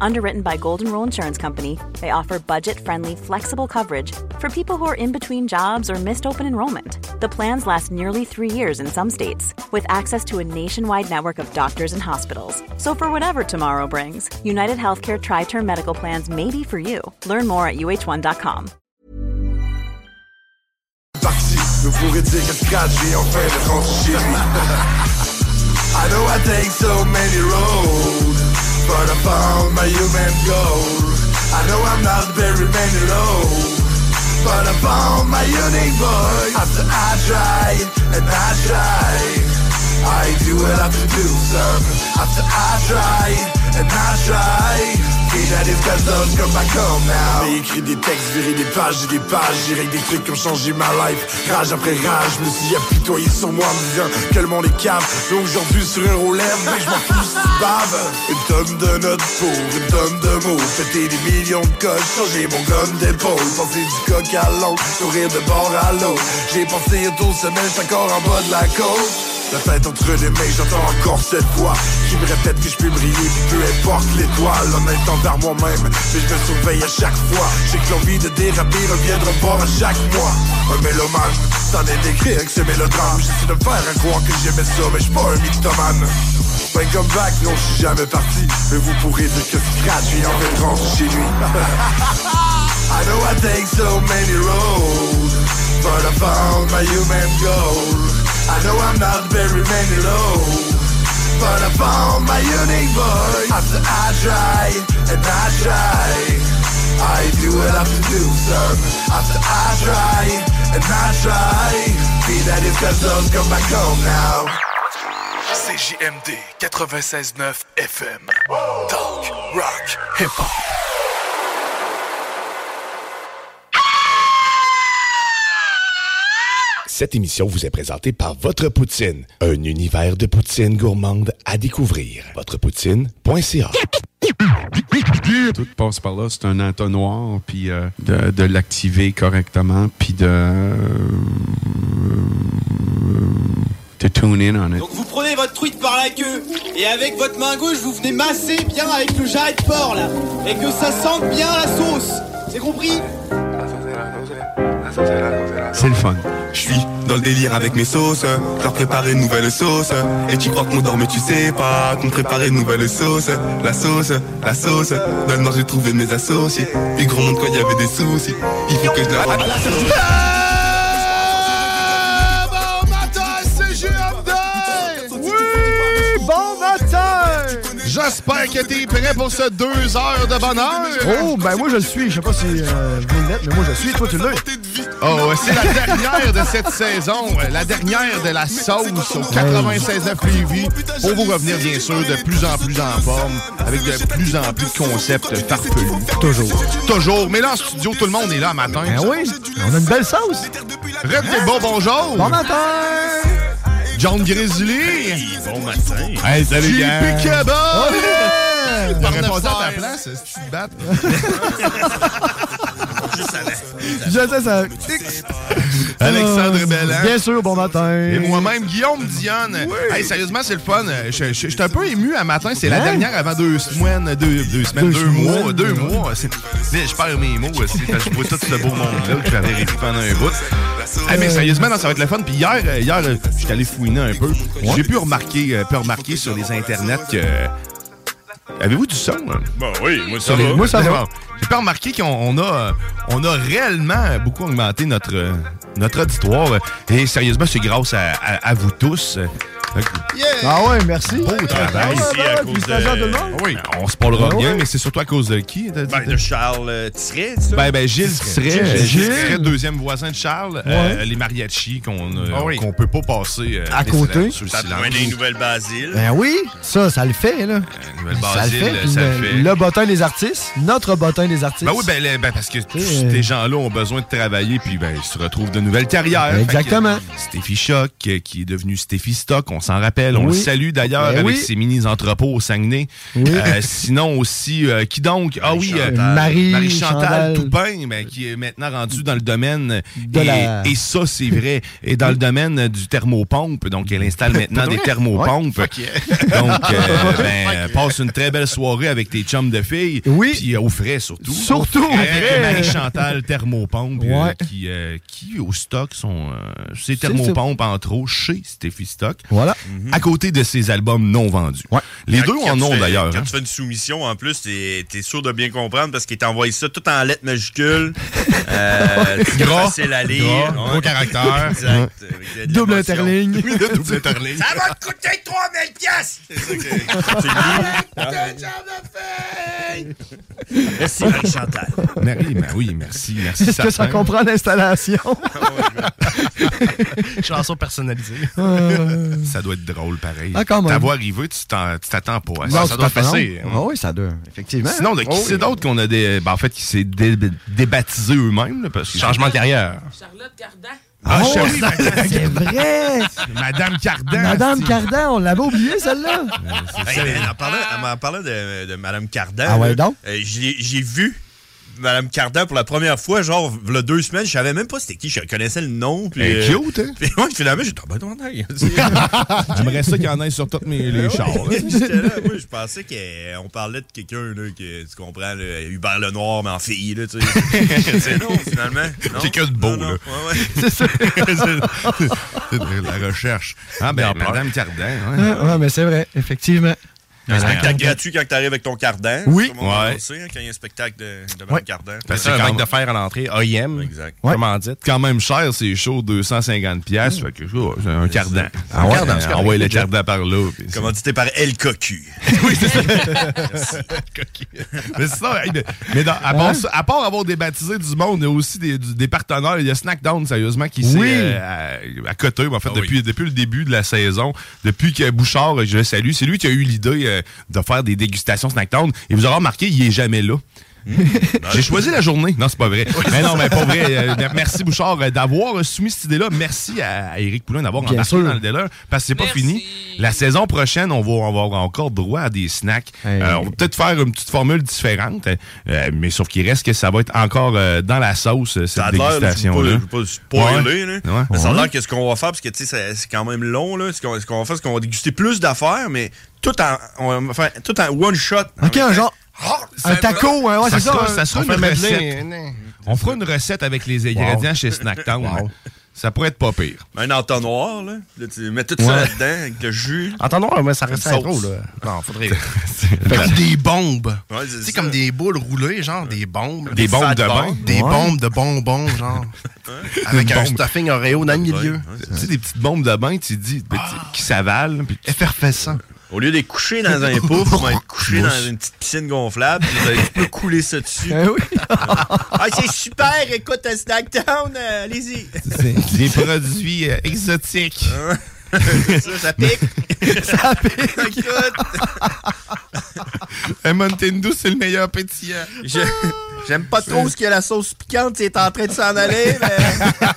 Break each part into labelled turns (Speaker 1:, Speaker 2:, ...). Speaker 1: Underwritten by Golden Rule Insurance Company, they offer budget friendly, flexible coverage for people who are in between jobs or missed open enrollment. The plans last nearly three years in some states, with access to a nationwide network of doctors and hospitals. So, for whatever tomorrow brings, United Healthcare Tri Term Medical Plans may be for you. Learn more at uh1.com.
Speaker 2: parti, nous pourrez dire que 4 j'ai enfin de rentrer chez lui. I know I take so many roads, but I found my human goal. I know I'm not very many low, but I found my unique voice. After I try and I try, I do what I have to do, son. After I try and I try, et j'arrive qu'à zone comme ma come out. J'ai écrit des textes, viré des pages et des pages, j'ai règle des trucs qui ont changé ma life. Rage après rage, je me suis apitoyé sur moi en me disant que le monde est cave. Donc j'en plus sur un roulette, mais je m'en fous si tu baves. Une tonne de notes pour une tonne de mots, fêter des millions de coches, changer mon gomme d'épaule. Penser du coq à l'ongle, sourire de bord à l'autre. J'ai pensé à tout semaine, j'suis encore en bas de la côte. La tête entre les mains, j'entends encore cette voix Qui me répète que je peux briller, peu importe l'étoile En étant vers moi-même, mais je me surveille à chaque fois J'ai que l'envie de déraper reviendra me voir à chaque mois Un mélomane, t'en es d'écrire que c'est mélodrame J'essaie de me faire à croire que j'aimais ça, mais je suis pas un mythomane Ben comme back, non je suis jamais parti Mais vous pourrez dire que c'est gratuit en fait rentrer chez lui I know I take so many roads But I found my human goal I know I'm not very many low But I found my unique voice After I try and I try I do what I have to do, son After I try and I try Be that it's cause love's come back home now
Speaker 3: CJMD 96.9 FM. Talk, rock, hip-hop.
Speaker 4: Cette émission vous est présentée par Votre Poutine, un univers de poutine gourmande à découvrir. Votrepoutine.ca
Speaker 5: Tout passe par là, c'est un entonnoir, puis euh, de, de l'activer correctement, puis de... euh,
Speaker 3: euh,
Speaker 5: to tune in on it.
Speaker 6: Donc vous prenez votre truite par la queue et avec votre main gauche vous venez masser bien avec le jarret de porc là et que ça sente bien la sauce. C'est compris
Speaker 5: C'est le fun.
Speaker 2: Je suis dans le délire avec mes sauces Je leur préparais une nouvelle sauce Et tu crois qu'on dort mais tu sais pas Qu'on préparait une nouvelle sauce La sauce, la sauce Dans le noir j'ai trouvé mes associés Puis gros monde quand il y avait des soucis Il faut que je leur...
Speaker 3: Bon matin, c'est Oui, bon matin! J'espère que t'es prêt pour ce deux heures de bonheur.
Speaker 7: Oh, ben moi je le suis. Je sais pas si euh, je viens de l'être, mais moi je le suis. Toi, tu l'as.
Speaker 3: Oh, ouais, c'est la dernière de cette saison, euh, la dernière de la sauce au 96.9 Lévis. Pour vous revenir, bien sûr, de plus en plus en forme, avec de plus en plus de concepts farfelus.
Speaker 7: Toujours.
Speaker 3: Toujours. Mais là, en studio, tout le monde est là le matin.
Speaker 7: Ben oui, on a une belle sauce.
Speaker 3: Red Débat, bonjour.
Speaker 7: Bon matin!
Speaker 3: John Grizzly.
Speaker 8: Bon matin.
Speaker 3: Hey, salut,
Speaker 8: gang.
Speaker 3: JP Cabot.
Speaker 7: Ouais.
Speaker 3: T'aurais pas dit à ta place, euh, si tu te battes.
Speaker 7: Je sais ça.
Speaker 3: Alexandre
Speaker 7: Euh,
Speaker 3: Belland.
Speaker 7: Bien sûr, bon matin.
Speaker 3: Et moi-même, Guillaume Dionne. Hey, sérieusement, c'est le fun. Je, je- je suis un peu ému à matin. C'est la
Speaker 7: Hein?
Speaker 3: dernière avant deux semaines, deux, deux semaines,
Speaker 7: Deux
Speaker 3: deux, mois,
Speaker 7: semaines,
Speaker 3: deux
Speaker 7: ouais.
Speaker 3: mois. C'est- Mais Je perds mes mots. c'est parce que Je vois tout ce beau monde-là que j'avais rêvé pendant un bout. Hey, mais sérieusement, non, ça va être le fun. Puis hier, euh, hier euh, j'étais allé fouiner un peu. J'ai pu remarquer, euh, pu remarquer sur les internets que... euh, Avez-vous du son? hein?
Speaker 5: Bah
Speaker 8: Bon, oui, moi ça
Speaker 7: les-
Speaker 8: va.
Speaker 7: moi, ça
Speaker 3: Mais
Speaker 7: va.
Speaker 3: bon, J'ai pas remarqué qu'on on a, euh, on a réellement beaucoup augmenté notre, euh, notre auditoire. euh, Et sérieusement, c'est grâce à, à- à vous tous. euh,
Speaker 6: Ah ouais, merci. Beau
Speaker 3: travail.
Speaker 5: Ici, à cause
Speaker 6: Félicitations à tout
Speaker 5: de-
Speaker 6: le monde.
Speaker 3: Oui, Ben, on se parlera
Speaker 6: Ah ouais.
Speaker 3: bien, mais c'est surtout à cause de qui? t'as dit?
Speaker 5: Ben, de Charles euh, Tiret, ça.
Speaker 3: Ben, ben, Gilles serait,
Speaker 6: Gilles.
Speaker 3: Gilles,
Speaker 6: Gilles.
Speaker 3: Tiret, deuxième voisin de Charles, euh, les mariachis qu'on euh,
Speaker 9: Ah oui.
Speaker 3: qu'on peut pas passer euh,
Speaker 6: À côté.
Speaker 3: sous le
Speaker 5: ça
Speaker 3: silence.
Speaker 5: te des nouvelles Basile.
Speaker 6: Ben oui, ça, ça le fait, là.
Speaker 3: Nouvelle
Speaker 6: ça le
Speaker 3: Basile,
Speaker 6: fait. puis
Speaker 3: ça
Speaker 6: le,
Speaker 7: Ben,
Speaker 3: le fait.
Speaker 6: le bottin des artistes, notre bottin des artistes.
Speaker 3: Ben oui, ben, le- ben, parce que tous
Speaker 6: euh,
Speaker 3: ces gens-là ont besoin de travailler, puis ben, ils se retrouvent de nouvelles carrières.
Speaker 6: Ben,
Speaker 3: Fait que,
Speaker 6: exactement.
Speaker 3: euh, Steffi Choc, euh, qui est devenu Steffi Stock, on s'en rappelle. On
Speaker 6: Oui.
Speaker 3: le salue d'ailleurs
Speaker 6: Ben
Speaker 3: avec
Speaker 6: oui.
Speaker 3: ses mini-entrepôts au Saguenay.
Speaker 6: Oui.
Speaker 3: Euh, sinon aussi, euh, qui donc? Ah oui, euh,
Speaker 6: Marie
Speaker 3: Marie-Chantal
Speaker 6: Chantal.
Speaker 3: Toupin, ben, qui est maintenant rendue dans le domaine,
Speaker 6: De
Speaker 3: et,
Speaker 6: la-
Speaker 3: et ça c'est vrai, et dans le domaine du thermopompe, donc elle installe maintenant des thermopompes. Donc, euh, ben, passe une très belle soirée avec tes chums de filles.
Speaker 6: Oui.
Speaker 3: Puis euh, au frais surtout.
Speaker 6: Surtout au frais.
Speaker 3: Avec Marie-Chantal Thermopompe, euh,
Speaker 6: Ouais.
Speaker 3: qui, euh, qui au stock sont... euh, ces
Speaker 6: C'est-
Speaker 3: thermopompes, en trop, chez Steffi Stock, Mhm.
Speaker 6: Voilà.
Speaker 3: à côté de ses albums non vendus. Les
Speaker 5: Quand-
Speaker 3: deux
Speaker 5: quand
Speaker 3: en
Speaker 5: tu
Speaker 3: ont
Speaker 5: fais-
Speaker 3: d'ailleurs.
Speaker 5: Quand
Speaker 3: hein.
Speaker 5: tu fais une soumission, en plus, t'es es sûr de bien comprendre parce qu'il t'envoie ça tout en lettres majuscules. Euh, c'est
Speaker 3: Gras,
Speaker 5: facile à lire.
Speaker 3: gras,
Speaker 5: Ouais.
Speaker 3: gros caractère.
Speaker 5: Exact. Avec de l'émotion.
Speaker 6: Double interligne.
Speaker 3: Oui, le double interligne.
Speaker 5: Ça va te coûter 3000 piastres! C'est ça que- que tu
Speaker 3: Ah,
Speaker 5: lis. Merci, Marie-Chantal.
Speaker 3: Marie, ben oui, merci, merci.
Speaker 6: Est-ce que ça
Speaker 3: certain.
Speaker 6: comprend l'installation?
Speaker 10: Chanson personnalisée.
Speaker 3: Ça doit être drôle, pareil.
Speaker 6: Euh. Ah, quand même.
Speaker 3: Ta voix arrivée, tu t'en- tu t'attends pas. à ça,
Speaker 6: Non,
Speaker 3: ça
Speaker 6: tu
Speaker 3: doit
Speaker 6: t'attends.
Speaker 3: passer. hein.
Speaker 6: Ah oui, ça doit, effectivement.
Speaker 3: Sinon, de qui
Speaker 6: Oh oui.
Speaker 3: c'est d'autre qu'on a des. Ben, en fait, qui s'est dé- débaptisé eux-mêmes, là, parce que.
Speaker 10: Changement de carrière.
Speaker 3: Ah,
Speaker 6: Oh,
Speaker 3: chérie, ben,
Speaker 6: C'est vrai!
Speaker 3: Madame Cardan.
Speaker 6: Madame Cardan, on l'avait oublié, celle-là.
Speaker 5: Hey, mais Ah, ben, en parlant, en parlant de, de Mme Cardan,
Speaker 6: Ah ouais,
Speaker 5: là,
Speaker 6: donc?
Speaker 5: euh, j'ai j'ai vu Mme Cardan pour la première fois, genre, il deux semaines. Je savais même pas c'était qui. Je connaissais le nom. Puis,
Speaker 3: Elle est
Speaker 5: euh,
Speaker 3: cute, hein?
Speaker 5: Puis moi, finalement, j'ai dit, ah ben, ton dingue.
Speaker 3: J'aimerais ça qu'il y en ait sur toutes mes les chars. là.
Speaker 5: Ben J'étais là, moi, je pensais qu'on parlait de quelqu'un, là, que tu comprends, là, Hubert Lenoir, mais en fille, là, tu sais. C'est non, finalement. non.
Speaker 3: Quelqu'un de beau,
Speaker 5: Non, non,
Speaker 3: là.
Speaker 5: ouais, ouais.
Speaker 3: C'est ça. C'est de la recherche. Ah, ben, Madame Cardan, ouais.
Speaker 6: Ouais, mais c'est vrai, effectivement.
Speaker 5: Un spectacle gratuit quand t'arrives avec ton cardan.
Speaker 6: Oui.
Speaker 5: Tout le monde
Speaker 3: Ouais.
Speaker 5: le sait, hein, quand il y a un spectacle de, de Mme Cardan.
Speaker 3: Parce que
Speaker 10: C'est un
Speaker 3: quand-
Speaker 10: mec de fer à l'entrée, OIM.
Speaker 5: Exact.
Speaker 6: Ouais.
Speaker 10: Comment dites?
Speaker 3: Quand même cher, c'est chaud, 250 piastres. Fait que, oh, c'est un cardan.
Speaker 10: Ah ouais, c'est correct.
Speaker 3: Envoyez le cardan par là. puis c'est-
Speaker 5: Commandité par El Cocu.
Speaker 3: Mais c'est ça. hey, mais- mais dans- à, part, ça- à part avoir débaptisé du monde, il y a aussi des, du- des partenaires. Il y a Snackdown, sérieusement, qui s'est
Speaker 6: Oui.
Speaker 3: euh, à, à côté. En fait, depuis, depuis le début de la saison, depuis que Bouchard, euh, je le salue, c'est lui qui a eu l'idée euh, de faire des dégustations Snackdown. Et vous aurez remarqué, il est jamais là. J'ai choisi la journée. Non, c'est pas vrai. mais non, mais pas vrai. Euh, mer- merci, Bouchard, euh, d'avoir euh, soumis cette idée-là. Merci à à Éric Poulin d'avoir
Speaker 6: Bien
Speaker 3: embarqué
Speaker 6: sûr.
Speaker 3: dans le délai. Parce que c'est pas fini. La saison prochaine, on va on va avoir encore droit à des snacks.
Speaker 6: Hey.
Speaker 3: Euh, on va peut-être faire une petite formule différente, euh, mais sauf qu'il reste que ça va être encore euh, dans la sauce, euh, cette
Speaker 5: Ça a l'air, là, je
Speaker 3: dégustation-là.
Speaker 5: veux pas, je veux pas spoiler,
Speaker 3: Ouais.
Speaker 5: là. Mais Ça a
Speaker 3: Ouais.
Speaker 5: l'air que ce qu'on va faire, parce que tu sais, c'est- c'est quand même long, là. Ce qu'on ce qu'on va faire, c'est qu'on va déguster plus d'affaires, mais tout en, on va faire tout en one shot.
Speaker 6: Ok, un genre.
Speaker 3: Ah,
Speaker 6: Un taco, hein, ouais,
Speaker 3: ça,
Speaker 6: c'est ça.
Speaker 3: sera,
Speaker 6: un-
Speaker 3: ça sera
Speaker 10: On fait
Speaker 3: une
Speaker 10: mettre
Speaker 3: recette.
Speaker 10: les- non.
Speaker 3: On fera une recette avec les ingrédients chez Snacktown. Ça pourrait être pas pire.
Speaker 5: Un entonnoir, là. Là, tu mets tout ça là-dedans, avec le jus.
Speaker 10: Entendons, mais ça reste
Speaker 5: Une
Speaker 10: trop,
Speaker 5: sauce.
Speaker 10: là. Non, faudrait. Fait que des bombes.
Speaker 5: Ouais, c'est
Speaker 10: Tu
Speaker 5: ça.
Speaker 10: sais, comme des boules roulées, genre des bombes.
Speaker 3: Des bombes de bain.
Speaker 10: Des bombes de bonbons, genre. Avec
Speaker 3: Une
Speaker 10: un
Speaker 3: bombe.
Speaker 10: stuffing Oreo dans le milieu. Ah.
Speaker 3: Tu sais, des petites bombes de bain, tu dis, ben, tu- qui s'avalent. puis-
Speaker 10: Effervescent.
Speaker 5: Au lieu d'être couché dans un pouf, on va être couché dans une petite piscine gonflable, puis ben, tu peux couler ça dessus.
Speaker 6: Ben oui.
Speaker 5: Ah, c'est super! Écoute, à Snackdown, euh, allez-y!
Speaker 3: des produits euh, exotiques.
Speaker 5: ça, ça pique! ça pique! Écoute,
Speaker 3: Un Mountain Dew, c'est le meilleur pétillant.
Speaker 5: je- j'aime pas trop ce que la sauce piquante c'est en train de s'en aller, mais...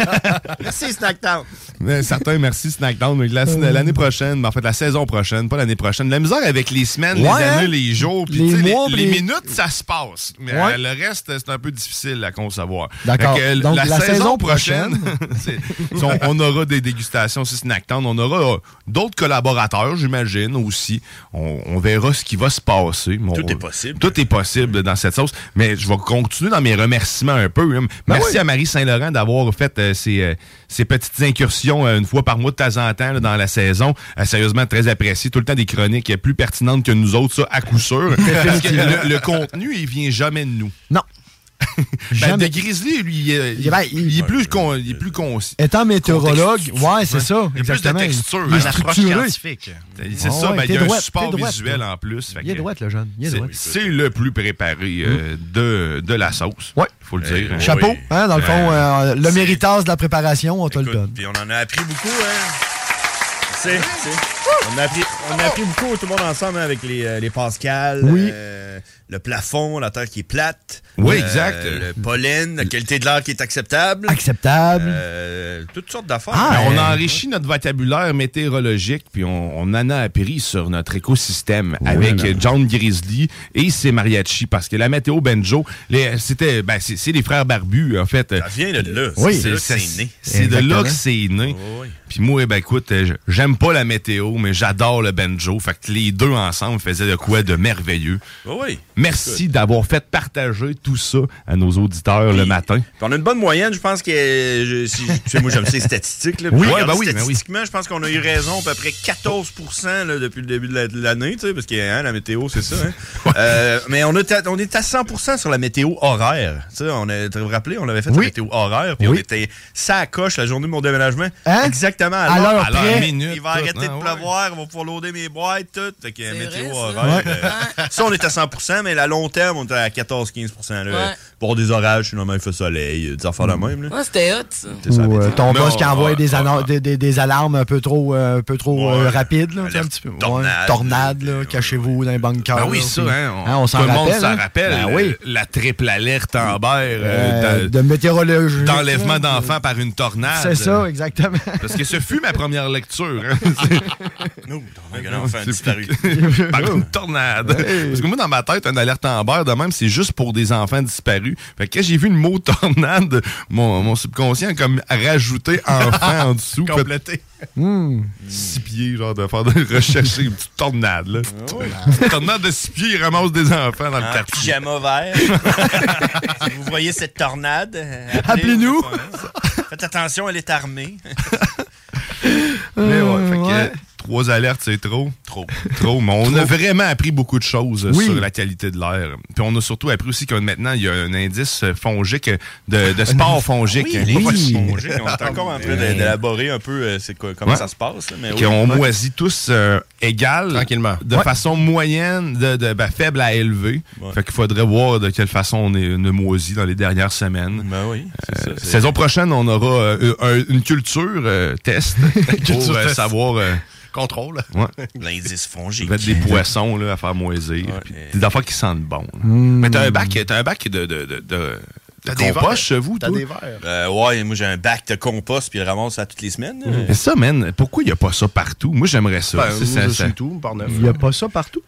Speaker 5: Merci, Snackdown!
Speaker 3: Mais Certains, Euh, merci Snackdown. Mais
Speaker 6: Euh,
Speaker 3: la- L'année prochaine, mais en fait, la saison prochaine, pas l'année prochaine. La misère avec les semaines,
Speaker 6: Ouais,
Speaker 3: les années,
Speaker 6: hein?
Speaker 3: les jours, puis
Speaker 6: Les
Speaker 3: tu sais, les,
Speaker 6: mois,
Speaker 3: les
Speaker 6: puis-
Speaker 3: minutes, ça se passe. Mais
Speaker 6: Ouais.
Speaker 3: euh, le reste, c'est un peu difficile à concevoir.
Speaker 6: D'accord.
Speaker 3: Fait que, euh,
Speaker 6: Donc, la saison prochaine-
Speaker 3: c'est- on, on aura des dégustations sur Snacktown. On aura euh, d'autres collaborateurs, j'imagine, aussi. On, on verra ce qui va se passer. Mais on-
Speaker 5: Tout est possible.
Speaker 3: Tout est possible dans cette sauce. Mais je vais continuer dans mes remerciements un peu. hein. Merci à Marie Saint-Laurent d'avoir fait euh, ces, euh, ces petites incursions euh, une fois par mois de temps en temps là, dans la saison. Euh, sérieusement, très apprécié. Tout le temps des chroniques euh, plus pertinentes que nous autres, ça, à coup sûr. Parce que le, le contenu, il vient jamais de nous.
Speaker 6: Non.
Speaker 3: Ben,
Speaker 6: Jamais.
Speaker 3: de Grizzly, lui, il est,
Speaker 6: Il est- ben, il-
Speaker 3: il est plus, con, il est plus concis.
Speaker 6: Étant météorologue, ouais, c'est ça,
Speaker 3: Il y a plus de
Speaker 6: exactement. Il
Speaker 3: texture,
Speaker 6: est
Speaker 3: une approche
Speaker 6: structuré.
Speaker 3: scientifique. C'est
Speaker 6: Ouais,
Speaker 3: ça,
Speaker 6: ouais,
Speaker 3: ben, il y
Speaker 6: t'es
Speaker 3: a un
Speaker 6: droite,
Speaker 3: support
Speaker 6: t'es droite,
Speaker 3: visuel
Speaker 6: toi.
Speaker 3: en plus. fait
Speaker 6: Il est
Speaker 3: que-
Speaker 6: droit, le jeune. Il est
Speaker 3: C'est-
Speaker 6: droit.
Speaker 3: C'est le plus préparé euh, de, de la sauce. Ouais. Faut le dire. hein.
Speaker 6: Chapeau, hein, dans le fond,
Speaker 3: Ouais.
Speaker 6: euh, le méritage de la préparation, on te le donne.
Speaker 5: Puis on en a appris beaucoup, hein? C'est, c'est. On a, appris, on a appris beaucoup, tout le monde ensemble, hein, avec les, euh, les Pascal,
Speaker 6: Oui.
Speaker 5: euh, le plafond, la terre qui est plate.
Speaker 6: Oui,
Speaker 5: euh,
Speaker 6: exact.
Speaker 5: Le pollen, la qualité de l'air qui est acceptable.
Speaker 6: Acceptable.
Speaker 5: Euh, toutes sortes d'affaires.
Speaker 3: Ben, on
Speaker 5: a
Speaker 3: a enrichi notre vocabulaire météorologique, puis on, on en a appris sur notre écosystème avec
Speaker 9: Voilà.
Speaker 3: John Grizzly et ses mariachis, parce que la météo banjo, les- c'était, ben, c'est c'est les frères barbus, en fait. Ça
Speaker 5: vient de là.
Speaker 3: Oui,
Speaker 5: C'est de là que c'est né.
Speaker 3: C'est de
Speaker 5: Exactement.
Speaker 3: là que c'est né. Puis moi, ben, écoute, euh, j'aime pas la météo, mais j'adore le banjo. Fait que les deux ensemble faisaient de quoi de merveilleux.
Speaker 5: oui.
Speaker 3: Merci d'avoir fait partager tout ça à nos auditeurs le matin.
Speaker 5: Puis on a une bonne moyenne, je pense que. euh, je- si- tu sais, moi, j'aime ça, les statistiques. Là,
Speaker 3: Oui,
Speaker 5: Puis
Speaker 3: ouais,
Speaker 5: regarde,
Speaker 3: ben oui, ben oui.
Speaker 5: Statistiquement, je pense qu'on a eu raison à peu près 14 là, depuis le début de la- de l'année, tu sais, parce que hein, la météo, c'est ça. hein. Euh, mais on, est à- on est à 100 sur la météo horaire. Tu sais, on a, vous vous rappelez, on avait fait la météo horaire, puis on était ça à coche la journée de mon déménagement. Exactement à
Speaker 6: Hein? À
Speaker 5: l'heure.
Speaker 6: l'heure près. Ah,
Speaker 5: Il va arrêter de pleuvoir, on va pouvoir loader mes boîtes, tout. Fait que météo horaire.
Speaker 6: Ouais.
Speaker 5: euh, ça, on est à 100 mais à long terme, on est à 14-15 là.
Speaker 11: Ouais.
Speaker 5: Pour des orages, sinon même il fait soleil, euh, des affaires de même. Là.
Speaker 11: Ouais, Ah, c'était hot, ça.
Speaker 6: Ou euh, ton
Speaker 5: Mais
Speaker 6: boss
Speaker 5: on-
Speaker 6: qui envoie
Speaker 3: ah,
Speaker 5: on-
Speaker 6: des, annon- des, des- des alarmes un peu trop, euh, un peu trop euh, rapides, là, tu sais, un petit peu. Ouais,
Speaker 3: tornade. euh,
Speaker 6: tornade, là, cachez-vous dans les bunkers.
Speaker 3: Ben oui,
Speaker 6: là,
Speaker 3: ça,
Speaker 6: puis-
Speaker 3: hein, on,
Speaker 6: hein, s'en
Speaker 3: tout le monde
Speaker 6: rappelle,
Speaker 3: s'en
Speaker 6: hein.
Speaker 3: rappelle.
Speaker 6: Ben
Speaker 3: euh,
Speaker 6: oui.
Speaker 3: La triple alerte en berre, euh,
Speaker 6: Euh,
Speaker 3: d'en-
Speaker 6: de météorologie.
Speaker 3: d'enlèvement d'enfants par une tornade.
Speaker 6: C'est ça, exactement.
Speaker 3: Parce que ce fut ma première lecture. hein.
Speaker 5: Nous, on
Speaker 3: C'est-
Speaker 5: a un enfant
Speaker 3: c'est-
Speaker 5: disparu.
Speaker 3: Par une tornade. Parce que moi, dans ma tête, une alerte en berre de même, c'est juste pour des enfants disparus. Fait que quand j'ai vu le mot tornade, mon, mon subconscient a comme rajouté enfant en dessous. Complété.
Speaker 6: Hmm.
Speaker 3: Six pieds, genre, de faire de rechercher une petite tornade, là. Une petite tornade de six pieds, il ramasse des enfants dans le
Speaker 5: Oh. En
Speaker 3: tapis.
Speaker 5: pyjama vert. si vous voyez cette tornade, euh, appelez-
Speaker 3: Appelez-nous.
Speaker 5: Faites attention, elle est armée.
Speaker 3: Mais ouais, fait que,
Speaker 5: ouais.
Speaker 3: trois alertes, c'est trop. Trop. Trop. Mais on a vraiment appris beaucoup de choses euh,
Speaker 5: Oui.
Speaker 3: sur la qualité de l'air. Puis on a surtout appris aussi que maintenant, il y a un indice euh, fongique, euh, de, de sport fongique.
Speaker 5: Ah Oui,
Speaker 3: hein,
Speaker 5: les
Speaker 3: pas de
Speaker 5: spongiques, on est encore en train d'é- d'élaborer un peu euh, c'est quoi- comment
Speaker 3: Ouais.
Speaker 5: ça se passe. là, mais oui.
Speaker 3: qu'on moisit tous euh, égal, de façon moyenne, de, de- ben, faible à élevée. Fait qu'il faudrait voir de quelle façon on, est, on a moisi dans les dernières semaines. Euh,
Speaker 5: Ben c'est-
Speaker 3: saison prochaine, on aura euh, un- une culture euh, test pour euh,
Speaker 5: test.
Speaker 3: savoir. euh,
Speaker 10: Contrôle.
Speaker 3: ouais.
Speaker 5: L'indice
Speaker 3: Il
Speaker 5: fongique.
Speaker 3: va être des poissons là, à faire moisir. puis Des affaires qui sentent bon. là.
Speaker 5: Mm.
Speaker 3: Mais t'as un bac, t'as un bac de, de, de, de, de compost chez vous, toi?
Speaker 5: Euh, ouais, moi j'ai un bac de compost puis je ramasse ça toutes les semaines. là.
Speaker 3: Mais ça, man, pourquoi il n'y a pas ça partout? Moi, j'aimerais ça.
Speaker 5: Ben,
Speaker 3: C'est-
Speaker 5: moi,
Speaker 3: ça-
Speaker 5: je
Speaker 3: ça-
Speaker 5: suis tout, par neuf.
Speaker 6: Il n'y a pas ça partout.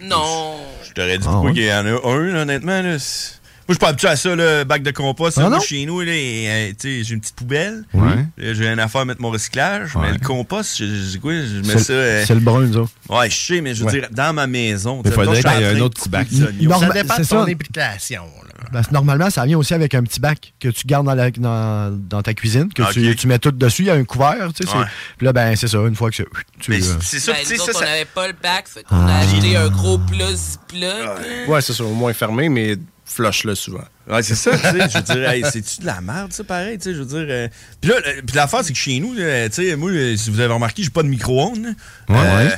Speaker 11: Non.
Speaker 5: Je t'aurais
Speaker 6: Ah,
Speaker 5: dit pourquoi qu'il y en a un, là, honnêtement. Là. C'est- Moi, je suis pas habitué à ça, le bac de compost.
Speaker 6: Ah
Speaker 5: là. Moi,
Speaker 6: non?
Speaker 5: chez nous, là, et, euh, tu sais, j'ai une petite poubelle.
Speaker 6: Oui.
Speaker 5: Là, J'ai une affaire à mettre mon recyclage. Mais le compost, je, je- quoi, je mets ça. euh,
Speaker 6: C'est c'est le brun, ça.
Speaker 5: Ouais, je sais, mais je veux
Speaker 6: Ouais.
Speaker 5: dire, dans ma maison.
Speaker 6: Mais
Speaker 5: tu sais,
Speaker 6: faudrait
Speaker 5: mettons, je suis
Speaker 6: qu'il y ait
Speaker 5: en
Speaker 6: un
Speaker 5: train de
Speaker 6: autre
Speaker 5: couper
Speaker 6: petit
Speaker 5: des
Speaker 6: bac.
Speaker 5: oignons.
Speaker 6: Norma-
Speaker 10: Ça dépend de
Speaker 6: c'est
Speaker 10: ton
Speaker 6: ça.
Speaker 10: implication. là.
Speaker 6: Parce que normalement, ça vient aussi avec un petit bac que tu gardes dans, la- dans- dans ta cuisine, que tu-
Speaker 5: Ok.
Speaker 6: tu, mets tout dessus. Il y a un couvert. Tu sais, c'est-
Speaker 5: Ouais.
Speaker 6: Puis là, ben, c'est ça, une fois que c'est- tu.
Speaker 5: Mais
Speaker 6: euh,
Speaker 5: c'est ça,
Speaker 11: Ben,
Speaker 5: tu sais,
Speaker 11: nous
Speaker 5: ça,
Speaker 11: autres,
Speaker 5: ça-
Speaker 11: on n'avait pas le bac, fait qu'on a acheté un gros plat Ziploc. Ben,
Speaker 10: Ouais, c'est ça, au moins fermé, mais flush-le souvent.
Speaker 5: Ouais, c'est ça, tu sais. Je veux dire, hey, c'est-tu de la merde, ça, pareil, tu sais, je veux dire. euh, Puis là, euh, puis l'affaire, c'est que chez nous, là, tu sais, moi, euh, si vous avez remarqué, j'ai pas de micro-ondes. Euh,
Speaker 11: Ouais, ouais.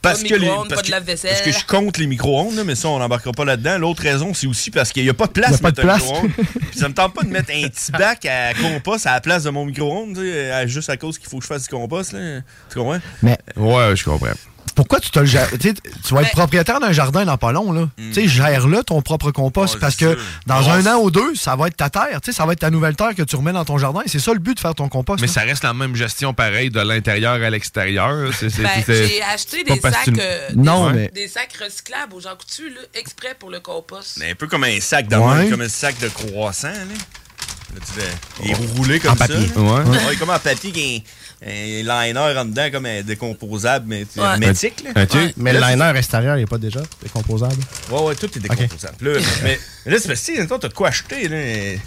Speaker 5: Parce
Speaker 11: Pas de
Speaker 5: que, les,
Speaker 11: micro-ondes,
Speaker 5: parce,
Speaker 11: pas de
Speaker 5: que,
Speaker 11: lave-vaisselle.
Speaker 5: parce que je compte les micro-ondes, là, mais ça, on n'embarquera pas là-dedans. L'autre raison, c'est aussi parce qu'il n'y a pas de place
Speaker 6: Il y a
Speaker 5: pour
Speaker 6: pas
Speaker 5: mettre
Speaker 6: de
Speaker 5: un
Speaker 6: place.
Speaker 5: micro-ondes. Puis ça me tente pas de mettre un petit bac à compost à la place de mon micro-ondes, tu sais, à- juste à cause qu'il faut que je fasse du compost, là. Tu comprends?
Speaker 6: Mais
Speaker 3: Ouais, je comprends.
Speaker 6: pourquoi tu te le gères? Tu sais, tu vas être propriétaire d'un jardin dans pas long, là. Tu sais, gère-le ton propre compost parce que dans
Speaker 3: Grosse.
Speaker 6: un an ou deux, ça va être ta terre. Tu sais, ça va être ta nouvelle terre que tu remets dans ton jardin. C'est ça le but de faire ton compost.
Speaker 3: Mais
Speaker 6: là.
Speaker 3: ça reste la même gestion pareil de l'intérieur à l'extérieur. C'est- c'est-
Speaker 11: Ben,
Speaker 3: c'est-
Speaker 11: j'ai acheté
Speaker 3: c'est
Speaker 11: des
Speaker 3: pas parce
Speaker 11: sacs,
Speaker 3: que tu-
Speaker 11: euh,
Speaker 3: Non,
Speaker 11: des,
Speaker 3: mais-
Speaker 11: des sacs recyclables aux gens coutus, là, exprès pour le compost.
Speaker 5: Mais un peu comme un sac de
Speaker 3: Ouais.
Speaker 5: même, comme un sac de croissant, là. Là, tu fais- il est roulé comme
Speaker 3: Oh.
Speaker 5: ça.
Speaker 3: En papier,
Speaker 5: là.
Speaker 3: ouais.
Speaker 5: Ouais, comme en papier, qui est un, un liner en dedans, comme un décomposable, mais tu sais,
Speaker 6: Ouais.
Speaker 5: hermétique, là. Ouais.
Speaker 6: Mais le
Speaker 5: Là,
Speaker 6: liner extérieur, il n'est pas déjà décomposable.
Speaker 5: c'est- Ouais, ouais, tout est décomposable. Là, mais, mais là, c'est parce que, tu sais, toi, t'as de quoi acheter, là. Tu sais,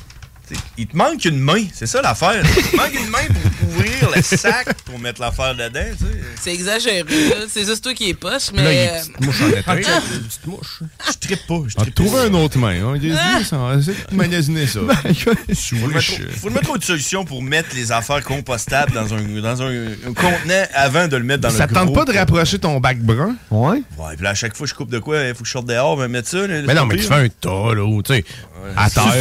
Speaker 5: Il te manque une main, c'est ça l'affaire. Il te manque une main pour ouvrir le sac pour mettre l'affaire dedans, tu sais.
Speaker 11: C'est exagéré, là. C'est juste toi qui es poche, mais.
Speaker 5: Là, il y a
Speaker 11: euh,
Speaker 5: une petite mouche en été.
Speaker 11: Ah!
Speaker 5: Une petite mouche. Je trippe pas. Je
Speaker 3: Ah,
Speaker 5: trippe
Speaker 3: Trouvez
Speaker 5: pas. Ben,
Speaker 3: un autre main. On va essayer
Speaker 11: Ah.
Speaker 3: ça, on va essayer de magasiner ça.
Speaker 5: Faut le, mettre,
Speaker 3: Souche.
Speaker 5: faut le mettre autre solution pour mettre les affaires compostables dans un, dans un, un contenant avant de le mettre dans
Speaker 3: Ça
Speaker 5: le
Speaker 3: te tente
Speaker 5: gros.
Speaker 3: pas de rapprocher ton bac brun? Ouais.
Speaker 5: Ouais, puis là, à chaque fois, je coupe de quoi, il faut que je sorte dehors, ben, mettre ça.
Speaker 3: Mais non, mais tu fais un
Speaker 5: tas, là, tu sais,
Speaker 3: à terre.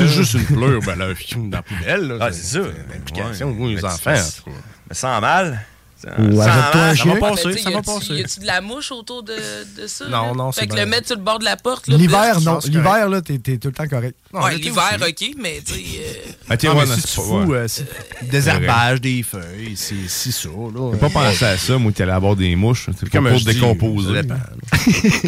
Speaker 5: ben là, dans la poubelle, là. Ah, c'est ça. L'implication,
Speaker 10: vous, les enfants, en tout
Speaker 5: Mais sans mal.
Speaker 10: Ou
Speaker 5: sans
Speaker 10: achète-toi un
Speaker 5: mal, ça va
Speaker 10: chien.
Speaker 5: passer.
Speaker 10: passer,
Speaker 11: Ben, tu sais,
Speaker 10: ça
Speaker 11: y
Speaker 10: va
Speaker 11: a-tu-
Speaker 10: passer.
Speaker 11: Y a-tu de la mouche autour de, de ça?
Speaker 10: Non,
Speaker 11: là?
Speaker 10: non,
Speaker 11: Fait
Speaker 10: c'est
Speaker 11: que
Speaker 10: bien.
Speaker 11: le mettre sur le bord de la porte. là,
Speaker 6: L'hiver,
Speaker 11: bleu,
Speaker 6: non.
Speaker 11: c'est correct.
Speaker 6: L'hiver, là, t'es t'es tout le temps correct.
Speaker 11: ouais, l'hiver, ok, mais tu sais. euh,
Speaker 3: Ah, tiens,
Speaker 10: Non, mais
Speaker 3: ouais,
Speaker 10: si
Speaker 3: non,
Speaker 10: tu
Speaker 3: c'est pas-
Speaker 10: fous,
Speaker 3: ouais.
Speaker 10: euh, c'est des
Speaker 3: C'est vrai.
Speaker 10: herbages, des feuilles, c'est c'est ça, là.
Speaker 5: euh,
Speaker 3: J'ai pas pensé à ça, moi, t'es allé avoir des mouches. C'est
Speaker 10: Comme
Speaker 3: comme
Speaker 10: je
Speaker 3: pour
Speaker 10: dis, ça
Speaker 3: décomposer.
Speaker 10: dépend,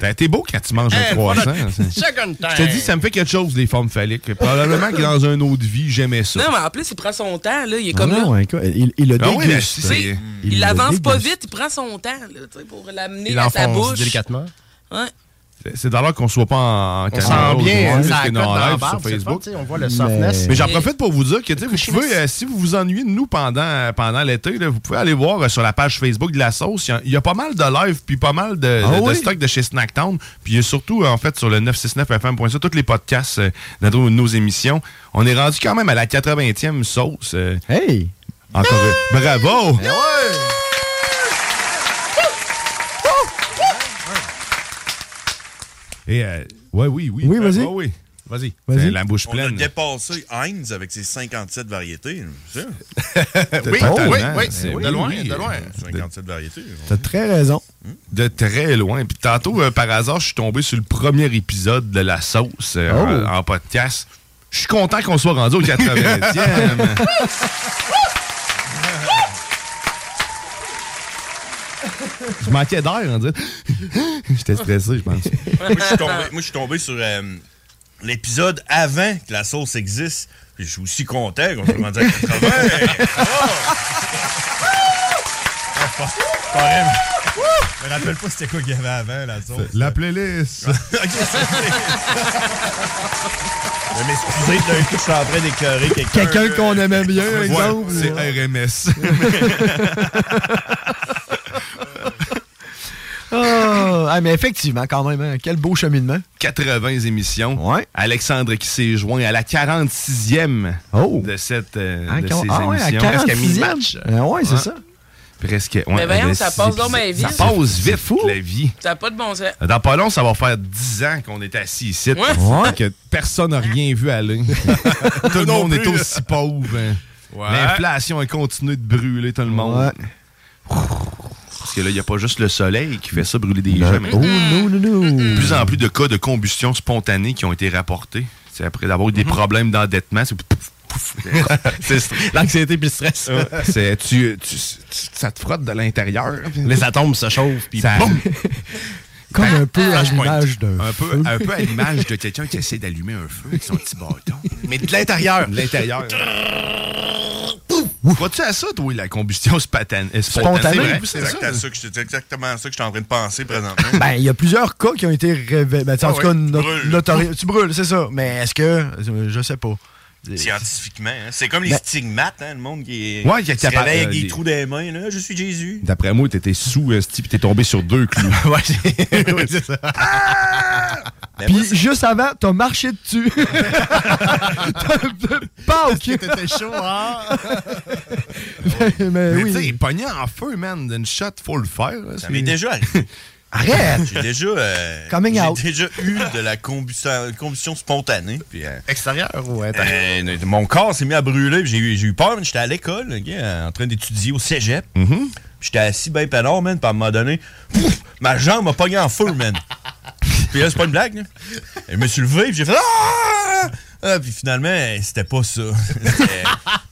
Speaker 3: T'as- T'es beau quand tu manges un
Speaker 10: Eh,
Speaker 3: croissant.
Speaker 10: voilà.
Speaker 3: c'est-
Speaker 11: Second time.
Speaker 3: Je te dis, ça me fait quelque chose, les formes phalliques. Probablement que dans un autre vie, j'aimais ça.
Speaker 11: Non, mais en plus, il prend son temps, là. Il est comme là.
Speaker 6: non, écoute, il, il le
Speaker 3: Ah oui, mais
Speaker 6: déguste.
Speaker 3: si c'est-
Speaker 6: Ah Il
Speaker 11: Il
Speaker 6: le
Speaker 11: avance pas vite,
Speaker 6: déguste.
Speaker 11: il prend son temps, là, tu sais, pour l'amener à sa bouche. Ouais.
Speaker 3: C'est- C'est d'ailleurs qu'on soit pas en
Speaker 10: On
Speaker 3: caméra
Speaker 10: sent bien,
Speaker 3: aujourd'hui,
Speaker 10: ça
Speaker 3: parce qu'on est
Speaker 10: accote
Speaker 3: en
Speaker 10: dans la
Speaker 3: live
Speaker 10: barbe,
Speaker 3: sur
Speaker 10: c'est le fun,
Speaker 3: Facebook.
Speaker 10: tu sais, on voit le softness.
Speaker 3: Mais,
Speaker 10: Mais-
Speaker 3: j'en profite pour vous dire que tu sais, vous pouvez, euh, si vous vous ennuyez de nous pendant, euh, pendant l'été, là, vous pouvez aller voir euh, sur la page Facebook de la sauce. Il y a- il y, a pas mal de live puis pas mal de,
Speaker 6: Ah
Speaker 3: de- de
Speaker 6: oui?
Speaker 3: stock de chez Snacktown. Puis il y a surtout, euh, en fait, sur le 969fm.ca, tous les podcasts euh, de nos, nos émissions. On est rendu quand même à la 80e sauce. euh.
Speaker 6: hey!
Speaker 3: Encore une- Bravo! Et, euh, ouais, oui, oui.
Speaker 5: Oui, vas-y.
Speaker 3: Ouais, oui. Vas-y.
Speaker 5: Vas-y.
Speaker 3: C'est La bouche
Speaker 5: On a
Speaker 3: pleine.
Speaker 5: dépassé Heinz avec ses 57 variétés. c'est ça?
Speaker 3: Oui, Totalement. oui, oui, C'est- de oui, loin, oui. de
Speaker 5: loin. 57 variétés.
Speaker 6: T'as très raison.
Speaker 3: De très loin. Puis tantôt, euh, par hasard, je suis tombé sur le premier épisode de La Sauce euh,
Speaker 6: Oh.
Speaker 3: en, en podcast. Je suis content qu'on soit rendu au 80e. je manquais d'air, on dirait. J'étais stressé, je pense.
Speaker 5: moi, je suis tombé, moi, je suis tombé sur euh, l'épisode avant que la sauce existe. Puis Je suis aussi content qu'on soit rendu à 80. Oh! Pareil, Je me rappelle pas c'était quoi qu'il y avait avant, la sauce.
Speaker 3: La playlist.
Speaker 5: Je vais m'excuser d'un coup, je suis en train d'éclairer quelqu'un.
Speaker 6: Quelqu'un qu'on aimait bien,
Speaker 3: Ouais,
Speaker 6: exemple.
Speaker 3: c'est
Speaker 5: RMS.
Speaker 6: Ah, ah, mais effectivement, quand même, hein, quel beau cheminement.
Speaker 3: 80 émissions. Alexandre qui s'est joint à la 46e de cette euh,
Speaker 6: Ah,
Speaker 3: de ces
Speaker 6: quand- ah ouais, à
Speaker 3: émissions.
Speaker 6: 46e. Ah ouais, c'est ça.
Speaker 3: Presque. ouais,
Speaker 11: Mais voyons,
Speaker 3: de
Speaker 11: ça
Speaker 3: six
Speaker 11: passe donc
Speaker 3: épisodes.
Speaker 11: bien vite.
Speaker 3: Ça passe vite, la vie.
Speaker 11: T'as pas de bon sens.
Speaker 3: Dans pas long, ça va faire 10 ans qu'on est assis ici.
Speaker 11: Ouais.
Speaker 3: Ouais. Que personne n'a rien vu aller. tout le
Speaker 5: Non
Speaker 3: monde est
Speaker 5: plus, là.
Speaker 3: aussi pauvre. hein.
Speaker 5: Ouais.
Speaker 3: L'inflation a continué de brûler tout le monde. Parce que là, il n'y a pas juste le soleil qui fait ça brûler des gens. mais-
Speaker 6: Oh, non, non,
Speaker 3: de
Speaker 6: non.
Speaker 3: plus en plus de cas de combustion spontanée qui ont été rapportés. C'est après d'avoir eu
Speaker 11: Mm-hmm.
Speaker 3: des problèmes d'endettement. c'est pouf, pouf, pouf. C'est-
Speaker 10: L'anxiété puis le stress.
Speaker 3: Ouais. C'est- tu- tu- tu- ça te frotte de l'intérieur. Les atomes se chauffent, puis boum!
Speaker 6: Comme
Speaker 3: Ben,
Speaker 6: un peu à
Speaker 3: Flashpoint.
Speaker 6: l'image d'un
Speaker 3: un
Speaker 6: feu.
Speaker 3: peu, un peu à l'image de quelqu'un qui essaie d'allumer un feu avec son petit bâton. Mais de l'intérieur. De l'intérieur. Crois-tu à ça, toi, la combustion spatane- euh, spontanée?
Speaker 6: Spontanée,
Speaker 3: C'est
Speaker 5: C'est
Speaker 3: vrai,
Speaker 5: exact à ça que je- c'est exactement ça que je suis en train de penser présentement.
Speaker 6: Ben, il y a plusieurs cas qui ont été révélés. Ben, tu sais, en
Speaker 5: Ah
Speaker 6: tout
Speaker 5: ouais,
Speaker 6: cas,
Speaker 5: tu
Speaker 6: no-
Speaker 5: brûles.
Speaker 6: notori- Tu brûles, c'est ça. Mais est-ce que. euh, Je sais pas.
Speaker 5: Scientifiquement, hein. c'est comme les
Speaker 6: Ben-
Speaker 5: stigmates, hein, le monde qui est.
Speaker 3: Ouais, qui est
Speaker 5: se
Speaker 3: capable,
Speaker 5: réveille
Speaker 3: euh,
Speaker 5: avec des
Speaker 3: des-
Speaker 5: trous des mains, là. Je suis Jésus.
Speaker 3: D'après moi, t'étais sous, euh, Steve, puis t'es tombé sur deux clous.
Speaker 5: ouais, c'est ça.
Speaker 3: Ben,
Speaker 6: Puis juste avant, t'as marché dessus. T'as- Pas ok.
Speaker 3: t'étais chaud, hein?
Speaker 6: mais,
Speaker 3: Mais tu sais,
Speaker 6: Euh, oui.
Speaker 3: il pognait en feu, man, d'une shot, faut le faire. là,
Speaker 5: Ça
Speaker 3: c'est-
Speaker 5: m'est déjà arrivé.
Speaker 6: Arrête!
Speaker 5: J'ai déjà, euh,
Speaker 6: Coming out.
Speaker 5: j'ai déjà eu de la combustion, combustion spontanée. Puis, euh,
Speaker 10: Extérieur ou intérieur?
Speaker 5: Euh, mon corps s'est mis à brûler. puis J'ai eu, j'ai eu peur, mais j'étais à l'école, ok, euh, en train d'étudier au cégep.
Speaker 6: Mm-hmm.
Speaker 5: J'étais assis bien peinard, man, puis à un moment donné, pouf, ma jambe m'a pogné en feu, man. puis là, c'est pas une blague, là. Et Je me suis levé, puis j'ai fait Ah! Ah, Puis finalement, euh, c'était pas ça. C'était- euh,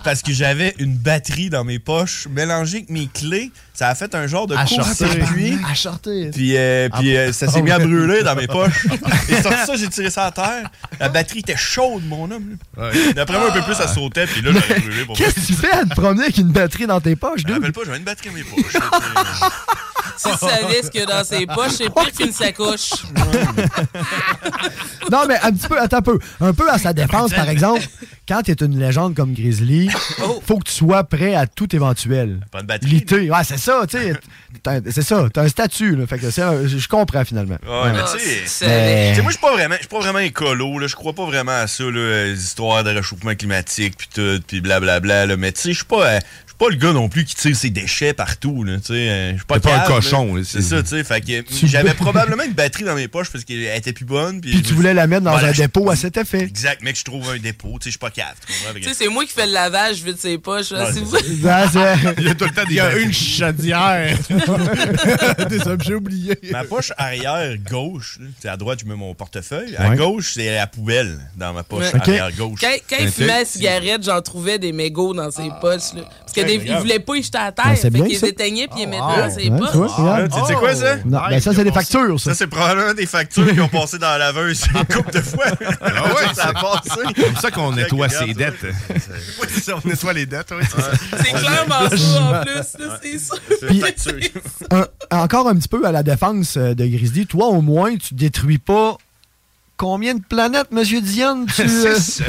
Speaker 5: Parce que j'avais une batterie dans mes poches mélangée avec mes clés. Ça a fait un genre de
Speaker 10: À
Speaker 5: court-circuit.
Speaker 10: À charter.
Speaker 5: Puis, euh, puis, euh, ça
Speaker 3: Oh,
Speaker 5: s'est mis à brûler dans mes poches. Et sorti ça, j'ai tiré ça à terre. La batterie était chaude, mon homme. là. D'après moi, un peu plus,
Speaker 3: Ah.
Speaker 5: ça sautait. Puis là, j'aurais brûlé pour
Speaker 6: Qu'est-ce que tu fais à te promener avec une batterie dans tes poches,
Speaker 5: Je me
Speaker 6: dude?
Speaker 5: rappelle pas, j'avais une batterie dans mes poches.
Speaker 11: Si tu savais ce qu'il y a dans ses poches, c'est pire qu'une sacoche.
Speaker 6: Non, mais un petit peu, attends un peu. Un peu à sa défense, par exemple. quand t'es une légende comme Grizzly,
Speaker 5: Oh.
Speaker 6: faut que tu sois prêt à tout éventuel.
Speaker 5: Pas de
Speaker 6: Lité. Ouais, c'est ça, tu sais. T'as un- C'est ça, t'as un statut, là. Fait que c'est un- je je comprends finalement.
Speaker 5: Ouais, mais tu sais, tu sais, moi, je suis pas vraiment, je suis pas vraiment écolo, là. Je crois pas vraiment à ça, là, euh, les histoires de réchauffement climatique, puis tout, puis blablabla, là. Mais tu sais, je suis pas, euh, je suis pas le gars non plus qui tire ses déchets partout, là. Tu sais, euh, je suis pas,
Speaker 3: T'es pas un
Speaker 5: cave, là.
Speaker 3: cochon, là,
Speaker 5: C'est
Speaker 3: c'est-
Speaker 5: ça, tu sais. Fait que euh,
Speaker 3: Tu-
Speaker 5: j'avais probablement une batterie dans mes poches parce qu'elle était plus bonne. Puis,
Speaker 6: Puis tu voulais la mettre dans
Speaker 5: Voilà,
Speaker 6: un
Speaker 5: je-
Speaker 6: dépôt à cet effet.
Speaker 5: Exact, mec, je trouve un dépôt, tu sais, je suis pas cave, tu comprends? Fait que-
Speaker 11: Tu sais, c'est moi qui fais le lavage vite ses poches. là,
Speaker 5: Ouais,
Speaker 11: c'est
Speaker 5: c'est
Speaker 11: vous.
Speaker 6: Il
Speaker 5: y a tout le temps des
Speaker 10: Il y a
Speaker 5: batteries.
Speaker 10: une chaudière. Désolé, j'ai oublié.
Speaker 5: Ma poche arrière gauche, là, c'est à droite, je mets mon portefeuille. À
Speaker 10: Ouais.
Speaker 5: gauche, c'est la poubelle dans ma poche
Speaker 11: Ouais.
Speaker 5: arrière gauche.
Speaker 11: Quand, quand il fumait la cigarette, j'en trouvais des mégots dans ses poches. là. Parce
Speaker 5: Ok,
Speaker 11: qu'il
Speaker 5: regarde.
Speaker 11: voulait pas y jeter à
Speaker 6: Ben,
Speaker 11: terre.
Speaker 6: c'est
Speaker 11: fait
Speaker 6: bien,
Speaker 11: qu'il
Speaker 6: ça.
Speaker 11: les éteignait puis il les mettait
Speaker 6: Ah,
Speaker 11: dans ses
Speaker 6: ouais, tu vois,
Speaker 11: poches.
Speaker 6: regarde.
Speaker 5: Tu sais quoi, ça?
Speaker 6: Ah,
Speaker 5: Oh.
Speaker 6: Non, ben ça, c'est des factures, ça.
Speaker 5: Ça, c'est probablement des factures qui ont passé dans la laveuse une couple de fois. Ah
Speaker 3: ouais,
Speaker 5: ça a passé.
Speaker 3: C'est comme ça qu'on nettoie
Speaker 5: Regarde,
Speaker 3: ses dettes.
Speaker 5: Oui, c'est ça, on nettoie les dettes. oui,
Speaker 11: C'est clairement ça en plus, là, c'est ça.
Speaker 5: C'est une facture.
Speaker 6: Un- encore un petit peu à la défense euh, de Grizzly, toi au moins, tu détruis pas combien de planètes, Monsieur Dion? Tu, euh,
Speaker 3: Six.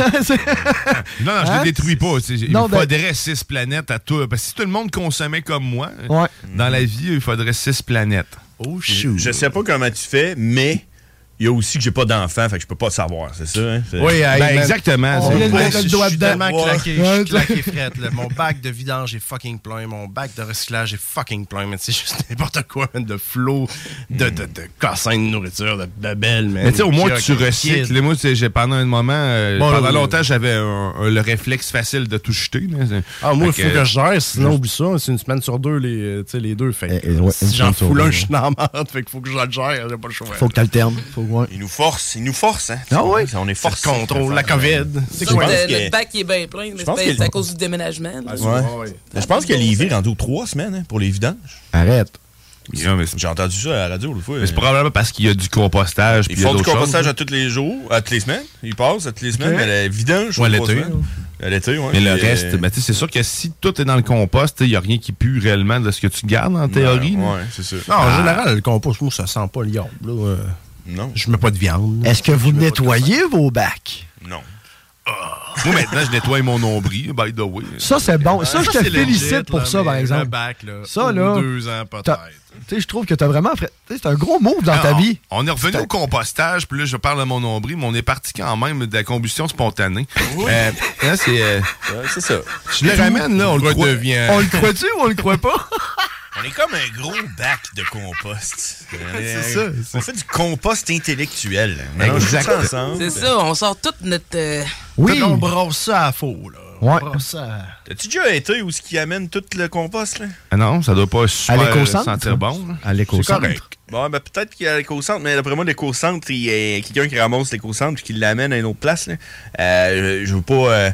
Speaker 3: Non, non, je
Speaker 6: Hein?
Speaker 3: les détruis pas. tu sais, Il
Speaker 6: Non, ben-
Speaker 3: faudrait six planètes à tout. Parce que si tout le monde consommait comme moi,
Speaker 6: Ouais.
Speaker 3: dans la vie, il faudrait six planètes.
Speaker 5: Oh, shoot. Je sais pas comment tu fais, mais il y a aussi que j'ai pas d'enfant, fait que je peux pas savoir, c'est ça? hein? C'est-
Speaker 3: Oui, hey, Ben, man. exactement,
Speaker 10: On
Speaker 3: c'est-
Speaker 10: vient de
Speaker 3: Ouais,
Speaker 10: mettre
Speaker 3: je-
Speaker 10: le doigt
Speaker 3: je suis
Speaker 10: dedans.
Speaker 3: tellement
Speaker 10: Ouais.
Speaker 3: claqué,
Speaker 10: Ouais.
Speaker 3: je suis claqué
Speaker 10: frette, là. Mon bac de vidange est fucking plein. Mon bac de recyclage est fucking plein. Mais c'est juste n'importe quoi, man, de flot, de, de, de cassins de nourriture, de babel, man.
Speaker 3: Mais tu sais, au moins,
Speaker 10: Qui a-
Speaker 3: tu
Speaker 10: qui a-
Speaker 3: recycles. Moi, tu sais, j'ai- pendant un moment, euh,
Speaker 10: Bon,
Speaker 3: pendant
Speaker 10: oui, oui.
Speaker 3: longtemps, j'avais un- un- le réflexe facile de tout jeter. là.
Speaker 10: Ah, moi, il faut
Speaker 3: Fait que-
Speaker 10: que je gère, sinon, oublie ça. C'est une semaine sur deux, les, euh, tu sais, les deux.
Speaker 5: Eh,
Speaker 10: Fait que,
Speaker 6: ouais, une
Speaker 10: si j'en
Speaker 6: semaine sur
Speaker 10: fous
Speaker 6: deux,
Speaker 10: un,
Speaker 6: ouais.
Speaker 10: je suis
Speaker 5: hein.
Speaker 10: dans la merde. Fait qu'il faut que je le gère. J'ai pas le choix.
Speaker 6: Faut que t'alternes. Faut- ouais.
Speaker 5: Il nous force, il nous force, hein?
Speaker 6: Ah ouais?
Speaker 5: On est forcé.
Speaker 10: Contrôle la COVID.
Speaker 11: C'est
Speaker 5: C'est
Speaker 11: sûr que
Speaker 5: quoi?
Speaker 11: le,
Speaker 5: Je
Speaker 11: le
Speaker 5: pense
Speaker 11: bac il est bien plein, mais
Speaker 5: Je
Speaker 11: c'est
Speaker 5: pense
Speaker 11: pas-
Speaker 5: qu'il-
Speaker 11: c'est à cause du déménagement. là.
Speaker 5: que- Ah, Ouais. Je pense que Lévis est rendu aux trois semaines hein, pour les vidanges.
Speaker 6: Arrête.
Speaker 5: J'ai entendu ça à la radio l'autre fois.
Speaker 3: Mais C'est probablement parce qu'il y a du compostage. puis
Speaker 5: Ils
Speaker 3: il y a
Speaker 5: font du
Speaker 3: d'autres
Speaker 5: compostage
Speaker 3: choses. hein.
Speaker 5: à tous les jours, à toutes les semaines. Ils passent à toutes les semaines,
Speaker 3: Ok.
Speaker 5: mais la vidange,
Speaker 3: Ouais,
Speaker 5: aux trois
Speaker 3: l'été,
Speaker 5: semaines. À l'été, ouais.
Speaker 3: Mais le
Speaker 5: Puis,
Speaker 3: reste,
Speaker 5: euh,
Speaker 3: ben, tu sais, c'est sûr que si tout est dans le compost, il n'y a rien qui pue réellement de ce que tu gardes en théorie. là.
Speaker 5: Ben, ouais, c'est ça. Ah,
Speaker 10: Non, en général, le compost, moi, ça sent pas l'iode. là. Euh,
Speaker 5: Non.
Speaker 10: Je mets pas de viande.
Speaker 6: Est-ce que vous nettoyez vos bacs?
Speaker 5: Non.
Speaker 3: Ah. Moi, maintenant, je nettoie mon nombril, by the way.
Speaker 6: Ça, c'est bon. Ça, je te
Speaker 10: c'est legit,
Speaker 6: félicite pour
Speaker 10: là,
Speaker 6: ça, par
Speaker 10: mais
Speaker 6: exemple.
Speaker 10: Le bac, là,
Speaker 6: ça,
Speaker 10: ou
Speaker 6: là.
Speaker 10: Deux ans, peut-être.
Speaker 6: t'as- Tu sais, je trouve que t'as vraiment. fait- tu sais, C'est un gros move dans ta
Speaker 3: Ah,
Speaker 6: vie.
Speaker 3: On est revenu au compostage, puis là, je parle de mon nombril, mais on est parti quand même de la combustion spontanée. Euh, là, c'est. euh,
Speaker 5: c'est ça.
Speaker 3: Je le ramène, là, on le croit.
Speaker 6: On le croit-tu ou on le croit pas?
Speaker 5: On est comme un gros bac de compost. Euh,
Speaker 11: C'est ça,
Speaker 5: On fait du compost intellectuel.
Speaker 3: Exact.
Speaker 5: On joue ça ensemble.
Speaker 11: C'est ça, on sort toute notre. euh,
Speaker 6: Oui.
Speaker 10: On brosse ça à faux, là.
Speaker 6: Ouais.
Speaker 10: On brosse ça à-
Speaker 5: T'as-tu déjà été où ce qui amène tout le compost, là?
Speaker 3: Ah non, ça doit pas super
Speaker 6: À l'éco-centre?
Speaker 3: sentir bon. là.
Speaker 6: À l'éco-centre.
Speaker 3: C'est correct.
Speaker 5: Bon, ben peut-être qu'il y a l'éco-centre, mais d'après moi, l'éco-centre, il y a quelqu'un qui ramasse l'éco-centre et qui l'amène à une autre place. Là. Euh, je je veux pas. euh,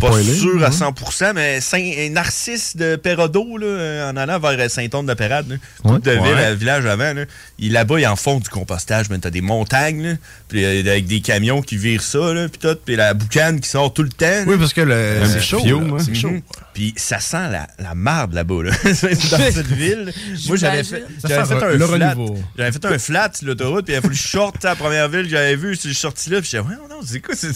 Speaker 5: pas
Speaker 6: Spoiler,
Speaker 5: sûr à
Speaker 6: ouais.
Speaker 5: 100%, mais Saint- Narcisse de Perrado, là, euh, en allant vers Saint-Anne-de-Pérade,
Speaker 6: Ouais.
Speaker 5: de ville,
Speaker 3: Ouais.
Speaker 5: euh, village avant, là, il- là-bas, ils en font du compostage. Mais t'as des montagnes, là, puis, euh, avec des camions qui virent ça, là, puis tout, puis la boucane qui sort tout le temps. là.
Speaker 10: Oui, parce que le.
Speaker 3: Un
Speaker 10: c'est
Speaker 3: petit
Speaker 10: chaud.
Speaker 3: fio,
Speaker 10: là,
Speaker 3: hein.
Speaker 10: C'est chaud.
Speaker 5: Mhm. Puis ça sent la, la marde là-bas, là. dans cette ville. Moi, j'avais fait,
Speaker 10: Ça
Speaker 5: j'avais
Speaker 10: sent
Speaker 5: fait
Speaker 10: le
Speaker 5: un flat.
Speaker 10: renouveau.
Speaker 5: J'avais fait un flat sur l'autoroute, puis il a fallu que je sorte à la première ville que j'avais vue. Je suis sorti là, puis j'ai dit, ouais, non, c'est quoi, c'est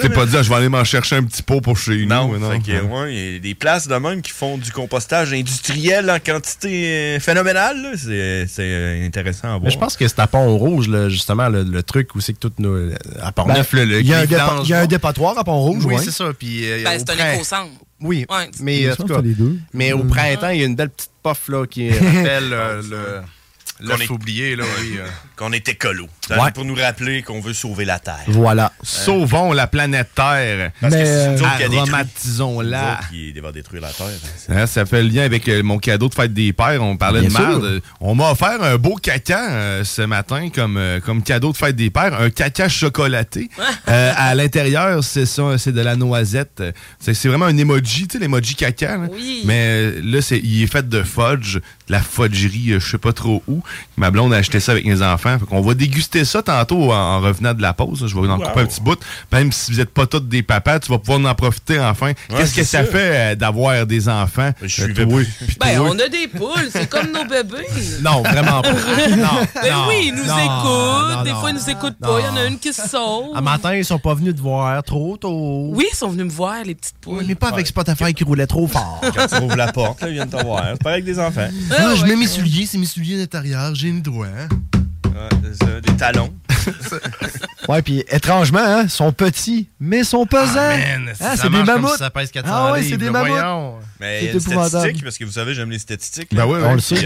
Speaker 3: T'es pas dit, ah, je vais aller m'en chercher un petit pot pour chez
Speaker 5: hein? non,
Speaker 3: nous.
Speaker 5: Fait que, ouais, il y a des places de même qui font du compostage industriel en quantité euh, phénoménale. là. C'est, c'est, euh, intéressant à voir.
Speaker 10: Mais je pense que c'est à Pont-Rouge, là, justement, le, le truc où c'est que tout nos. À Pont-Neuf,
Speaker 6: Ben,
Speaker 10: là, le.
Speaker 6: Il y a un
Speaker 10: les
Speaker 6: dépa- il
Speaker 10: vidanges,
Speaker 6: y a un
Speaker 10: là.
Speaker 6: dépotoir à Pont-Rouge,
Speaker 10: Oui,
Speaker 6: ouais.
Speaker 10: c'est ça. Puis, euh,
Speaker 11: ben,
Speaker 10: au
Speaker 11: c'est
Speaker 10: print-
Speaker 11: un éco-centre.
Speaker 10: Oui,
Speaker 11: Ouais.
Speaker 10: mais euh,
Speaker 6: Je
Speaker 10: en tout
Speaker 6: pense
Speaker 10: cas,
Speaker 6: que t'as les deux. Mm.
Speaker 10: mais au printemps, il y a une belle petite pof là, qui rappelle euh, le
Speaker 5: Qu'on
Speaker 10: l'œuf
Speaker 5: est-
Speaker 10: oublié. Là, oui, euh.
Speaker 5: Qu'on est écolo. C'est
Speaker 6: Ouais.
Speaker 5: Pour nous rappeler qu'on veut sauver la Terre.
Speaker 6: Voilà.
Speaker 3: Sauvons la planète Terre.
Speaker 5: Parce
Speaker 6: Mais, euh,
Speaker 5: que c'est nous autres qui a détruit. Nous
Speaker 3: Aromatisons-la.
Speaker 5: autres qui va détruire la Terre.
Speaker 3: Hein, ça fait le lien avec euh, mon cadeau de fête des pères. On parlait
Speaker 6: Bien
Speaker 3: de
Speaker 6: sûr.
Speaker 3: merde. Euh, On m'a offert un beau caca euh, ce matin comme, euh, comme cadeau de fête des pères. Un caca chocolaté. Euh, à l'intérieur, c'est ça, c'est de la noisette. Euh, C'est c'est vraiment un emoji, tu sais, l'emoji caca. là.
Speaker 11: Oui.
Speaker 3: Mais euh, là, c'est- il est fait de fudge, de la fudgerie, euh, je sais pas trop où. Ma blonde a acheté ça avec mes enfants. enfants. Fait qu'on va déguster ça tantôt en, en revenant de la pause. là. Je vais en
Speaker 5: Wow.
Speaker 3: couper un petit bout. Même si vous n'êtes pas tous des papas, tu vas pouvoir en profiter enfin. Qu'est-ce que
Speaker 5: c'est ça.
Speaker 3: ça, fait euh, d'avoir des enfants? Euh, Je suis
Speaker 11: Ben, on a des poules, c'est comme nos bébés.
Speaker 3: Non, vraiment pas. Non,
Speaker 11: Ben
Speaker 3: non,
Speaker 11: oui, ils nous
Speaker 3: non,
Speaker 11: écoutent.
Speaker 3: non,
Speaker 11: des
Speaker 3: non,
Speaker 11: fois, ils nous écoutent
Speaker 3: non.
Speaker 11: pas. Il y en a une qui se sauve.
Speaker 12: À matin, ils sont pas venus te voir trop tôt.
Speaker 11: Oui, ils sont venus me voir, les petites poules.
Speaker 12: Mais pas avec Spotify qui roulait trop fort.
Speaker 5: Quand tu ouvres la porte, là, ils viennent te voir. C'est pareil avec des enfants.
Speaker 12: Ah, je mets mes souliers, c'est mes souliers à l'intérieur, j'ai une doigt. hein.
Speaker 5: Ouais, c'est ça, des talons.
Speaker 6: Ouais, puis étrangement, hein, sont petits, mais sont pesants.
Speaker 5: Ah, man,
Speaker 6: Hein,
Speaker 5: ça
Speaker 6: c'est des
Speaker 5: marche comme
Speaker 6: mammouths.
Speaker 5: si ça pèse 400
Speaker 6: ah ouais, c'est
Speaker 5: livres,
Speaker 6: des
Speaker 5: là,
Speaker 6: mammouths.
Speaker 5: voyons. Mais il y
Speaker 6: C'est
Speaker 5: a une
Speaker 6: épouvantable.
Speaker 5: statistique, parce que vous savez, j'aime les statistiques.
Speaker 6: Ben
Speaker 5: là.
Speaker 6: ouais, ouais. On le sait.
Speaker 5: Puis,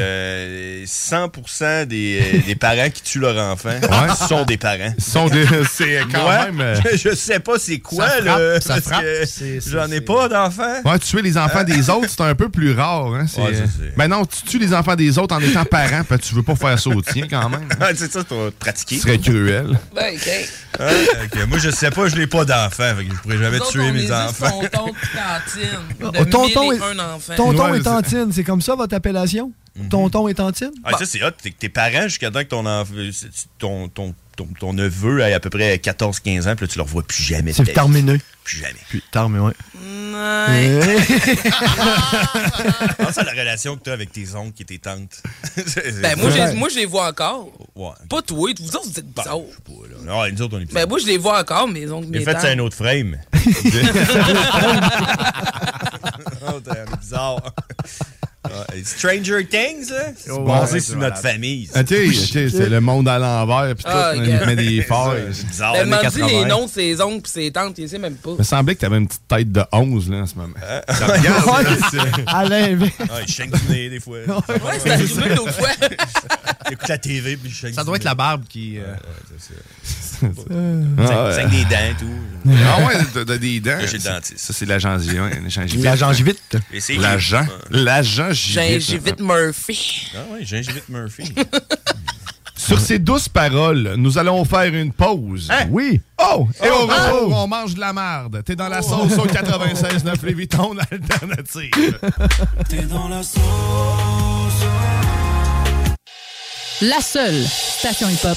Speaker 5: euh, 100% des, des parents qui tuent leur enfant
Speaker 3: Ouais.
Speaker 5: sont des parents.
Speaker 3: Sont des- c'est quand
Speaker 5: Moi,
Speaker 3: même, euh,
Speaker 5: Je, je sais pas c'est quoi,
Speaker 3: Ça
Speaker 5: là.
Speaker 3: frappe, ça
Speaker 5: parce
Speaker 3: frappe,
Speaker 5: que J'en ai pas d'enfants.
Speaker 3: Ouais, tuer les enfants des autres, c'est un peu plus rare. Hein? c'est-
Speaker 5: Ouais, ça, c'est-
Speaker 3: Ben non, tu tues les enfants des autres en étant parent, puis tu veux pas faire ça au tien quand même.
Speaker 5: c'est ça, tu vas pratiquer.
Speaker 3: Ce serait cruel.
Speaker 11: Ben, OK.
Speaker 5: Ah, ok. Moi, je sais pas, je n'ai pas d'enfants. Fait que je pourrais jamais
Speaker 11: Nous autres,
Speaker 5: tuer
Speaker 11: on les
Speaker 5: mes
Speaker 11: dit
Speaker 5: enfants.
Speaker 11: Tonton pis Tantine. De
Speaker 6: Oh, tonton
Speaker 11: mille
Speaker 6: et,
Speaker 11: et un enfants.
Speaker 6: tonton
Speaker 5: Ouais,
Speaker 6: et
Speaker 5: c'est-
Speaker 6: tantine, c'est comme ça votre appellation? Tonton et tantine?
Speaker 5: Ah, Ça, c'est hot. T'es- Tes parents, jusqu'à temps que ton, enf- c'est- ton, ton, ton, ton neveu ait à peu près 14-15 ans, puis là, tu le revois plus jamais. de
Speaker 6: C'est
Speaker 5: ta vie.
Speaker 6: terminé.
Speaker 5: Plus jamais.
Speaker 6: Plus tard, mais ouais.
Speaker 5: Pense à la relation que tu as avec tes oncles et tes tantes. C'est-
Speaker 11: Ben,
Speaker 5: c'est-
Speaker 11: moi, je- moi, je les vois encore.
Speaker 5: Ouais.
Speaker 11: Pas toi, vous autres, vous êtes bizarres.
Speaker 5: Non, nous autres, on est plus.
Speaker 11: Ben, moi, je les vois encore, mes oncles,
Speaker 5: Mais
Speaker 11: mes
Speaker 5: faites
Speaker 11: tantes.
Speaker 5: ça un autre frame. oh, t'es bizarre. Ouais, Stranger Things, là? C'est
Speaker 3: Oh,
Speaker 5: basé
Speaker 3: ouais,
Speaker 5: sur
Speaker 3: c'est
Speaker 5: notre
Speaker 3: malade.
Speaker 5: famille.
Speaker 3: Ah, tu sais, tu sais, c'est le monde à l'envers, puis tout,
Speaker 11: Ah,
Speaker 3: on
Speaker 11: gars.
Speaker 3: met des failles.
Speaker 5: C'est
Speaker 11: Ben,
Speaker 5: bizarre.
Speaker 11: demande les noms de ses oncles pis ses tantes, il sait même pas.
Speaker 3: Il me semblait que t'avais une petite tête de 11 là, en ce moment. Ça regarde, là, c'est-
Speaker 6: Alain,
Speaker 5: Euh. Ah, il shake du nez, des fois.
Speaker 11: Ouais, c'est arrivé l'autre fois.
Speaker 5: Écoute la TV, puis il shake
Speaker 12: Ça
Speaker 5: du
Speaker 12: doit être
Speaker 5: nez.
Speaker 12: la barbe qui. euh,
Speaker 5: Cinq-
Speaker 3: Ah, ouais.
Speaker 5: cinq des dents, tout.
Speaker 3: Ah ouais, t'as- t'as des dents.
Speaker 5: Là, j'ai le
Speaker 3: Ça-
Speaker 5: dentiste.
Speaker 3: Ça, c'est la gengivite. ouais, la gengivite.
Speaker 6: La gengivite.
Speaker 5: Et c'est-
Speaker 3: La gen- La gengivite.
Speaker 11: Gingivite Murphy.
Speaker 5: Ah oui, Gingivite Murphy.
Speaker 3: Sur ces douces paroles, nous allons faire une pause.
Speaker 12: Hein?
Speaker 3: Oui. Oh! Et
Speaker 5: Oh,
Speaker 12: Ah,
Speaker 3: on, retourne,
Speaker 5: oh.
Speaker 3: on mange de la marde. T'es dans la sauce au 96.9 Léviton, l'alternative.
Speaker 13: T'es dans la sauce.
Speaker 14: La seule station hip-hop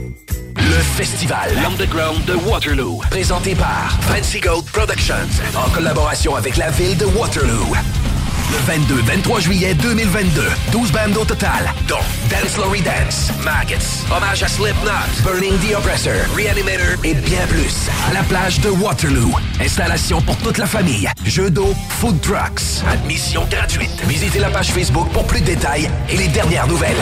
Speaker 15: Le festival Underground de Waterloo, présenté par Fancy Gold Productions, en collaboration avec la ville de Waterloo. Le 22-23 juillet 2022, 12 bandes au total, dont Dance Lory Dance, Maggots, Hommage à Slipknot, Burning the Oppressor, Reanimator et bien plus. À la plage de Waterloo, installation pour toute la famille, jeux d'eau, food trucks, admission gratuite. Visitez la page Facebook pour plus de détails et les dernières nouvelles.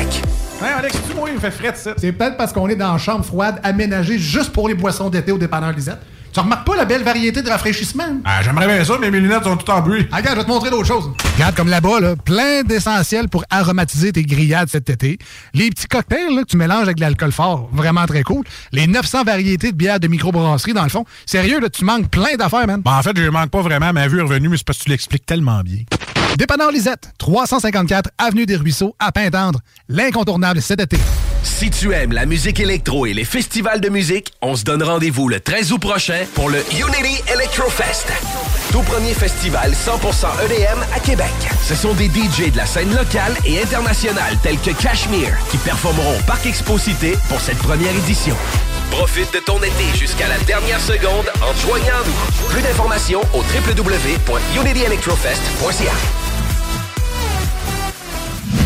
Speaker 16: Hein, Alex, tu moi, il me fait fret, ça. C'est peut-être parce qu'on est dans une chambre froide aménagée juste pour les boissons d'été au dépanneur Lisette. Tu remarques pas la belle variété de rafraîchissement?
Speaker 17: Ah, j'aimerais bien ça, mais mes lunettes sont toutes en bruit.
Speaker 16: Ah, regarde, je vais te montrer d'autres choses. Regarde, comme là-bas, là, plein d'essentiels pour aromatiser tes grillades cet été. Les petits cocktails là, que tu mélanges avec de l'alcool fort, vraiment très cool. Les 900 variétés de bières de microbrasserie, dans le fond. Sérieux, là, tu manques plein d'affaires, man.
Speaker 17: Ben, en fait, je manque pas vraiment ma vue est revenue, mais c'est parce que tu l'expliques tellement bien.
Speaker 16: Dépanneur Lisette, 354 Avenue des Ruisseaux, à Pintendre, l'incontournable cet été.
Speaker 15: Si tu aimes la musique électro et les festivals de musique, on se donne rendez-vous le 13 août prochain pour le Unity Electrofest. Tout premier festival 100% EDM E à Québec. Ce sont des DJ de la scène locale et internationale tels que Cashmere qui performeront au Parc Expo Cité pour cette première édition. Profite de ton été jusqu'à la dernière seconde en te joignant à nous. Plus d'informations au www.unityelectrofest.ca.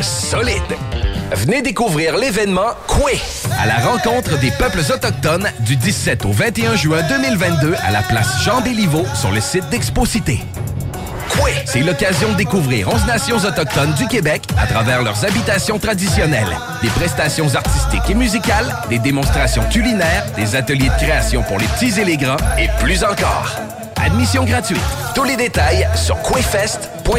Speaker 15: solide. Venez découvrir l'événement Koué à la rencontre des peuples autochtones du 17 au 21 juin 2022 à la place Jean Béliveau sur le site d'Exposité. Koué, c'est l'occasion de découvrir 11 nations autochtones du Québec à travers leurs habitations traditionnelles, des prestations artistiques et musicales, des démonstrations culinaires, des ateliers de création pour les petits et les grands et plus encore. Admission gratuite. Tous les détails sur quéfest.com.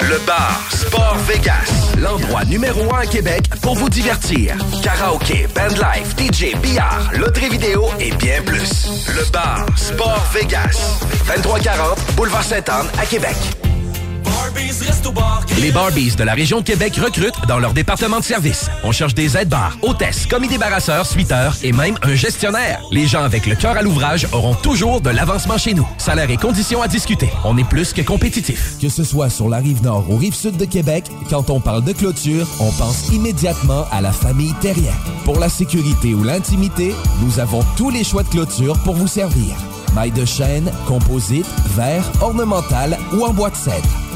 Speaker 15: Le bar Sport Vegas, l'endroit numéro un à Québec pour vous divertir. Karaoke, bandlife, DJ, billard, loterie vidéo et bien plus. Le bar Sport Vegas, 2340 Boulevard Sainte-Anne à Québec. Les Barbies de la région de Québec recrutent dans leur département de service. On cherche des aides-bars, hôtesses, commis débarrasseurs, suiteurs et même un gestionnaire. Les gens avec le cœur à l'ouvrage auront toujours de l'avancement chez nous. Salaire et conditions à discuter. On est plus que compétitif.
Speaker 18: Que ce soit sur la rive nord ou rive sud de Québec, quand on parle de clôture, on pense immédiatement à la famille Terrien. Pour la sécurité ou l'intimité, nous avons tous les choix de clôture pour vous servir. Maille de chêne, composite, verre, ornemental ou en bois de cèdre.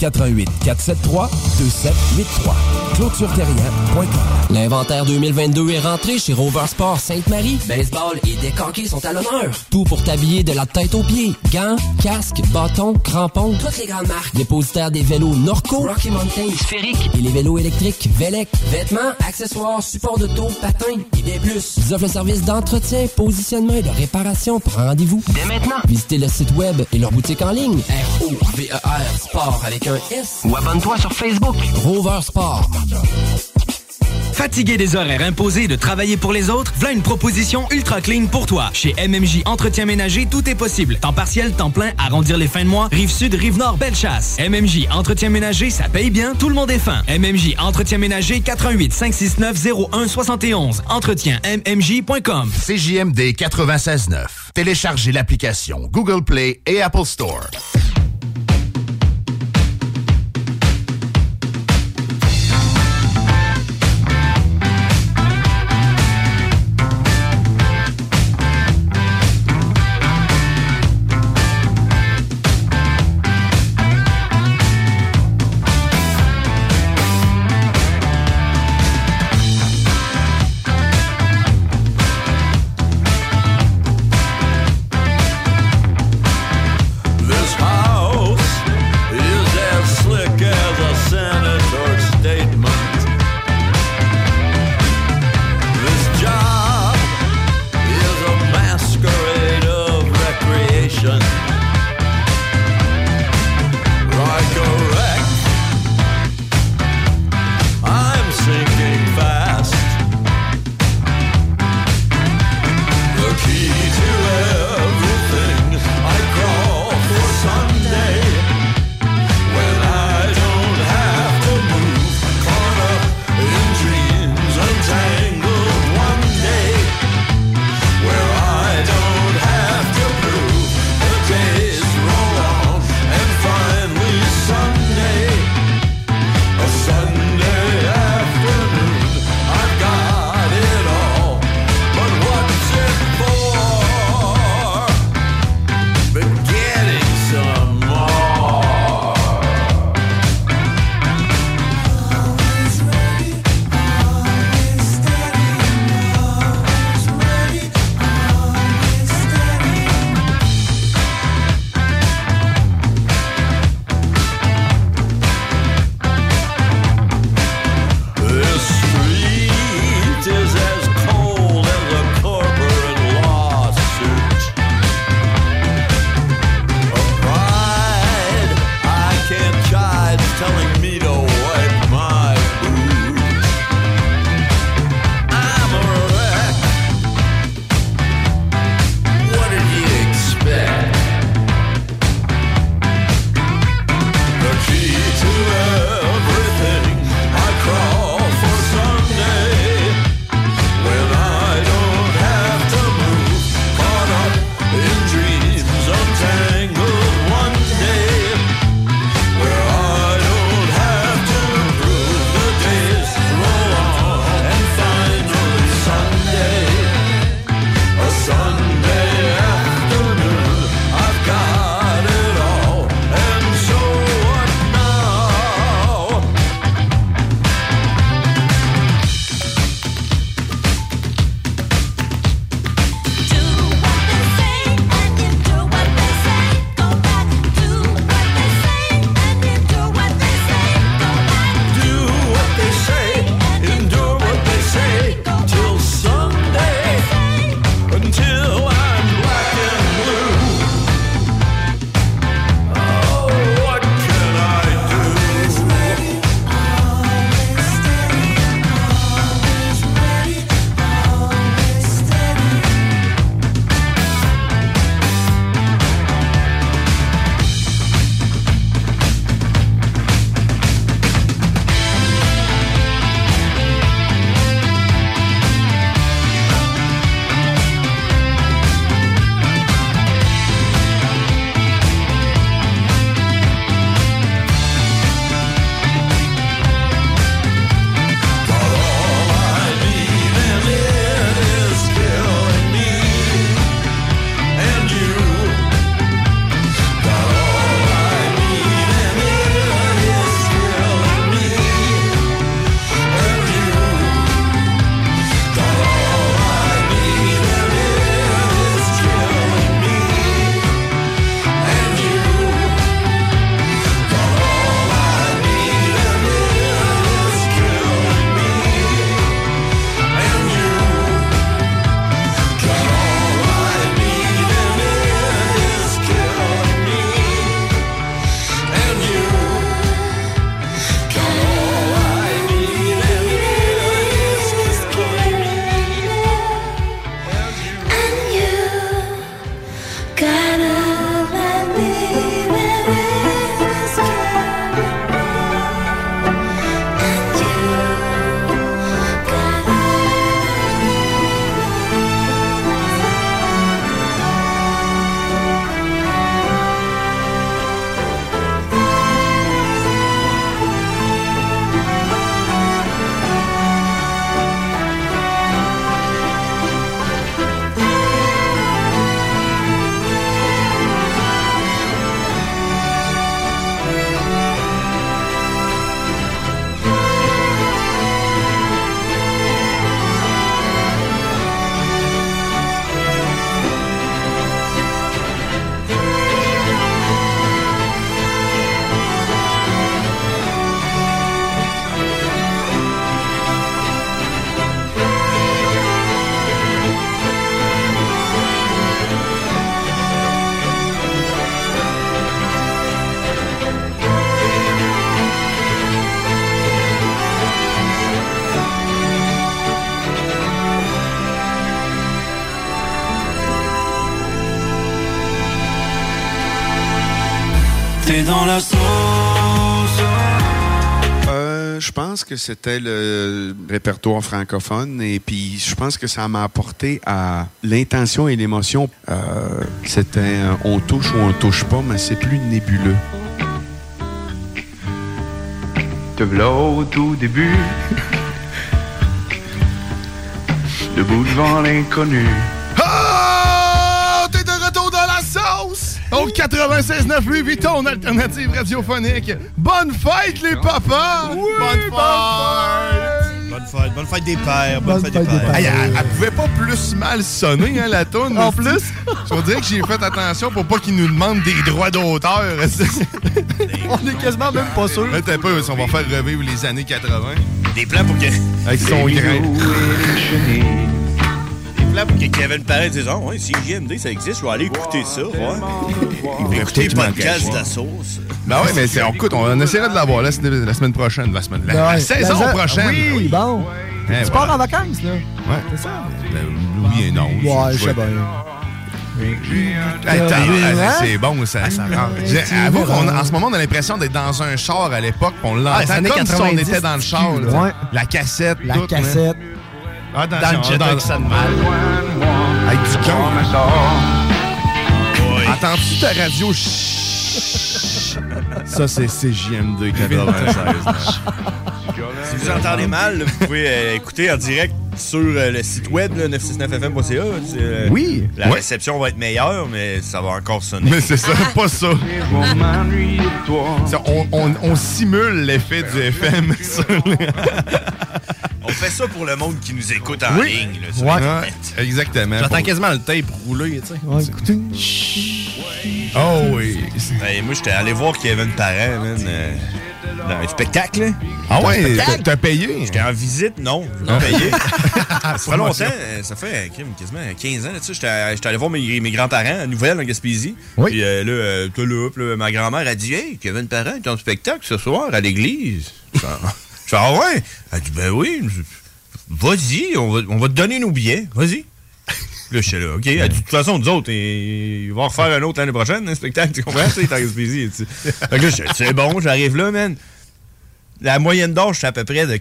Speaker 18: 88 473 2783. Clôtureterrien.com
Speaker 19: L'inventaire 2022 est rentré chez Rover Sport Sainte-Marie. Baseball et décanqués sont à l'honneur. Tout pour t'habiller de la tête aux pieds. Gants, casques, bâtons, crampons. Toutes les grandes marques. Dépositaire des vélos Norco, Rocky Mountain, Sphérique et les vélos électriques Velec. Vêtements, accessoires, supports de taux, patins et bien plus. Ils offrent le service d'entretien, positionnement et de réparation. Prends rendez-vous dès maintenant. Visitez le site web et leur boutique en ligne. R-O-V-E-R Sport avec un S. Ou abonne-toi sur Facebook. Rover Sport.
Speaker 13: Fatigué des horaires imposés de travailler pour les autres, voilà une proposition ultra clean pour toi. Chez MMJ Entretien Ménager, tout est possible. Temps partiel, temps plein, arrondir les fins de mois, rive sud, rive nord, belle chasse. MMJ Entretien Ménager, ça paye bien, tout le monde est fin. MMJ Entretien Ménager, 88 569 0171. Entretien MMJ.com.
Speaker 20: CJMD 96.9. Téléchargez l'application Google Play et Apple Store.
Speaker 10: This high dans la sauce.
Speaker 21: Euh, je pense que c'était le répertoire francophone et puis je pense que ça m'a apporté à l'intention et l'émotion. Euh, c'était euh, on touche ou on touche pas, mais c'est plus nébuleux.
Speaker 10: Te voilà au tout début. Debout devant l'inconnu.
Speaker 3: Oh, t'es de retour dans la sauce! Au 96.9 Louis Vuitton, alternative radiophonique. Bonne fête, les papas! bonne fête!
Speaker 5: Bonne fête, bonne fête des pères, bonne, fête, des pères.
Speaker 3: Hey, elle, elle pouvait pas plus mal sonner, hein, la toune. en plus, je veux dire que j'ai fait attention pour pas qu'ils nous demandent des droits d'auteur. on est quasiment même pas sûr. Mais t'es pas, on va faire revivre les années 80.
Speaker 5: Des plans pour que.
Speaker 3: Avec son
Speaker 5: Les
Speaker 3: grain.
Speaker 5: roues et les chenilles. Des plans pour que Kevin Parent dise Ah, ouais, si JMD ça existe, je vais aller écouter ça, ouais. Écouter le podcast de la sauce.
Speaker 3: Ben oui, mais c'est, on, écoute, on, essaiera de l'avoir la, la semaine prochaine. La, semaine, la, la
Speaker 6: Ben Ouais,
Speaker 3: saison
Speaker 6: la-
Speaker 3: prochaine.
Speaker 6: Oui, bon.
Speaker 3: Eh,
Speaker 6: tu
Speaker 3: voilà.
Speaker 6: pars en vacances, là.
Speaker 3: Ouais.
Speaker 6: C'est ça.
Speaker 3: Ben, oui et non.
Speaker 6: Ouais, je sais
Speaker 3: Ouais.
Speaker 6: bien.
Speaker 3: Hey, t'as-
Speaker 6: Hein?
Speaker 3: ah, c'est bon, ça, ça rentre. J'ai- Avoue qu'on- en ce moment, on a l'impression d'être dans un char à l'époque, puis on l'entend
Speaker 5: Ah,
Speaker 6: Ouais, c'est années
Speaker 3: comme si on
Speaker 6: 90,
Speaker 3: était dans le char. là.
Speaker 6: Ouais.
Speaker 3: La cassette.
Speaker 6: La
Speaker 3: tout, mais-
Speaker 6: cassette.
Speaker 3: Attention,
Speaker 6: Dans le jet
Speaker 3: dans-
Speaker 6: avec ça de mal.
Speaker 3: Avec du con. Entends-tu ta radio? Chut. Ça, c'est CJMD 96.
Speaker 5: Si vous entendez mal, là, vous pouvez euh, écouter en direct sur euh, le site web là, 969fm.ca. C'est, euh,
Speaker 3: Oui.
Speaker 5: La
Speaker 3: Ouais.
Speaker 5: réception va être meilleure, mais ça va encore sonner.
Speaker 3: Mais c'est ça, pas ça. Ça, on, on- on simule l'effet du FM sur les-
Speaker 5: On fait ça pour le monde qui nous écoute en
Speaker 3: Oui.
Speaker 5: ligne. là, sur
Speaker 3: Ouais.
Speaker 5: Internet.
Speaker 3: Exactement.
Speaker 5: J'entends
Speaker 3: quasiment le tape rouler, tu sais.
Speaker 5: Oh oui. moi, j'étais allé voir Kevin Parent, man, euh, dans un spectacle. là.
Speaker 3: Ah
Speaker 5: Dans un
Speaker 3: ouais,
Speaker 5: spectacle.
Speaker 3: t'as payé? hein?
Speaker 5: J'étais en visite, non. Je
Speaker 3: Ah.
Speaker 5: l'ai payé.
Speaker 22: Ah,
Speaker 5: ça fait
Speaker 3: Promotion.
Speaker 5: longtemps. euh, Ça fait euh, crime, quasiment 15 ans. là, tu sais, J'étais j'étais allé voir mes, mes grands-parents à Nouvelle, en Gaspésie. Puis euh, là, euh, tout le hop, là, ma grand-mère a dit Hey, Kevin Parent est en spectacle ce soir à l'église. Je fais je fais, Ah ouais Elle dit Ben oui. Vas-y, on va, on va te donner nos billets. Vas-y. Là, je suis là, OK. Elle dit, De toute façon, nous autres, eh, ils vont en refaire un autre l'année prochaine, un spectacle. Tu comprends? Tu sais, t'es en Gaspésie, tu sais. Fait que là, je suis, c'est bon, j'arrive là, man. La moyenne d'âge, c'est à peu près de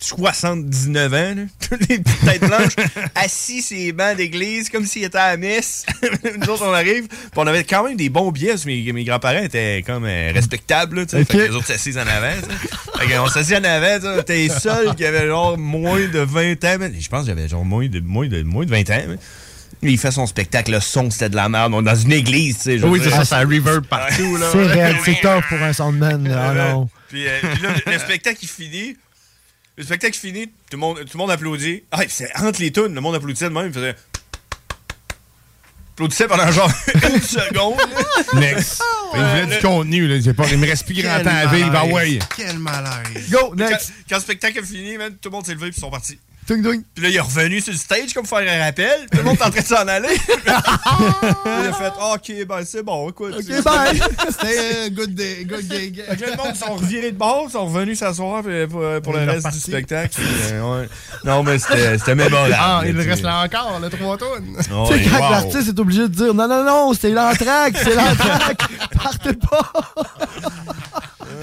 Speaker 5: 79 ans. là. Tous les petites têtes blanches, assis sur les bancs d'église, comme s'ils étaient à la messe. Nous autres, on arrive. Puis on avait quand même des bons billets, parce que mes, mes grands-parents étaient comme euh, respectables, là, tu sais.
Speaker 6: Ok.
Speaker 5: Fait que les autres s'assisent en avant, tu sais. Fait que on s'assit en avant, tu sais. T'es seul qui avait genre moins de 20 ans. man. Je pense que j'avais genre moins de, moins de, moins de 20 ans, man. Il fait son spectacle, le son, c'était de la merde. On est dans une église, tu sais. je veux
Speaker 7: Oui, c'est
Speaker 5: dire.
Speaker 7: ça, ça reverb partout, là.
Speaker 6: C'est raide, c'est tough pour un soundman. là. Ah non.
Speaker 5: Puis, euh, puis là, le, le spectacle, il finit. Le spectacle finit, tout le monde, tout le monde applaudit. Ah, et puis c'est entre les tunes, le monde applaudissait de même. Il faisait. applaudissait pendant genre une seconde.
Speaker 3: Next. Il voulait du contenu, là. J'ai pas- Il me reste plus grand temps à vivre. Ah ouais.
Speaker 5: Quel malaise.
Speaker 6: Go,
Speaker 5: next. Quand, quand le spectacle a fini, man, tout le monde s'est levé puis ils sont partis. Puis là, il est revenu sur le stage comme pour faire un rappel. Tout le monde est en train de s'en aller. il a fait Ah, OK, ben c'est bon, écoute.
Speaker 10: Ok, bye.
Speaker 3: euh,
Speaker 5: C'était euh, good day, good day. le monde ils sont revirés de bord, ils sont revenus s'asseoir euh, pour, euh, pour le
Speaker 7: Ils sont
Speaker 5: reste
Speaker 7: repartis.
Speaker 5: du spectacle. Euh, ouais. Non, mais c'était c'était mémorable.
Speaker 7: Ah, il
Speaker 5: tu sais.
Speaker 7: reste là encore, le 3 tonnes.
Speaker 5: Oh,
Speaker 6: tu sais, quand
Speaker 5: wow.
Speaker 6: l'artiste est obligé de dire non, non, non, c'est l'entraque, c'est l'entraque, partez pas.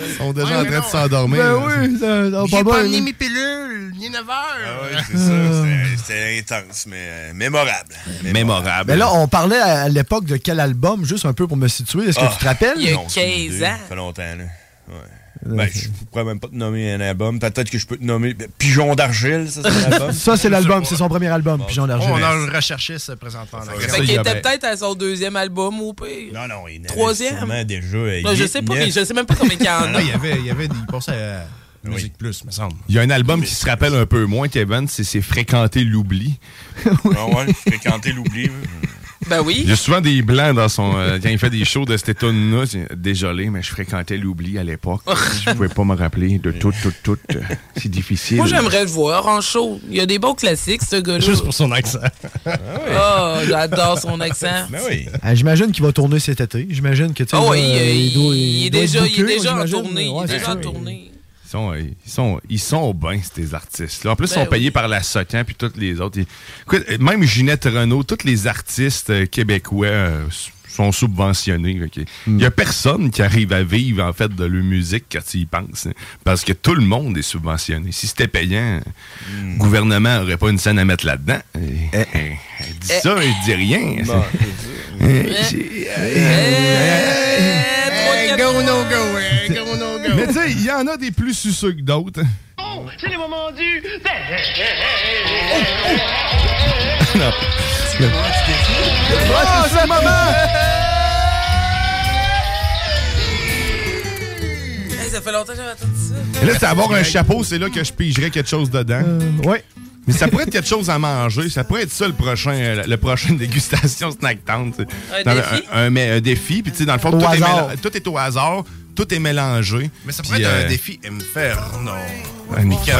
Speaker 3: Ils sont déjà en train de
Speaker 5: Ah,
Speaker 3: s'endormir.
Speaker 6: Ben
Speaker 3: là.
Speaker 6: oui, ça- ça va pas bien.
Speaker 7: mes pilules, il est 9 heures.
Speaker 5: Ah Ouais, c'est ça,
Speaker 3: Ah.
Speaker 5: c'était- c'était intense, mais euh, mémorable. Mémorable.
Speaker 6: Mais Ben là, on parlait à à l'époque de quel album, juste un peu pour me situer. Est-ce que
Speaker 5: Ah,
Speaker 6: tu te rappelles?
Speaker 5: non, c'est une idée. Ça fait longtemps, là. Ouais. Ben, je pourrais même pas te nommer un album. Peut-être que je peux te nommer ben, Pigeon d'argile, ça c'est l'album.
Speaker 6: Ça, c'est l'album, c'est son premier album, Pigeon d'argent.
Speaker 7: On en recherchait ce présentement. là.
Speaker 5: Fait
Speaker 11: Fait qu'il était peut-être à son deuxième album au pire.
Speaker 5: Non, non, il
Speaker 11: Troisième.
Speaker 5: sûrement déjà. euh,
Speaker 11: Non, je
Speaker 5: huit,
Speaker 11: sais pas,
Speaker 5: neuf.
Speaker 11: mais je sais même pas combien il y en
Speaker 7: Non,
Speaker 11: a.
Speaker 7: il y avait, il y avait, il pensait à Musique Plus, me semble.
Speaker 3: Il y a un album qui se rappelle un peu moins, Kevin, c'est c'est Fréquenter l'oubli.
Speaker 5: Ah ouais, fréquenter l'oubli. ouais.
Speaker 11: Ben oui.
Speaker 3: Il y a souvent des blancs dans son. euh, quand il fait des shows de cette étonne-là, désolé, mais je fréquentais l'oubli à l'époque.
Speaker 11: Oh.
Speaker 3: je pouvais pas me rappeler de tout, tout, tout. Euh, C'est difficile.
Speaker 11: Moi, j'aimerais le voir en show. Il y a des bons classiques, ce gars-là. Juste
Speaker 7: pour son accent.
Speaker 11: Oh, j'adore son accent.
Speaker 5: Ben oui.
Speaker 6: Ah, J'imagine qu'il va tourner cet été. J'imagine que tu sais,
Speaker 11: Ah oui,
Speaker 6: là,
Speaker 11: il,
Speaker 6: doit-
Speaker 11: il est
Speaker 6: doit être
Speaker 11: déjà, il est
Speaker 6: booké,
Speaker 11: déjà en
Speaker 6: j'imagine.
Speaker 11: tournée.
Speaker 6: Ouais,
Speaker 11: il est
Speaker 6: c'est
Speaker 11: déjà
Speaker 6: ça.
Speaker 11: en tournée.
Speaker 3: Ils sont, euh, ils sont, ils sont bien, ces artistes-là. En plus, ils
Speaker 11: Ben
Speaker 3: sont payés par la Socan puis tous les autres. Ils- Écoute, euh, même Ginette Renault, tous les artistes euh, québécois, euh, s- sont subventionnés. Il n'y a personne qui arrive à vivre, en fait, de leur musique quand ils y pensent. hein, parce que tout le monde est subventionné. Si c'était payant, le gouvernement n'aurait pas une scène à mettre là-dedans. Eh, eh, elle dit ça, elle dit rien.
Speaker 22: Bon,
Speaker 3: Eh, j'ai-
Speaker 22: Eh, go, no, go, eh, go, no, go.
Speaker 3: Mais tu sais, il y en a des plus suceux que d'autres.
Speaker 22: Oh, c'est le moment du...
Speaker 3: Non. Ah,
Speaker 22: Oh, c'est maman!
Speaker 6: Mm.
Speaker 11: Hey, ça fait longtemps que j'avais entendu ça.
Speaker 3: Et là, c'est avoir un chapeau, c'est là que je pigerais quelque chose dedans.
Speaker 10: Euh,
Speaker 6: oui.
Speaker 3: Mais ça pourrait être quelque chose à manger. Ça pourrait être ça le prochain, euh, le prochain dégustation snack town. tu sais.
Speaker 5: Un
Speaker 3: Dans le-
Speaker 5: défi?
Speaker 3: Un, un mé- un défi. Puis tu sais, dans le fond,
Speaker 5: Au
Speaker 3: tout est,
Speaker 5: hasard.
Speaker 3: méla- tout est au hasard, tout est mélangé.
Speaker 5: Mais ça
Speaker 3: Puis,
Speaker 5: pourrait être
Speaker 3: euh,
Speaker 5: un défi inferno.
Speaker 3: Un Mika.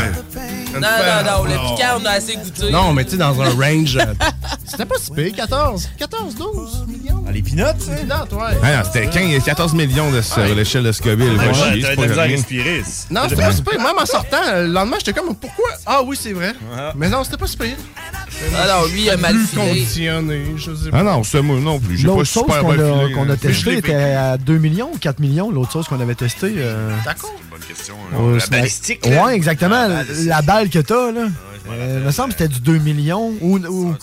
Speaker 11: Non, non, non, le picard, on a assez goûté.
Speaker 10: Ben, Non, mais tu sais, dans un range. euh,
Speaker 11: C'était pas si pire,
Speaker 10: 14, 14, 12 millions.
Speaker 3: les peanuts,
Speaker 10: Les peanuts, hein? ouais.
Speaker 3: Ah non, c'était 15, 14 millions de, sur l'échelle de Scoville.
Speaker 10: Ah,
Speaker 3: Va
Speaker 10: ouais,
Speaker 3: chier,
Speaker 10: t'as de la
Speaker 3: c'est
Speaker 10: misère à
Speaker 3: rien.
Speaker 10: respirer. Non, c'était pas super. Même en sortant, euh, le lendemain, j'étais comme, pourquoi? Ah oui, c'est vrai. Mais non, c'était pas super.
Speaker 11: Alors, Ah lui, il a mal
Speaker 10: Plus
Speaker 11: filé.
Speaker 10: conditionné, je sais
Speaker 3: Ah non, c'est moi non plus. J'ai pas
Speaker 6: L'autre sauce
Speaker 3: super
Speaker 6: qu'on
Speaker 3: refilé,
Speaker 6: a,
Speaker 3: hein.
Speaker 6: qu'on a
Speaker 3: Mais je l'ai
Speaker 6: testée était
Speaker 3: vécu.
Speaker 6: à 2 millions ou 4 millions, l'autre sauce qu'on avait testée. euh,
Speaker 10: D'accord.
Speaker 5: Bonne question. hein.
Speaker 6: au
Speaker 5: la
Speaker 6: snack.
Speaker 5: balistique. là.
Speaker 6: Ouais, exactement. La, balle que t'as, là. Euh, il me semble que c'était du 2 millions ou. ou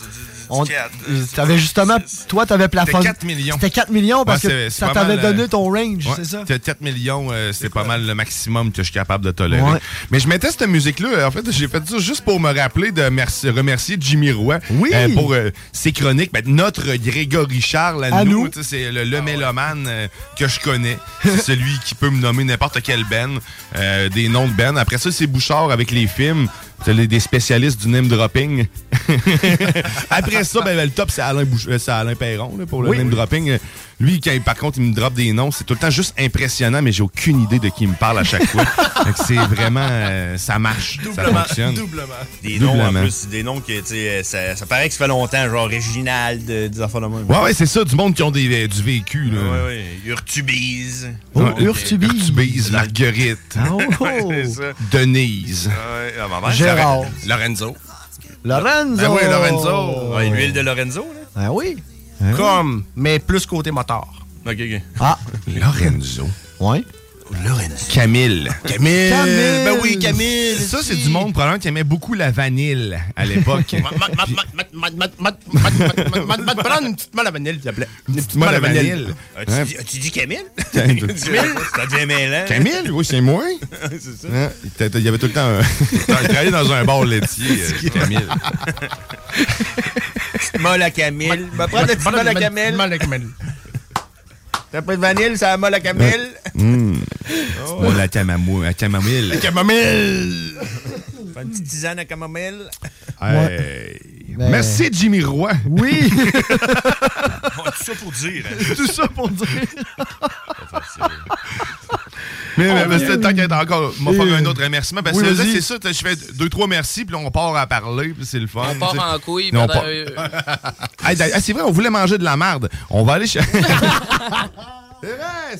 Speaker 6: on-
Speaker 3: quatre,
Speaker 6: t'avais justement. Toi, t'avais plafond.
Speaker 3: C'était 4 millions.
Speaker 6: C'était 4 millions parce
Speaker 3: Ouais,
Speaker 6: que
Speaker 3: c'est- c'est
Speaker 6: ça
Speaker 3: pas mal,
Speaker 6: t'avait donné
Speaker 3: euh,
Speaker 6: ton range,
Speaker 3: ouais,
Speaker 6: c'est ça?
Speaker 3: t'as 4 millions, euh, c'est pas mal le maximum que je suis capable de tolérer.
Speaker 6: Ouais.
Speaker 3: Mais je mettais cette musique-là, euh, en fait, j'ai fait ça juste pour me rappeler de merci- remercier Jimmy Roy euh, pour euh, ses chroniques. Ben, notre Grégory Charles, à,
Speaker 6: À
Speaker 3: nous,
Speaker 6: nous.
Speaker 3: tu sais, c'est le, le mélomane euh, que je connais. C'est celui qui peut me nommer n'importe quel Ben, euh, des noms de Ben. Après ça, c'est Bouchard avec les films. C'est les- des spécialistes du name dropping. Après ça, ben, ben, le top, c'est Alain, Bouch- euh, c'est Alain Perron là, pour le
Speaker 7: Oui.
Speaker 3: name dropping. Euh, Lui, quand, il- par contre, il me drop des noms, c'est tout le temps juste impressionnant, mais j'ai aucune idée de qui il me parle à chaque fois. Fait que c'est vraiment. euh, ça marche.
Speaker 5: Doublement,
Speaker 3: ça fonctionne.
Speaker 5: doublement. Des noms en
Speaker 3: Doublement.
Speaker 5: plus, des noms que tu sais, euh, ça, ça paraît que ça fait longtemps, genre original de, des enfants de même.
Speaker 3: Ouais, ouais, c'est ça, du monde qui ont des, euh, du vécu. Là.
Speaker 5: Ouais, ouais. Urtubise.
Speaker 3: Oh,
Speaker 5: Ouais.
Speaker 3: Urtubise. Oh. Marguerite.
Speaker 5: Ouais, c'est ça.
Speaker 3: Denise.
Speaker 5: Ouais, ah, ma mère,
Speaker 3: Gérard.
Speaker 5: c'est Loren- Lorenzo.
Speaker 6: Lorenzo.
Speaker 3: Ben
Speaker 10: Ah oui, Lorenzo.
Speaker 5: Ouais, l'huile de Lorenzo, là.
Speaker 6: Ah oui.
Speaker 10: Comme, mais plus côté motard.
Speaker 5: Ok, ok.
Speaker 6: Ah.
Speaker 3: Lorenzo.
Speaker 6: Ouais.
Speaker 3: Lorenzo. Camille.
Speaker 10: Camille. Camille. Ben oui, Camille,
Speaker 3: Ça, c'est du monde probablement qui aimait beaucoup la vanille à l'époque.
Speaker 10: Prends une petite malle à vanille, s'il te plaît. Une petite
Speaker 3: malle à vanille.
Speaker 5: As-tu
Speaker 3: Ouais.
Speaker 5: dit- As-tu dit Camille?
Speaker 3: Camille.
Speaker 5: Ça devient mêlant.
Speaker 3: Camille, oui, c'est moi.
Speaker 5: C'est ça.
Speaker 3: Hein? Il t'a- Il y avait tout le temps un... Il travaillait dans un bar laitier, euh, Camille.
Speaker 5: Petite molle à Camille. Va prendre la petite molle à Camille.
Speaker 10: Molle à Camille.
Speaker 5: T'as pris de vanille, c'est la molle à Camille.
Speaker 3: Mmh. Oh, la camamo- la camomille.
Speaker 5: La camomille. Fais une petite tisane à camomille.
Speaker 3: Hey.
Speaker 5: Ouais.
Speaker 3: Merci, Jimmy Roy.
Speaker 6: Oui.
Speaker 5: Bon, tout ça pour dire. hein.
Speaker 6: Tout ça pour dire.
Speaker 3: Mais, mais,
Speaker 5: Oh,
Speaker 3: mais
Speaker 5: oui.
Speaker 3: c'est- t'inquiète encore, on va
Speaker 5: Et-
Speaker 3: faire un autre remerciement. Parce que
Speaker 5: Oui,
Speaker 3: là,
Speaker 5: vas-y.
Speaker 3: c'est ça, t'as- je fais deux, trois merci, puis là, on part à parler, puis c'est le fun.
Speaker 11: On part
Speaker 3: tu sais.
Speaker 11: en couille
Speaker 3: Non, on
Speaker 11: pendant
Speaker 3: part- Ah, d'ailleurs, ah, c'est vrai, on voulait manger de la merde. On va aller chez.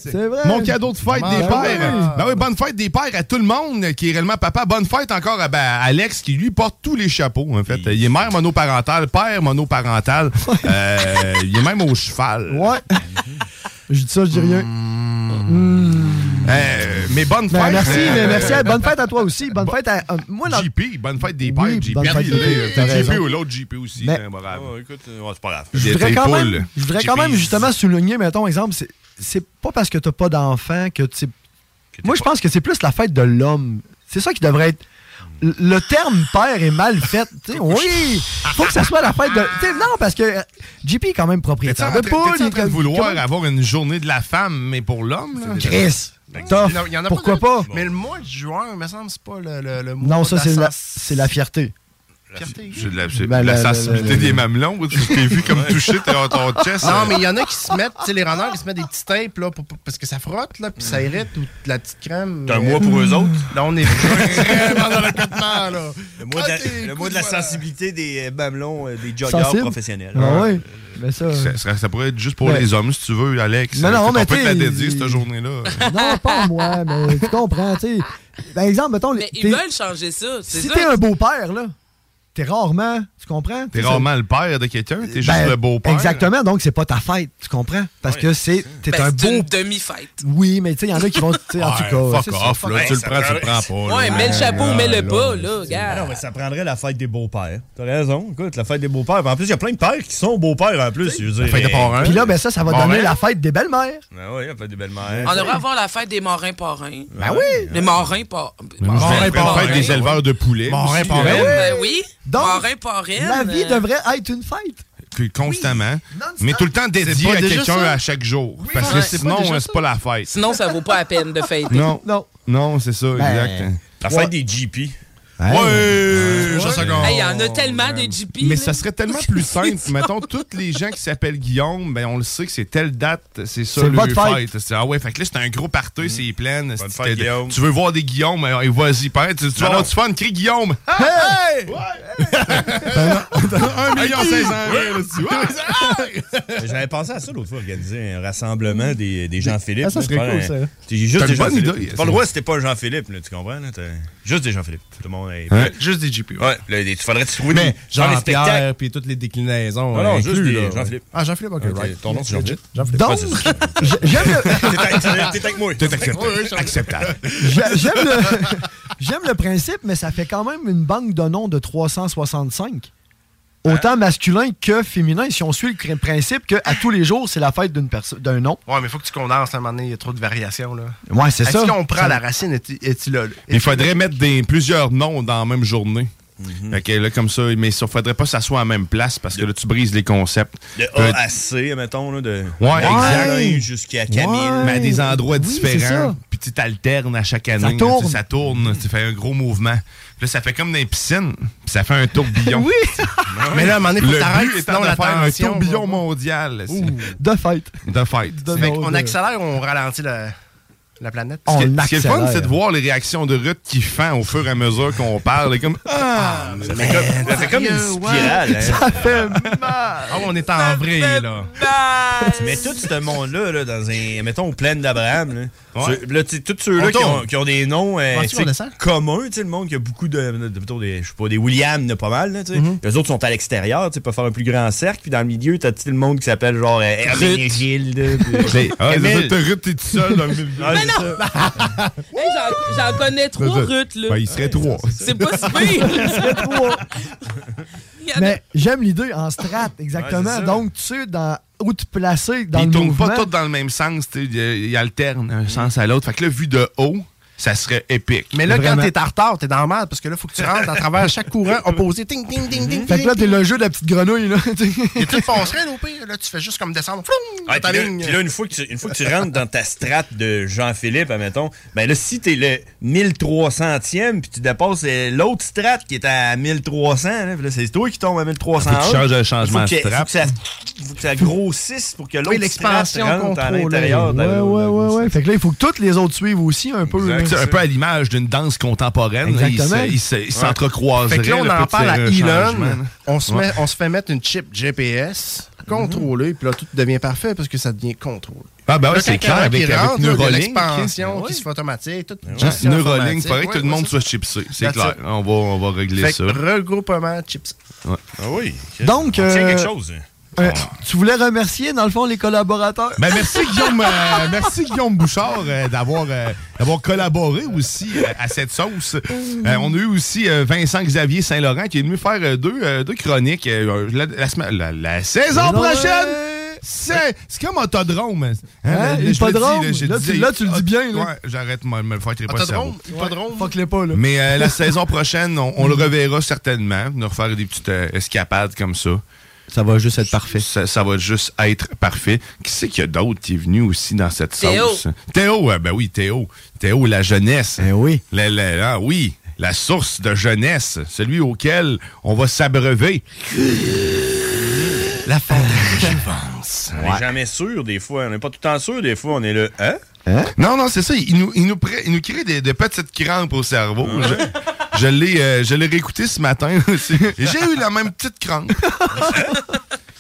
Speaker 6: C'est vrai.
Speaker 3: Mon cadeau de fête des
Speaker 6: Ben
Speaker 3: pères.
Speaker 6: oui.
Speaker 3: Ben oui, bonne fête des pères à tout le monde qui est réellement papa. Bonne fête encore à ben, à Alex qui lui porte tous les chapeaux, en fait. Il est mère monoparentale, père monoparental. Euh, il est même au cheval. Hmm.
Speaker 6: Ouais. Je dis ça, je dis rien. Hmm.
Speaker 3: Euh, mais bonne
Speaker 6: Ben,
Speaker 3: fête.
Speaker 6: merci,
Speaker 3: Euh,
Speaker 6: mais merci. Bonne fête à toi aussi. Bonne fête à. euh, moi, dans-
Speaker 3: JP, bonne fête des pères. JP,
Speaker 6: bonne fête des
Speaker 3: là,
Speaker 6: pères, t'as
Speaker 3: JP
Speaker 6: raison. Ben,
Speaker 3: ou l'autre JP aussi.
Speaker 6: Mais-
Speaker 3: hein, bravo.
Speaker 10: euh,
Speaker 5: c'est pas grave.
Speaker 6: Je voudrais quand même, je voudrais quand même justement souligner, mettons, exemple, c'est- c'est pas parce que t'as pas d'enfant que tu. Moi, je pense que c'est plus la fête de l'homme. C'est ça qui devrait être. Le- Le terme père est mal fait. tu sais. oui! Faut que ça soit la fête de. tu sais, non, parce que euh, JP est quand même
Speaker 3: T'es
Speaker 6: propriétaire
Speaker 3: en,
Speaker 6: de
Speaker 3: train-
Speaker 6: poule.
Speaker 3: t'es-tu en train de
Speaker 6: il est-
Speaker 3: vouloir
Speaker 6: comment-
Speaker 3: avoir une journée de la femme, mais pour l'homme, là?
Speaker 6: Chris!
Speaker 10: Il
Speaker 3: Ben,
Speaker 6: tough.
Speaker 10: y en a- il y en a
Speaker 6: Pourquoi
Speaker 10: pas?
Speaker 6: pas?
Speaker 10: d'autres. Mais le mois de juin, il me semble, c'est pas le, le, le mois
Speaker 6: Non, ça, c'est la,
Speaker 10: d'ascens-
Speaker 6: c'est la fierté.
Speaker 3: J'ai de la, j'ai de
Speaker 6: Ben,
Speaker 3: la
Speaker 6: la- la-
Speaker 3: sensibilité
Speaker 6: la- la-
Speaker 3: des mamelons. ou Tu t'es vu comme toucher ton, ton chest.
Speaker 10: Non,
Speaker 3: euh,
Speaker 10: mais il y en a qui se mettent, tu sais, les runners qui se mettent des petits tapes, là, pour- pour- parce que ça frotte, là, puis ça
Speaker 6: Mm.
Speaker 10: irrite, ou de la petite crème.
Speaker 5: T'as un
Speaker 10: mais-
Speaker 5: mois pour eux autres?
Speaker 10: Là, on est vraiment dans le cotement, là.
Speaker 5: Le mot de,
Speaker 10: Ah, t'es
Speaker 5: la- le mot de la sensibilité des euh, mamelons, euh, des joggers
Speaker 6: Sensible.
Speaker 5: professionnels.
Speaker 6: Ah oui. Mais ça.
Speaker 3: ça, serait- ça pourrait être juste pour
Speaker 6: Ouais.
Speaker 3: les hommes, si tu veux, Alex.
Speaker 6: Non, non,
Speaker 3: On
Speaker 6: mais
Speaker 3: peut te la
Speaker 6: t'es-
Speaker 3: dédier, cette journée-là.
Speaker 6: Non, pas moi, mais tu comprends, tu sais. Par Ben, exemple, mettons.
Speaker 11: Mais
Speaker 6: t'es-
Speaker 11: ils veulent changer ça. C'est
Speaker 6: Si
Speaker 11: ça.
Speaker 6: t'es un beau-père, là, t'es rarement, tu comprends?
Speaker 3: T'es
Speaker 6: ça-
Speaker 3: rarement le père de quelqu'un, t'es juste
Speaker 6: Ben,
Speaker 3: le beau-père.
Speaker 6: Exactement, donc c'est pas ta fête, tu comprends? Parce que c'est. T'es
Speaker 11: Ben,
Speaker 6: un
Speaker 11: c'est
Speaker 6: beau.
Speaker 11: une demi-fête.
Speaker 6: Oui, mais tu sais, il y en a qui vont. tu sais, en tout
Speaker 3: Ouais,
Speaker 6: cas.
Speaker 3: fuck
Speaker 6: c'est
Speaker 3: off,
Speaker 6: ça,
Speaker 3: là,
Speaker 6: fuck
Speaker 3: tu le
Speaker 6: off.
Speaker 3: prends, tu le prends pas.
Speaker 11: Ouais,
Speaker 3: là.
Speaker 11: mets le chapeau,
Speaker 5: Ah,
Speaker 11: mets le
Speaker 5: là,
Speaker 11: bas, là, gars.
Speaker 5: Non, mais ça prendrait la fête des beaux-pères. T'as raison. Écoute, la fête des beaux-pères. En plus, il y a plein de pères qui sont beaux-pères en plus. Je veux dire,
Speaker 3: la fête des parrains.
Speaker 6: Puis là, ben ça, ça va
Speaker 5: Bon,
Speaker 6: donner
Speaker 5: hein?
Speaker 6: la fête des belles-mères.
Speaker 5: Ah oui, la fête des belles-mères.
Speaker 11: On devrait avoir la fête des marins parrains.
Speaker 6: Ben oui!
Speaker 11: Les marins par-
Speaker 3: Mais moi, je
Speaker 6: Morin,
Speaker 3: vais faire
Speaker 6: parrain.
Speaker 3: des éleveurs de poulets.
Speaker 6: Morin,
Speaker 3: aussi,
Speaker 6: parrain.
Speaker 3: euh,
Speaker 11: Ben oui.
Speaker 6: Donc,
Speaker 11: Parrain, parraine.
Speaker 6: La vie
Speaker 11: euh,
Speaker 6: devrait être une fête.
Speaker 3: que- Constamment. Mais tout le temps dédié
Speaker 6: pas
Speaker 3: à
Speaker 6: déjà
Speaker 3: quelqu'un
Speaker 6: ça?
Speaker 3: à chaque jour. Parce que
Speaker 11: Ouais. C'est pas
Speaker 3: sinon,
Speaker 11: déjà
Speaker 3: euh, c'est pas la fête.
Speaker 11: Sinon, ça vaut pas la peine de fêter.
Speaker 3: Non. Non. Ben, Non, c'est
Speaker 6: Ben,
Speaker 3: ça, exact.
Speaker 5: La fête des GP.
Speaker 3: Ouais! Je sais qu'on-
Speaker 11: Hey, Il y en a tellement des GP.
Speaker 3: Mais
Speaker 11: là.
Speaker 3: ça serait tellement plus simple. Mettons, tous les gens qui s'appellent Guillaume, ben, on le sait que c'est telle date, c'est ça
Speaker 6: C'est
Speaker 3: le
Speaker 6: votre fête.
Speaker 3: C'est- Ah ouais, fait que là, c'est un gros party, c'est plein. c'est-
Speaker 5: Mm. fête,
Speaker 3: t'es-
Speaker 5: Guillaume.
Speaker 3: Tu veux voir des Guillaume, alors, et vas-y, pareil, tu,
Speaker 6: Ben
Speaker 3: tu
Speaker 5: Non,
Speaker 3: vas avoir
Speaker 5: non.
Speaker 3: du fun, crie Guillaume.
Speaker 6: Hey! Ben
Speaker 3: Un million cinq cents rires, là-dessus. Ouais, ça-
Speaker 5: Mais J'avais pensé à ça l'autre fois, organiser un rassemblement des, des Jean-Philippe.
Speaker 6: Ah, ça
Speaker 5: là,
Speaker 6: serait
Speaker 5: faire
Speaker 6: cool,
Speaker 5: un-
Speaker 6: ça.
Speaker 5: T'es juste
Speaker 3: T'as
Speaker 5: des
Speaker 3: une bonne
Speaker 5: Jean-Philippe.
Speaker 3: idée,
Speaker 5: T'as
Speaker 3: ça.
Speaker 5: pas le droit si t'es pas un Jean-Philippe, là, tu comprends? Là, t'as- juste des Jean-Philippe. Tout le monde est...
Speaker 3: Hein? Juste des GP.
Speaker 5: Ouais, là, il faudrait trouver des...
Speaker 10: Mais
Speaker 5: faire des spectacles.
Speaker 10: Jean-Pierre, puis toutes les déclinaisons.
Speaker 5: Non, non,
Speaker 10: euh,
Speaker 5: juste
Speaker 10: inclus,
Speaker 5: des
Speaker 10: là.
Speaker 5: Jean-Philippe.
Speaker 10: Ah, Jean-Philippe,
Speaker 3: Euh,
Speaker 10: ok,
Speaker 5: Ok,
Speaker 10: right.
Speaker 5: Ton nom, c'est Jean-Philippe.
Speaker 10: Jean-Philippe. Oh,
Speaker 6: Donc, j'ai- j'aime le,
Speaker 5: T'es avec- t'es avec moi.
Speaker 3: T'es acceptable. acceptable.
Speaker 6: j'ai- j'aime le, j'aime le principe, mais ça fait quand même une banque de noms de 365.
Speaker 3: Hein?
Speaker 6: Autant masculin que féminin, si on suit le cr- principe que à tous les jours, c'est la fête d'une perso- d'un nom.
Speaker 10: Ouais, mais faut que tu condenses à un moment donné, il y a trop de variations, là.
Speaker 6: Ouais, c'est ça.
Speaker 10: Est-ce qu'on prend
Speaker 6: Ça-
Speaker 10: la racine éty- étylole?
Speaker 3: Il faudrait mettre des, plusieurs noms dans la même journée.
Speaker 5: Mhm.
Speaker 3: Fait que là, comme ça, mais il faudrait pas que ça soit à la même place parce que là, tu brises les concepts.
Speaker 5: De
Speaker 3: Euh,
Speaker 5: A à C, mettons, là, de
Speaker 3: Ouais,
Speaker 5: Alain
Speaker 3: exact.
Speaker 5: jusqu'à Camille.
Speaker 3: Mais à des endroits
Speaker 6: Oui, c'est
Speaker 3: différents.
Speaker 6: ça.
Speaker 3: Puis tu t'alternes à chaque année.
Speaker 6: Ça
Speaker 3: là, tu sais,
Speaker 6: tourne.
Speaker 3: Ça tourne. Tu fais un gros mouvement. Puis là, ça fait comme dans les piscines. Puis ça fait un tourbillon.
Speaker 6: Oui,
Speaker 10: Mais là, à un moment donné, faut que
Speaker 3: Le
Speaker 10: t'arrêtes,
Speaker 3: but étant
Speaker 10: sinon
Speaker 3: de
Speaker 10: la
Speaker 3: faire un
Speaker 10: tension
Speaker 3: tourbillon
Speaker 10: va-
Speaker 3: mondial. là, c'est-
Speaker 6: de fête.
Speaker 3: De fête.
Speaker 6: De
Speaker 10: Fait
Speaker 6: nom
Speaker 10: qu'on
Speaker 6: de-
Speaker 10: accélère, on ralentit la, la planète.
Speaker 6: On
Speaker 3: Ce qui est- Ce qui est le
Speaker 6: accélère.
Speaker 3: fun, c'est de voir les réactions de Ruth qui fend au fur et à mesure qu'on parle. Et comme, ah,
Speaker 5: C'est comme- C'est comme une spirale. hein.
Speaker 6: Ça fait
Speaker 10: Ah, on est en vrai, là.
Speaker 5: Tu mets tout ce monde-là là, dans un. Mettons, au plaine d'Abraham. Là, Tu- là, tu sais, tous ceux-là
Speaker 10: On
Speaker 5: qui ont,
Speaker 10: tourne.
Speaker 5: qui ont des noms euh,
Speaker 10: Vas-tu,
Speaker 5: tu sais,
Speaker 10: on descend?
Speaker 5: communs, tu sais, le monde qui a beaucoup de. de- de- plutôt des, je sais pas, des Williams, pas mal. Là, tu sais. Les autres sont à l'extérieur, tu peux faire un plus grand cercle. Puis dans le milieu, t'as tu sais, le monde qui s'appelle genre euh, Herménégilde. puis-
Speaker 3: Ah, c'est ça,
Speaker 5: Camille.
Speaker 3: t'as Ruth, t'es tout seul dans le milieu.
Speaker 5: Ah, c'est ça.
Speaker 11: Hey, j'en- J'en connais trois Ruth, là.
Speaker 3: Ben, il serait trois.
Speaker 11: C'est pas si pire.
Speaker 6: trois.
Speaker 11: Il y en a-
Speaker 6: Mais j'aime l'idée en strat,
Speaker 5: Ouais, c'est
Speaker 6: exactement.
Speaker 5: ça.
Speaker 6: Donc, tu sais dans, où te placer dans
Speaker 3: ils
Speaker 6: le
Speaker 3: tournent
Speaker 6: mouvement.
Speaker 3: pas tous dans le même sens, tu sais, ils ils alternent un sens à l'autre. Fait que là, vu de haut, ça serait épique.
Speaker 10: Mais là,
Speaker 6: Vraiment.
Speaker 10: quand t'es en retard, t'es dans le mal, parce que là, faut que tu rentres à travers chaque courant opposé. Ting, ting, ting, ting,
Speaker 6: Fait que là, t'es le jeu de la petite grenouille, là. tu sais.
Speaker 10: Et tu passerais, là, au pire. Là, tu fais juste comme descendre. Floum,
Speaker 5: Ouais,
Speaker 10: dans ta
Speaker 5: puis là,
Speaker 10: ligne.
Speaker 5: puis là, une fois, que tu, une fois que tu rentres dans ta strate de Jean-Philippe, admettons, ben là, si t'es le 1300e, puis tu dépasses euh, l'autre strate qui est à 1300, là, puis là, c'est toi qui tombe à 1300.
Speaker 3: Faut que tu changes de changement de
Speaker 5: Faut
Speaker 3: strate.
Speaker 5: que ça, faut que ça grossisse pour que l'autre
Speaker 10: Oui, l'expansion
Speaker 5: strate rentre à
Speaker 10: contrôlée.
Speaker 5: l'intérieur. de-
Speaker 6: Ouais, ouais, ouais, ouais. Fait que là, il faut que toutes les autres suivent aussi un peu.
Speaker 3: Tu sais,
Speaker 6: là.
Speaker 3: un peu à l'image d'une danse contemporaine. là, ils
Speaker 6: Exactement.
Speaker 3: se- Ils se- ils s'entrecroiseraient.
Speaker 10: Fait que là, on
Speaker 3: là,
Speaker 10: en
Speaker 3: pour
Speaker 10: parle à
Speaker 3: faire un
Speaker 10: Elon.
Speaker 3: euh, changement, là.
Speaker 10: On se, met, on se fait mettre une chip GPS contrôlée, puis là, tout devient parfait parce que ça devient contrôlé.
Speaker 3: Ah, ben ouais,
Speaker 10: Là,
Speaker 3: c'est
Speaker 10: quand
Speaker 3: clair,
Speaker 10: quelqu'un qui
Speaker 3: avec, avec
Speaker 10: rentre, là, il y a
Speaker 3: Neuralink.
Speaker 10: L'expansion
Speaker 3: hein.
Speaker 10: qui se fait automatique. Toute
Speaker 3: Hein,
Speaker 10: gestion
Speaker 3: Neuralink,
Speaker 10: informatique.
Speaker 3: faudrait que
Speaker 10: Ouais,
Speaker 3: tout le monde
Speaker 10: c'est ça.
Speaker 3: soit chipsé. C'est
Speaker 10: That's
Speaker 3: clair.
Speaker 10: it.
Speaker 3: On va, on va régler
Speaker 10: Fait
Speaker 3: ça.
Speaker 10: que regroupement chips.
Speaker 5: Ah oui.
Speaker 6: Donc,
Speaker 5: On tient
Speaker 6: euh,
Speaker 5: quelque chose. hein?
Speaker 3: hein.
Speaker 6: Euh, tu voulais remercier, dans le fond, les collaborateurs.
Speaker 7: Ben, merci Guillaume, euh, merci Guillaume Bouchard euh, d'avoir euh, d'avoir collaboré aussi euh, à cette sauce. Euh, on a eu aussi euh, Vincent Xavier Saint-Laurent qui est venu faire euh, deux, euh, deux chroniques euh, la, la semaine- la- la saison
Speaker 6: Ouais.
Speaker 7: prochaine. C'est c'est comme autodrome. Hein,
Speaker 6: Hein,
Speaker 7: je le dis,
Speaker 6: hippodrome?
Speaker 7: je
Speaker 6: Là,
Speaker 7: dis-
Speaker 6: tu- là, tu
Speaker 3: ah,
Speaker 6: le dis bien, là.
Speaker 7: Ouais, j'arrête, me me le faire tirer pas le cerveau.
Speaker 10: Autodrome, hippodrome.
Speaker 6: Fuck les pas, là.
Speaker 7: Mais euh, la saison prochaine, on, on le reverra certainement. Nous refaire des petites euh, escapades comme ça.
Speaker 6: Ça va juste être parfait.
Speaker 7: Ça, ça va juste être parfait. Qui c'est qu'il y a d'autre qui est venu aussi dans cette
Speaker 11: Théo.
Speaker 7: sauce? Théo, ah ben oui, Théo. Théo, la jeunesse.
Speaker 6: Eh oui.
Speaker 7: La- la- ah oui, la source de jeunesse, celui auquel on va s'abreuver.
Speaker 6: La fin.
Speaker 5: On n'est jamais sûr des fois. On n'est pas tout le temps sûr des fois. On est le hein?
Speaker 7: Non, non, c'est ça. Il nous, il nous, pré- il nous crée des, des petites crampes au cerveau. Je, je l'ai euh, je l'ai réécouté ce matin aussi. Et J'ai eu la même petite crampe.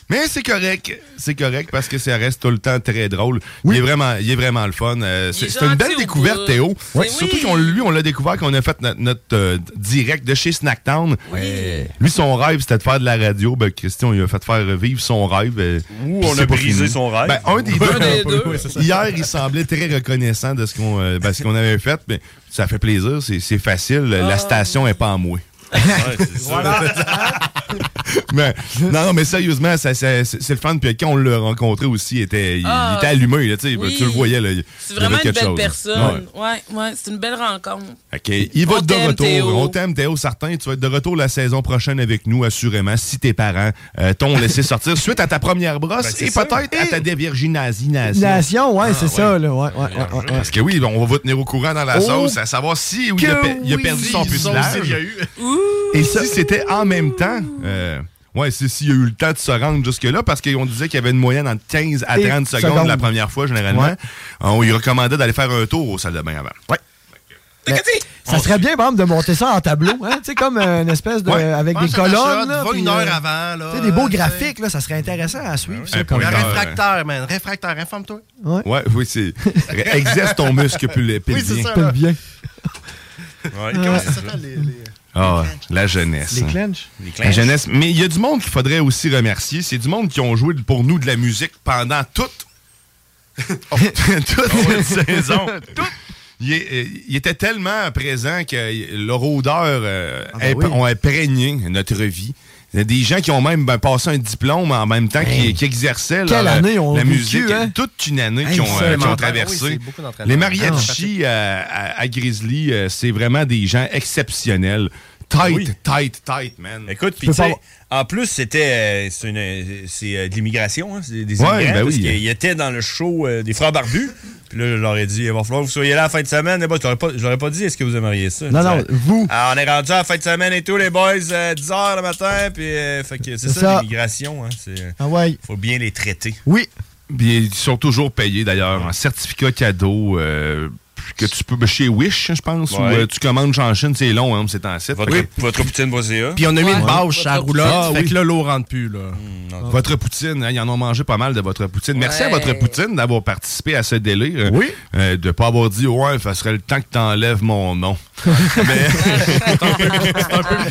Speaker 3: Mais c'est correct. C'est correct parce que ça reste tout le temps très drôle. Il, est vraiment, il est vraiment le fun. Euh, c'est c'est une
Speaker 5: gentil
Speaker 3: belle
Speaker 5: au
Speaker 3: découverte,
Speaker 5: bout.
Speaker 3: Théo.
Speaker 5: Oui.
Speaker 3: C'est Surtout qu'on lui, on l'a découvert qu'on a fait notre, notre, euh, direct de chez Snacktown. Lui, son rêve, c'était de faire de la radio. Ben, Christian, il a fait faire vivre son rêve. euh,
Speaker 5: Ou
Speaker 3: puis
Speaker 5: on
Speaker 3: c'est
Speaker 5: a
Speaker 3: pas
Speaker 5: brisé
Speaker 3: fini.
Speaker 5: son rêve.
Speaker 3: Ben, un des
Speaker 5: Un
Speaker 3: deux.
Speaker 5: des deux. Oui, c'est ça.
Speaker 3: Hier, il semblait très reconnaissant de ce qu'on euh, ben, ce qu'on avait fait. Mais ça fait plaisir. C'est c'est facile.
Speaker 5: Ah.
Speaker 3: La station est pas en moi. Mais, non, non, mais sérieusement, ça- ça- c'est c'est le fun. Puis quand on l'a rencontré aussi, il était, il,
Speaker 11: Ah.
Speaker 3: il était allumé. Là, tu sais,
Speaker 11: Oui.
Speaker 3: Tu le voyais. Là, il-
Speaker 11: C'est
Speaker 3: il y avait
Speaker 11: vraiment une
Speaker 3: quelque
Speaker 11: belle
Speaker 3: chose.
Speaker 11: personne. Ouais, ouais, c'est une belle rencontre.
Speaker 3: Ouais. OK. Il va
Speaker 11: On
Speaker 3: être de
Speaker 11: t'aime,
Speaker 3: retour.
Speaker 11: Théo.
Speaker 3: On t'aime, Théo, certain. Tu vas être de retour la saison prochaine avec nous, assurément, si tes parents euh, t'ont laissé sortir suite à ta première brosse
Speaker 6: Ben, c'est
Speaker 3: et
Speaker 6: ça.
Speaker 3: peut-être à ta dévirgination.
Speaker 6: Nation, ouais, c'est ça, là. Ouais, ouais, ouais, ouais, ouais.
Speaker 3: Parce que oui, on va vous tenir au courant dans la
Speaker 6: Oh,
Speaker 3: sauce, à savoir si oui, il, a,
Speaker 6: que
Speaker 3: pe- il a
Speaker 6: oui,
Speaker 3: perdu son
Speaker 6: sauce,
Speaker 3: pucelage.
Speaker 6: il y a
Speaker 3: Et si c'était en même temps. euh, ouais, c'est s'il y a eu le temps de se rendre jusque-là, parce qu'on disait qu'il y avait une moyenne entre 15 à
Speaker 6: Et
Speaker 3: 30 secondes,
Speaker 6: secondes.
Speaker 3: la première fois, généralement. Euh,
Speaker 6: Ouais.
Speaker 3: On lui recommandait d'aller faire un tour au salle de bain avant. Ouais.
Speaker 6: Mais ça serait bien, par exemple, de monter ça en tableau, hein? Tu sais, comme euh, une espèce de.
Speaker 3: Ouais.
Speaker 6: avec des
Speaker 3: Pense à ta
Speaker 6: colonnes.
Speaker 3: shot,
Speaker 6: là,
Speaker 3: va
Speaker 6: puis, euh,
Speaker 3: une heure
Speaker 10: avant, là,
Speaker 6: Tu sais, des beaux
Speaker 10: tu sais.
Speaker 6: graphiques, là, ça serait intéressant à suivre. ça,
Speaker 3: Un
Speaker 6: comme-
Speaker 3: pointeur,
Speaker 10: Réfractaire, man. Réfractaire, informe-toi.
Speaker 3: Ouais. oui, c'est. Exerce ton muscle pul-
Speaker 10: Oui,
Speaker 3: pelvien.
Speaker 10: c'est ça, là. Pelvien.
Speaker 3: Ouais.
Speaker 10: Comment ça s'appelle, les- les-
Speaker 3: Ah, la jeunesse.
Speaker 6: Les
Speaker 3: hein.
Speaker 6: clenches.
Speaker 10: Les
Speaker 3: La jeunesse. Mais il y a du monde qu'il faudrait aussi remercier. C'est du monde qui ont joué pour nous de la musique pendant toute,
Speaker 10: Ah
Speaker 3: toute cette saison. Tout. Il, est- euh, il était tellement présent que leur odeur euh,
Speaker 6: Ah, ben
Speaker 3: imp- ont imprégné notre vie. Il y a des gens qui ont même ben, passé un diplôme en même temps qui, qui exerçaient leur,
Speaker 6: Quelle année on
Speaker 3: la
Speaker 6: a vécu,
Speaker 3: musique.
Speaker 6: hein?
Speaker 3: Toute une année
Speaker 6: Hey,
Speaker 3: qui ont, euh, qui ont
Speaker 6: seulement.
Speaker 3: traversé.
Speaker 6: Ah oui, c'est beaucoup d'entraînement.
Speaker 3: Les mariachis euh, à, à Grizzly, euh, c'est vraiment des gens exceptionnels.
Speaker 6: Ah
Speaker 3: Tight, tight, tight, man.
Speaker 5: Écoute, puis
Speaker 3: peux
Speaker 5: tu sais,
Speaker 3: pas
Speaker 5: en plus, c'était euh, c'est une, euh, c'est, euh, de l'immigration, hein, c'est des
Speaker 3: Ouais,
Speaker 5: immigrants,
Speaker 3: ben
Speaker 5: parce
Speaker 3: oui.
Speaker 5: qu'ils étaient dans le show euh, des Frères Barbus. Puis là, je leur ai dit, il va falloir que vous soyez là la fin de semaine. Et moi, je leur ai pas, je leur ai pas dit, est-ce que vous aimeriez ça?
Speaker 6: Non,
Speaker 5: Je
Speaker 6: non,
Speaker 5: disais,
Speaker 6: vous.
Speaker 5: Ah, on est rendu à la fin de semaine et tout, les boys, 10h le matin. Puis, euh, fait que
Speaker 6: C'est
Speaker 5: c'est ça,
Speaker 6: ça.
Speaker 5: l'immigration. Hein, c'est-
Speaker 6: Ah ouais.
Speaker 5: faut bien les traiter.
Speaker 6: Oui.
Speaker 3: Bien, ils sont toujours payés d'ailleurs en certificat cadeau. euh, que tu peux ben, chez Wish, je pense,
Speaker 5: Ouais.
Speaker 3: ou euh, tu commandes en Chine, c'est long, hein, c'est en site.
Speaker 5: Votre,
Speaker 3: Fait que-
Speaker 5: votre poutine va
Speaker 3: Puis on a mis une bâche
Speaker 10: à
Speaker 5: Ah,
Speaker 10: la roulotte, fait que là, l'eau rentre plus, là.
Speaker 5: Mm.
Speaker 3: Votre poutine, hein, ils en ont mangé pas mal de votre poutine. Merci à
Speaker 10: Ouais.
Speaker 3: votre poutine d'avoir participé à ce délire. Oui. de pas avoir dit, ouais, ça serait le temps que t'enlèves mon nom.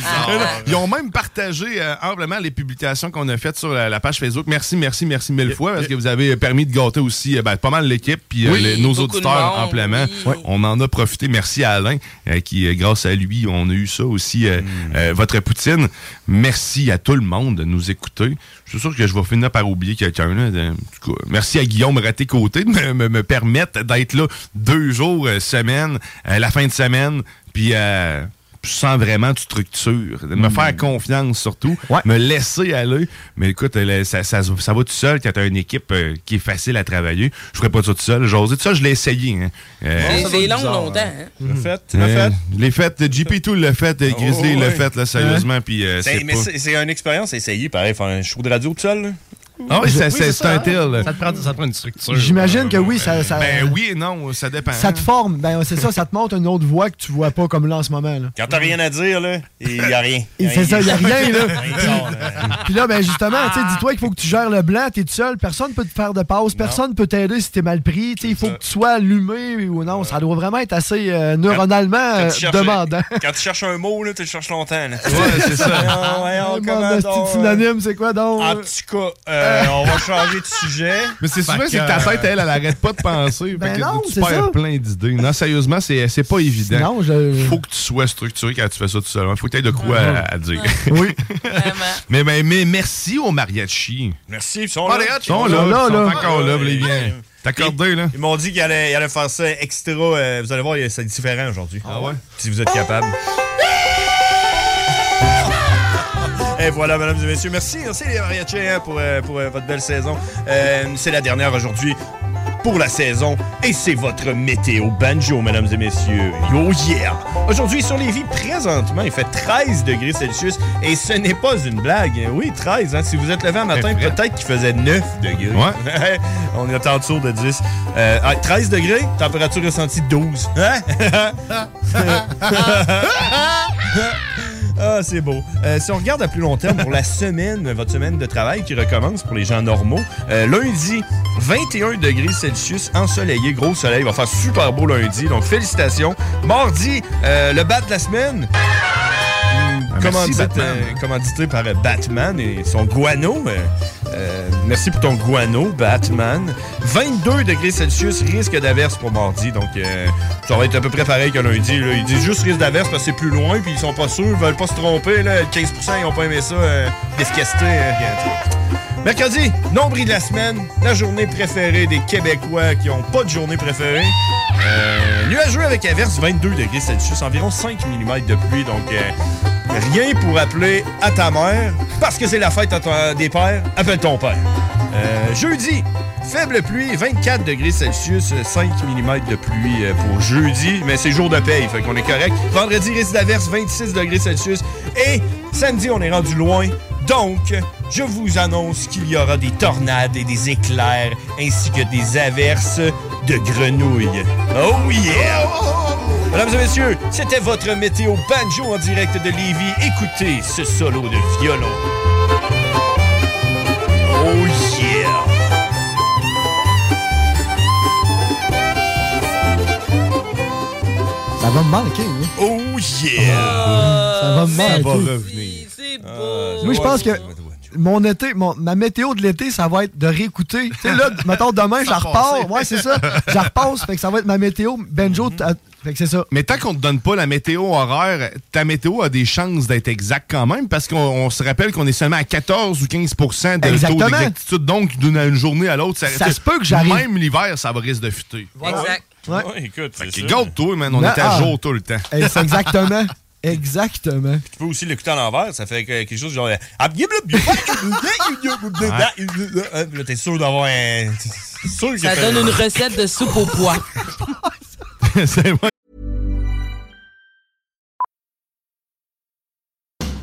Speaker 5: Ah,
Speaker 3: Ils ont même partagé euh, amplement les publications qu'on a faites sur la, la page Facebook. Merci, merci, merci mille fois parce que vous avez permis de gâter aussi euh, ben, pas mal l'équipe puis euh,
Speaker 5: Oui,
Speaker 3: les- nos
Speaker 5: beaucoup de
Speaker 3: auditeurs
Speaker 5: monde,
Speaker 3: amplement. Ouais. On en a profité. Merci à Alain euh, qui, euh, grâce à lui, on a eu ça aussi. euh, euh, votre poutine. Merci à tout le monde de nous écouter. Je suis sûr que je vais finir par oublier quelqu'un. là. Euh, En tout cas, Merci à Guillaume Raté-Côté de me, me- me permettre d'être là deux jours, euh, semaine, euh, la fin de semaine, puis euh, sans vraiment de structure, de
Speaker 5: Hmm.
Speaker 3: me faire confiance surtout, me laisser aller. Mais écoute, euh, ça, ça- ça va tout seul quand t'as une équipe euh, qui est facile à travailler. Je ferais pas ça tout seul. J'ose tout ça, je l'ai essayé. hein. Euh,
Speaker 11: C'est c'est long, longtemps. hein.
Speaker 10: Hmm.
Speaker 5: Le fait,
Speaker 3: euh, Les fêtes, JP2 le fait, euh, Grizzly
Speaker 5: Oh,
Speaker 3: le
Speaker 5: ouais.
Speaker 3: fait, là, sérieusement, puis euh,
Speaker 5: C'est-
Speaker 3: c'est
Speaker 5: Ben, mais
Speaker 3: pas-
Speaker 5: c'est- c'est une expérience à essayer, pareil, faire un show de radio tout seul. là.
Speaker 3: Ah oui, c'est- c'est
Speaker 5: hein?
Speaker 3: c'est un tel.
Speaker 10: Ça te prend, ça te prend une structure.
Speaker 6: J'imagine que oui, ça. ça
Speaker 3: Ben oui et non, ça
Speaker 5: hein.
Speaker 3: dépend.
Speaker 6: Ça te forme, ben c'est ça, ça te montre une autre voix que tu vois pas comme là en ce moment. Là.
Speaker 5: Quand t'as rien à dire, là, il y a rien.
Speaker 6: Et c'est ça, y a rien, là.
Speaker 5: Rien, là.
Speaker 6: Puis là, ben justement, tu sais, dis-toi qu'il faut que tu gères le blanc, t'es tout seul, personne peut te faire de pause, personne peut t'aider si t'es mal pris, tu sais, il faut que tu sois allumé ou non, ça doit vraiment être assez euh, neuronalement
Speaker 5: Quand
Speaker 6: euh,
Speaker 5: tu cherches-
Speaker 6: demandant.
Speaker 5: Quand tu cherches un mot, là, tu le cherches longtemps. Là. Ah,
Speaker 3: Ouais, c'est ça.
Speaker 6: Ah,
Speaker 5: Voyons, voyons, comment
Speaker 6: Demande,
Speaker 5: donc, Ah,
Speaker 6: c'est synonyme, c'est quoi donc?
Speaker 5: En tout cas, euh, on va changer de sujet.
Speaker 3: Mais c'est souvent,
Speaker 5: Fait
Speaker 3: c'est que ta
Speaker 5: euh,
Speaker 3: tête, elle, elle arrête pas de penser.
Speaker 5: Ben
Speaker 3: Fait que
Speaker 5: non,
Speaker 3: tu
Speaker 5: c'est
Speaker 3: perds
Speaker 5: ça.
Speaker 3: plein d'idées. Non, sérieusement, c'est c'est pas évident.
Speaker 6: Non, je...
Speaker 3: Faut que tu sois structuré quand tu fais ça tout seul. Faut que tu aies de quoi
Speaker 6: Ouais.
Speaker 3: à, à dire. Oui. mais, mais, mais merci aux mariachi.
Speaker 5: Merci, ils sont
Speaker 3: Ah,
Speaker 5: là.
Speaker 3: les hats, ils sont là, ils sont encore là, les biens. T'as accordé, là.
Speaker 5: Ils m'ont dit qu'ils allaient, ils allaient faire ça extra. euh, vous allez voir, c'est différent aujourd'hui. Ah ouais? Si vous êtes capable. Et voilà, mesdames et messieurs, merci, merci les mariachis hein, pour, euh, pour euh, votre belle saison. Euh, c'est la dernière aujourd'hui pour la saison et c'est votre météo banjo, mesdames et messieurs. Yo yeah! Aujourd'hui sur Lévis, présentement, il fait 13 degrés Celsius et ce n'est pas une blague. Oui, 13. hein. si vous êtes levé un matin, peut-être qu'il faisait 9 degrés. Ouais. On est en dessous de 10. Euh, ah, 13 degrés, température ressentie 12. Hein? Ah, Ah, c'est beau. Euh, si on regarde à plus long terme pour la semaine, votre semaine de travail qui recommence pour les gens normaux, euh, lundi, 21 degrés Celsius, ensoleillé, gros soleil. Il va faire super beau lundi, donc félicitations. Mardi, euh, le bat de la semaine. Hum,
Speaker 3: Ah, merci,
Speaker 5: commandité,
Speaker 3: Batman.
Speaker 5: euh, commandité par euh, Batman et son guano. euh, euh, merci pour ton guano, Batman. 22 degrés Celsius, risque d'averse pour mardi. Donc, euh, ça va être à peu près pareil que lundi. là. Ils disent juste risque d'averse parce que c'est plus loin, puis ils sont pas sûrs, ils veulent pas se tromper. Là. 15 ils n'ont pas aimé ça. euh, D'efficacité. euh, bien, en tout cas. Mercredi, nombril de la semaine, la journée préférée des Québécois qui n'ont pas de journée préférée. Euh, nuageux avec averse, 22 degrés Celsius, environ 5 mm de pluie, donc euh, rien pour appeler à ta mère, parce que c'est la fête à ton- des pères, appelle ton père. Euh, jeudi, faible pluie, 24 degrés Celsius, 5 mm de pluie euh, pour jeudi, mais c'est jour de paye, fait qu'on est correct. Vendredi, risque d'averse, 26 degrés Celsius, et samedi, on est rendu loin, donc, je vous annonce qu'il y aura des tornades et des éclairs, ainsi que des averses de grenouilles. Oh yeah!
Speaker 22: oh.
Speaker 5: Mesdames et messieurs, c'était votre météo banjo en direct de Lévis. Écoutez ce solo de violon. Oh yeah!
Speaker 6: Ça va me manquer. hein.
Speaker 5: Oh yeah!
Speaker 6: Ça va me
Speaker 5: Ça va
Speaker 6: manquer.
Speaker 5: revenir. C'est
Speaker 6: Moi, je pense que mon été, mon- ma météo de l'été, ça va être de réécouter. Tu sais, là, mettons, demain, je la repars. Ouais, c'est ça. Je la repasse. Fait que ça va être ma météo. Benjo,
Speaker 5: Mhm.
Speaker 6: t'as- fait que c'est ça.
Speaker 3: Mais tant qu'on te donne pas la météo horaire, ta météo a des chances d'être exacte quand même parce qu'on on se rappelle qu'on est seulement à 14 ou 15 de
Speaker 6: Exactement.
Speaker 3: taux d'exactitude. Donc, d'une une journée à l'autre, ça,
Speaker 6: Ça se peut que j'arrive.
Speaker 3: Même l'hiver, ça va risque de futer.
Speaker 11: Exact.
Speaker 6: Ouais.
Speaker 5: écoute,
Speaker 3: Fait
Speaker 5: c'est
Speaker 3: que
Speaker 5: ça.
Speaker 3: garde-toi, man. On
Speaker 6: Non,
Speaker 3: est à
Speaker 6: ah.
Speaker 3: jour tout le temps.
Speaker 6: Eh, C'est exactement. Exactement.
Speaker 5: Tu peux aussi l'écouter à l'envers, ça fait que- quelque chose genre. euh, Là, t'es sûr d'avoir un. sûr que
Speaker 11: Ça
Speaker 5: t'as-
Speaker 11: donne une recette de soupe au pois.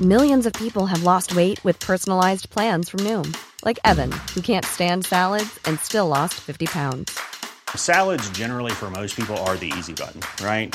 Speaker 23: Millions of people have lost weight with personalized plans from Noom, like Evan, who can't stand salads and still lost 50 pounds.
Speaker 24: Salads, generally, for most people, are the easy button, right?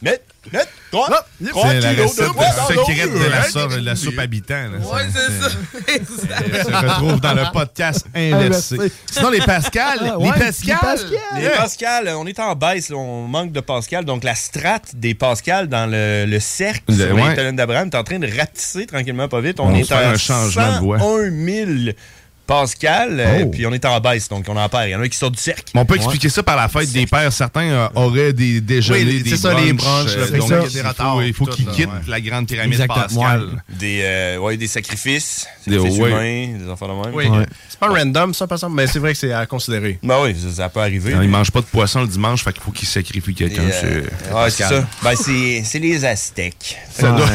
Speaker 5: Net, net, trois, trois
Speaker 3: C'est la
Speaker 5: kilos
Speaker 3: recette
Speaker 5: de pois dans l'eau.
Speaker 3: secrète de la
Speaker 5: Hein?
Speaker 3: soupe, de la soupe habitant. là.
Speaker 5: Ouais, c'est ça.
Speaker 3: Elle se retrouve dans le podcast inversé.
Speaker 5: Inversé.
Speaker 3: Sinon, les Pascal,
Speaker 5: Ah,
Speaker 3: les
Speaker 5: ouais,
Speaker 3: Pascal,
Speaker 5: Les Pascal, on est en baisse, là, on manque de Pascal. Donc, la strate des Pascal dans le, le cercle
Speaker 3: Le-
Speaker 5: sur
Speaker 3: ouais.
Speaker 5: les talons d'Abraham est en train de rapetisser tranquillement, pas vite. On,
Speaker 3: On
Speaker 5: est
Speaker 3: fait
Speaker 5: à
Speaker 3: un changement de voix. Oh.
Speaker 5: 101 000 Pascal, euh, puis on est en baisse, donc on en perd. Il y en a qui sortent du cercle.
Speaker 3: Mais on peut
Speaker 5: Ouais.
Speaker 3: expliquer ça par la fête des pères. Certains euh, auraient des déjeuners,
Speaker 5: Oui,
Speaker 3: des
Speaker 5: c'est ça, les branches, là,
Speaker 3: euh, donc,
Speaker 5: c'est ça.
Speaker 3: il y a des retards, Il faut
Speaker 5: tout,
Speaker 3: qu'ils
Speaker 5: là,
Speaker 3: quittent
Speaker 5: ouais.
Speaker 3: la grande pyramide Pascal.
Speaker 5: Des, euh, ouais, des sacrifices,
Speaker 3: Des-
Speaker 5: des sacrifices
Speaker 3: ouais.
Speaker 5: humains, des enfants de même.
Speaker 10: Oui. C'est pas random, ça, par exemple, mais c'est vrai que c'est à considérer.
Speaker 5: Ben oui, ça, ça peut arriver.
Speaker 3: Non, Ils mangent pas de poisson le dimanche, fait qu'il faut qu'ils sacrifient quelqu'un.
Speaker 5: Et,
Speaker 3: c'est-
Speaker 5: euh, ouais, c'est
Speaker 3: Pascal.
Speaker 5: ça. Ben, c'est c'est les Aztèques.
Speaker 3: Ça doit-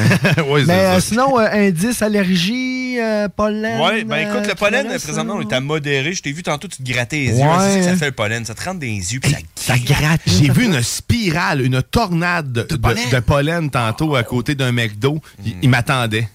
Speaker 3: Ouais,
Speaker 6: Mais
Speaker 3: c'est ça.
Speaker 6: euh, sinon, euh, indice, allergie, euh, pollen.
Speaker 5: Ouais, ben
Speaker 6: euh,
Speaker 5: écoute, le
Speaker 6: tout
Speaker 5: pollen,
Speaker 6: reste,
Speaker 5: présentement, on est à modérer. Je t'ai vu tantôt, tu te grattais les
Speaker 3: Ouais.
Speaker 5: yeux. C'est ce que ça fait le pollen. Ça te rentre des yeux, puis ça gratte.
Speaker 3: J'ai vu une spirale, une tornade de, de- de pollen. tantôt à côté d'un McDo. Il, il m'attendait.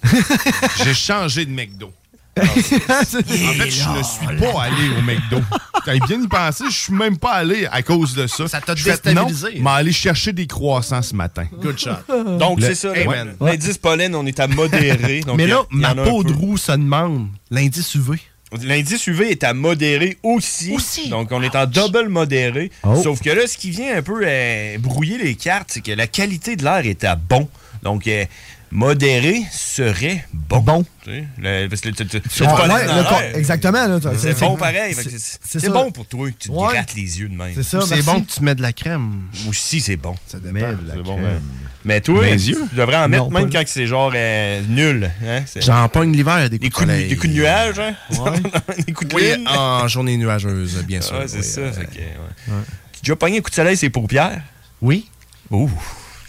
Speaker 3: J'ai changé de McDo.
Speaker 5: Ah,
Speaker 3: en fait, je ne suis pas allé au McDo. T'as bien y penser, je suis même pas allé à cause de ça. Ça t'a
Speaker 5: déstabilisé.
Speaker 3: Mais aller chercher des croissants ce matin.
Speaker 10: Good shot.
Speaker 5: Donc,
Speaker 3: Le-
Speaker 5: c'est ça.
Speaker 3: Hey,
Speaker 5: le-
Speaker 3: man.
Speaker 5: L'indice pollen, on est à modérer. Donc,
Speaker 10: mais
Speaker 5: il y a-
Speaker 10: là,
Speaker 5: il y
Speaker 10: ma
Speaker 5: en a un
Speaker 10: peau de
Speaker 5: peu.
Speaker 10: roue se demande l'indice UV.
Speaker 5: L'indice UV est à modérer aussi. Donc, on est en double modéré.
Speaker 10: Oh.
Speaker 5: Sauf que là, ce qui vient un peu euh, brouiller les cartes, c'est que la qualité de l'air est à bon. Donc, euh, modéré serait bon. Bon. Le, parce que le- tu- tu- tu- tu
Speaker 6: Ouais,
Speaker 5: colles
Speaker 6: ouais,
Speaker 5: dans
Speaker 6: le
Speaker 5: l'air.
Speaker 6: co- exactement, là, tu-
Speaker 5: C'est
Speaker 6: c'est-
Speaker 5: bon pareil. fait que
Speaker 6: c'est-
Speaker 5: C'est
Speaker 6: c'est
Speaker 5: c'est
Speaker 6: ça.
Speaker 5: bon pour toi. Tu te
Speaker 6: Ouais.
Speaker 5: grattes les yeux de même.
Speaker 6: C'est ça,
Speaker 5: Ou
Speaker 6: merci.
Speaker 5: tu mets de la crème. Aussi, c'est bon. Ça dépend. C'est bon,
Speaker 10: crème.
Speaker 5: hein. Mais toi,
Speaker 10: Mes
Speaker 5: tu
Speaker 10: yeux?
Speaker 5: devrais en mettre
Speaker 10: Non,
Speaker 5: même
Speaker 10: pas-
Speaker 5: quand c'est genre euh, nul. hein, c'est-
Speaker 10: J'en pogne l'hiver, des
Speaker 5: Des
Speaker 10: coups de soleil.
Speaker 5: des coups de nuages, hein? des coups de
Speaker 10: Oui,
Speaker 5: lune.
Speaker 10: en journée nuageuse, bien sûr.
Speaker 5: Ouais, c'est
Speaker 10: oui,
Speaker 5: ça.
Speaker 10: euh,
Speaker 5: fait que, ouais. Tu as déjà pogné un coup de soleil ses paupières?
Speaker 10: Oui.
Speaker 5: Ouh.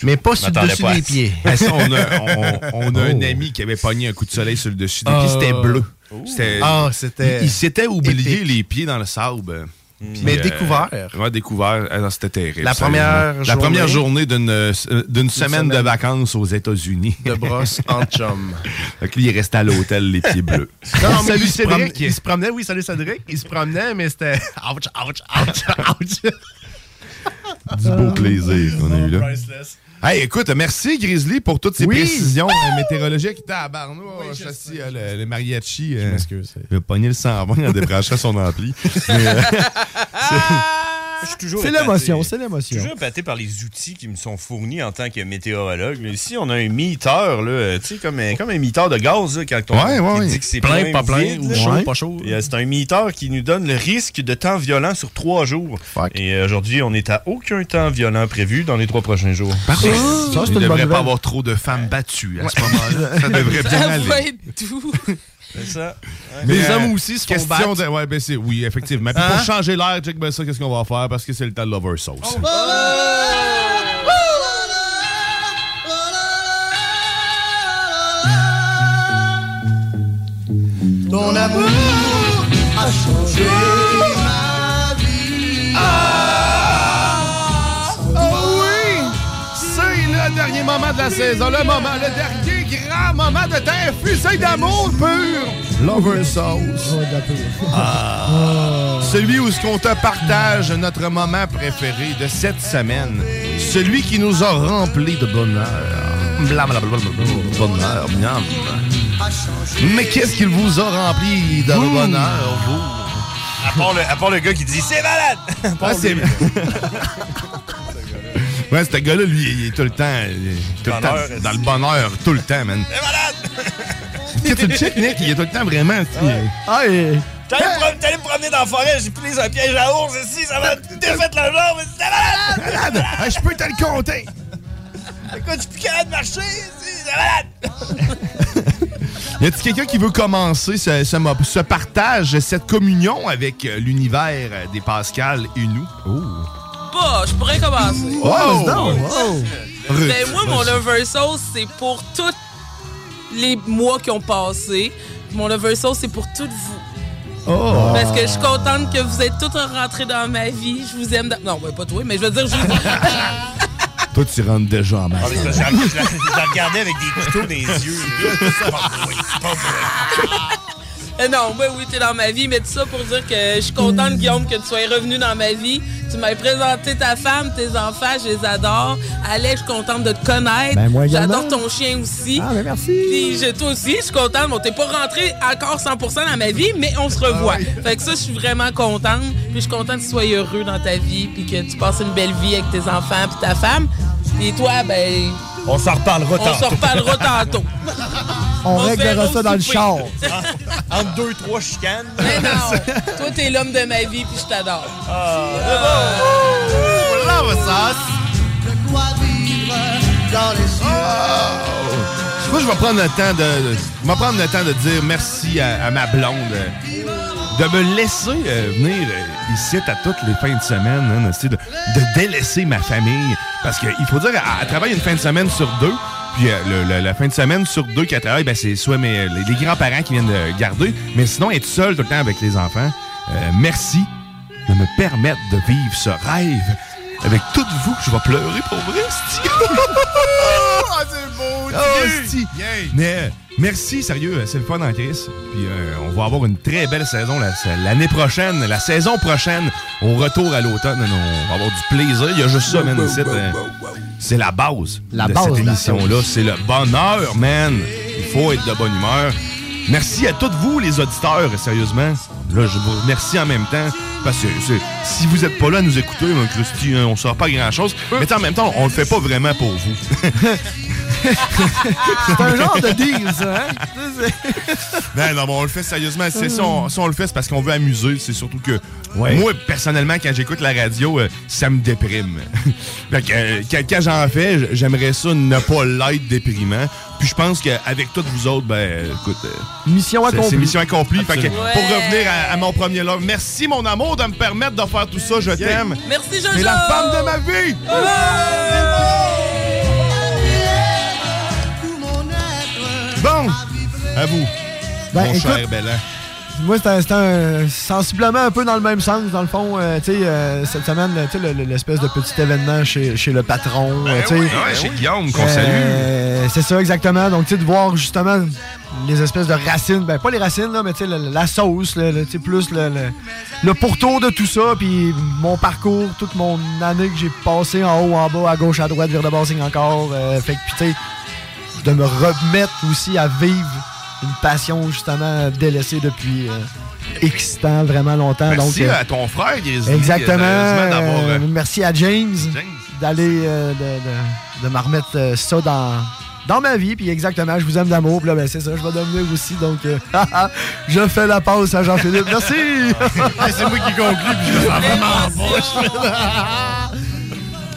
Speaker 10: Mais pas
Speaker 5: Je
Speaker 10: sur le
Speaker 5: m'attendais
Speaker 10: dessus
Speaker 5: pas à
Speaker 10: des
Speaker 5: ça.
Speaker 10: pieds.
Speaker 3: Ah, ça, on a, on- on a un
Speaker 10: Oh.
Speaker 3: ami qui avait pogné un coup de soleil sur le dessus des
Speaker 10: Ah.
Speaker 3: pieds. C'était bleu.
Speaker 5: Oh.
Speaker 3: C'était-
Speaker 10: Ah, c'était
Speaker 3: Il, il s'était oublié
Speaker 10: épique.
Speaker 3: les pieds dans le sable.
Speaker 5: Hmm.
Speaker 3: Puis, euh,
Speaker 10: Mais découvert.
Speaker 3: Ouais, découvert. Ah non, c'était terrible.
Speaker 10: La première
Speaker 3: sérieusement. La première
Speaker 10: journée-
Speaker 3: journée d'une euh, d'une semaine, de
Speaker 10: semaine.
Speaker 3: vacances aux États-Unis.
Speaker 10: de brosse en chum.
Speaker 3: Fait que lui, il restait à l'hôtel les pieds bleus.
Speaker 10: Non, non, mais
Speaker 3: Salut
Speaker 10: il se, promenait,
Speaker 3: Cédric.
Speaker 10: il se promenait, oui, salut Cédric. Il se promenait, mais c'était ouch, ouch, ouch, ouch.
Speaker 3: Du beau plaisir qu'on a eu là.
Speaker 10: Priceless.
Speaker 3: Hey, écoute, merci Grizzly pour toutes ces
Speaker 10: Oui.
Speaker 3: précisions euh, météorologiques. T'as à Barneau, châssis, euh, le, le mariachi. euh, Il a pogné le 120 en débranchant son ampli. Mais, euh,
Speaker 5: Je suis toujours
Speaker 6: C'est
Speaker 5: épaté.
Speaker 6: l'émotion, Ah, c'est
Speaker 5: Je suis
Speaker 6: l'émotion.
Speaker 5: toujours épaté par les outils qui me sont fournis en tant que météorologue. Mais ici, on a un miteur, là, euh, tu sais, comme, un- comme un miteur de gaz, là, quand on
Speaker 10: Ouais, ouais,
Speaker 5: qui
Speaker 10: ouais.
Speaker 5: dit que c'est
Speaker 10: Plein,
Speaker 5: plein,
Speaker 10: pas plein,
Speaker 5: vide,
Speaker 10: ou
Speaker 5: là.
Speaker 10: chaud, pas chaud.
Speaker 5: Et, euh, c'est un miteur qui nous donne le risque de temps violent sur trois jours. Et euh, aujourd'hui, on n'est à aucun temps violent prévu dans les trois prochains jours.
Speaker 3: Parfait.
Speaker 5: Ça, c'est une
Speaker 3: il ne
Speaker 5: bonne
Speaker 3: devrait
Speaker 5: nouvelle.
Speaker 3: pas avoir trop de femmes battues à ce
Speaker 5: Ouais.
Speaker 3: moment-là. Ça devrait bien
Speaker 5: Ça
Speaker 3: aller.
Speaker 5: va
Speaker 11: être tout.
Speaker 5: C'est ça. Ouais.
Speaker 3: Mais, euh,
Speaker 5: question
Speaker 3: question
Speaker 5: de-
Speaker 3: de- ouais, ben c'est- oui, effectivement. Puis
Speaker 5: Hein? Oh,
Speaker 3: pour changer l'air, check ben ça, qu'est-ce qu'on va faire? Parce que c'est le temps de Lover Sauce.
Speaker 22: Ton amour a changé ma vie.
Speaker 3: Oh oui! C'est le dernier moment de la saison, le moment, le dernier grand moment de ta fusée d'amour pur! Lover Sauce. Ah. Celui où ce qu'on te partage notre moment préféré de cette semaine. Celui qui nous a remplis de bonheur. Blablabla, bonheur, miam. Mais qu'est-ce qu'il vous a rempli de bonheur, vous?
Speaker 5: À part, le, à part le gars qui dit c'est malade! À part
Speaker 3: Ah, c'est-
Speaker 5: lui.
Speaker 3: Ouais, ce gars-là, lui, il est tout le temps, il est tout le temps
Speaker 5: Bonheur,
Speaker 3: dans le bonheur, tout le temps, man. Quand tu le check, Nick, il est tout le temps vraiment. tu sais,
Speaker 6: Ah, et-
Speaker 5: T'es allé me prom- t'es allé me promener dans la forêt, j'ai pris un piège à ours ici, ça m'a défait la jambe, mais c'était malade!
Speaker 3: Malade! Ah, Je peux te le compter!
Speaker 5: Écoute, je suis plus capable de marcher, ici, c'est malade!
Speaker 3: Y a-t-il quelqu'un qui veut commencer ce, ce mo- ce partage, cette communion avec euh, l'univers euh, des Pascal et nous?
Speaker 11: Bah, je pourrais commencer.
Speaker 3: Oh, Oh, vas-y donc, oh.
Speaker 11: Ben, moi, mon
Speaker 3: Vas-y.
Speaker 11: lover sauce, c'est pour tous les mois qui ont passé. Mon lover sauce, c'est pour toutes vous.
Speaker 3: Oh.
Speaker 11: Parce que je suis contente que vous êtes toutes rentrées dans ma vie. Je vous aime. d'a- Non, ben, pas toi, mais je veux dire, je vous-
Speaker 3: Toi, tu rentres déjà en masse.
Speaker 5: Je la- je la je la regardais avec des couteaux dans les yeux. C'est pas vrai, c'est pas vrai.
Speaker 11: Euh, Non, ben oui, t'es dans ma vie, mais tout ça pour dire que je suis contente, Guillaume, que tu sois revenu dans ma vie. Tu m'as présenté ta femme, tes enfants, je les adore. Alex, je suis contente de te connaître.
Speaker 6: Ben, moi également.
Speaker 11: J'adore ton chien aussi.
Speaker 6: Ah, ben, merci.
Speaker 11: Puis je, toi aussi, je suis contente. Bon, t'es pas rentré encore 100% dans ma vie, mais on
Speaker 6: Ah
Speaker 11: se revoit. Fait que ça, je suis vraiment contente. Puis je suis contente que tu sois heureux dans ta vie, puis que tu passes une belle vie avec tes enfants puis ta femme. Et toi, ben,
Speaker 5: On s'en reparlera
Speaker 11: on se reparlera tantôt.
Speaker 6: On
Speaker 11: se verra
Speaker 6: réglera
Speaker 11: au
Speaker 6: ça dans le
Speaker 11: souper.
Speaker 6: char.
Speaker 5: Ah. Entre deux, trois chicanes.
Speaker 11: Mais non, toi, t'es l'homme de ma vie, puis je t'adore.
Speaker 5: Ah,
Speaker 22: De quoi vivre dans les cieux.
Speaker 3: Je crois que je vais prendre le temps de, de- je vais prendre le temps de dire merci à, à ma blonde euh, de me laisser euh, venir euh, ici à toutes les fins de semaine, hein, de- de, de délaisser ma famille. Parce qu'il faut dire, elle, elle travaille une fin de semaine sur deux. Puis euh, le- le- la fin de semaine sur deux qu'elle travaille, ben, c'est soit mes, les, les grands-parents qui viennent de garder, mais sinon être seule tout le temps avec les enfants. Euh, merci de me permettre de vivre ce rêve. Avec toutes vous, je vais pleurer pour vrai, c'ti.
Speaker 22: Ah, c'est beau,
Speaker 3: Oh,
Speaker 11: Ah,
Speaker 22: Dieu.
Speaker 3: c'ti. Mais euh, merci, sérieux, euh, c'est le fun en crise. Puis euh, on va avoir une très belle saison la- l'année prochaine, la saison prochaine, au retour à l'automne. Non, non, on va avoir du plaisir. Il y a juste ça, man. ici, euh, C'est la base
Speaker 6: La
Speaker 3: de
Speaker 6: base
Speaker 3: cette
Speaker 6: de la
Speaker 3: émission-là.
Speaker 6: chose.
Speaker 3: C'est le bonheur, man. Il faut être de bonne humeur. Merci à tous vous, les auditeurs, sérieusement. Là, je vous remercie en même temps. Parce que c'est- si vous n'êtes pas là à nous écouter, hein, Christy, hein, on ne sort pas grand-chose. Mais tu sais, en même temps, on ne le fait pas vraiment pour vous.
Speaker 6: C'est un genre de deal, ça, hein?
Speaker 3: Ben Non, non, bon, on le fait sérieusement. C'est, si, on, si on le fait, c'est parce qu'on veut amuser. C'est surtout que
Speaker 6: Ouais.
Speaker 3: moi, personnellement, quand j'écoute la radio, euh, ça me déprime. Fait que, euh, quand, quand j'en fais, j- j'aimerais ça ne pas l'être déprimant. Puis je pense qu'avec toutes vous autres, ben, euh, écoute... euh,
Speaker 6: Mission
Speaker 3: c'est- C'est
Speaker 6: accomplie.
Speaker 3: mission accomplie. Fait que,
Speaker 6: Absolument.
Speaker 3: pour revenir à, à mon premier love, merci mon amour de me permettre de faire tout ça. Je t'aime.
Speaker 11: Merci,
Speaker 3: T'es
Speaker 11: Jojo!
Speaker 3: la femme de ma vie! Bon, à vous,
Speaker 6: Ben,
Speaker 3: mon
Speaker 6: écoute,
Speaker 3: cher Bellan.
Speaker 6: Moi, c'est un- c'est un- sensiblement un peu dans le même sens. Dans le fond, euh, tu sais, euh, cette semaine, tu sais, le- le- l'espèce de petit événement chez, chez le patron. euh, tu sais.
Speaker 3: Ben oui, ouais, chez Guillaume, qu'on
Speaker 6: Euh, C'est ça, exactement. Donc, tu sais, de voir justement les espèces de racines. Ben, pas les racines, là, mais tu sais, le- la sauce, le- le- tu sais, plus le, le- le pourtour de tout ça. Puis mon parcours, toute mon année que j'ai passée en haut, en bas, à gauche, à droite, vers de bassing encore. euh, fait que, puis, tu sais, de me remettre aussi à vivre une passion justement délaissée depuis euh, X temps, vraiment longtemps.
Speaker 3: Merci
Speaker 6: Donc, euh,
Speaker 3: à ton frère, Grizzly.
Speaker 6: Exactement.
Speaker 3: sérieusement, d'avoir,
Speaker 6: euh,
Speaker 3: euh,
Speaker 6: merci à James,
Speaker 3: James.
Speaker 6: d'aller euh, de, de, de me remettre euh, ça dans, dans ma vie. Puis exactement, je vous aime d'amour. Puis là, ben, c'est ça, je vais devenir aussi. Donc, euh, je fais la pause à Jean-Philippe. Merci.
Speaker 7: c'est moi qui conclue, puis je me sens vraiment en poche.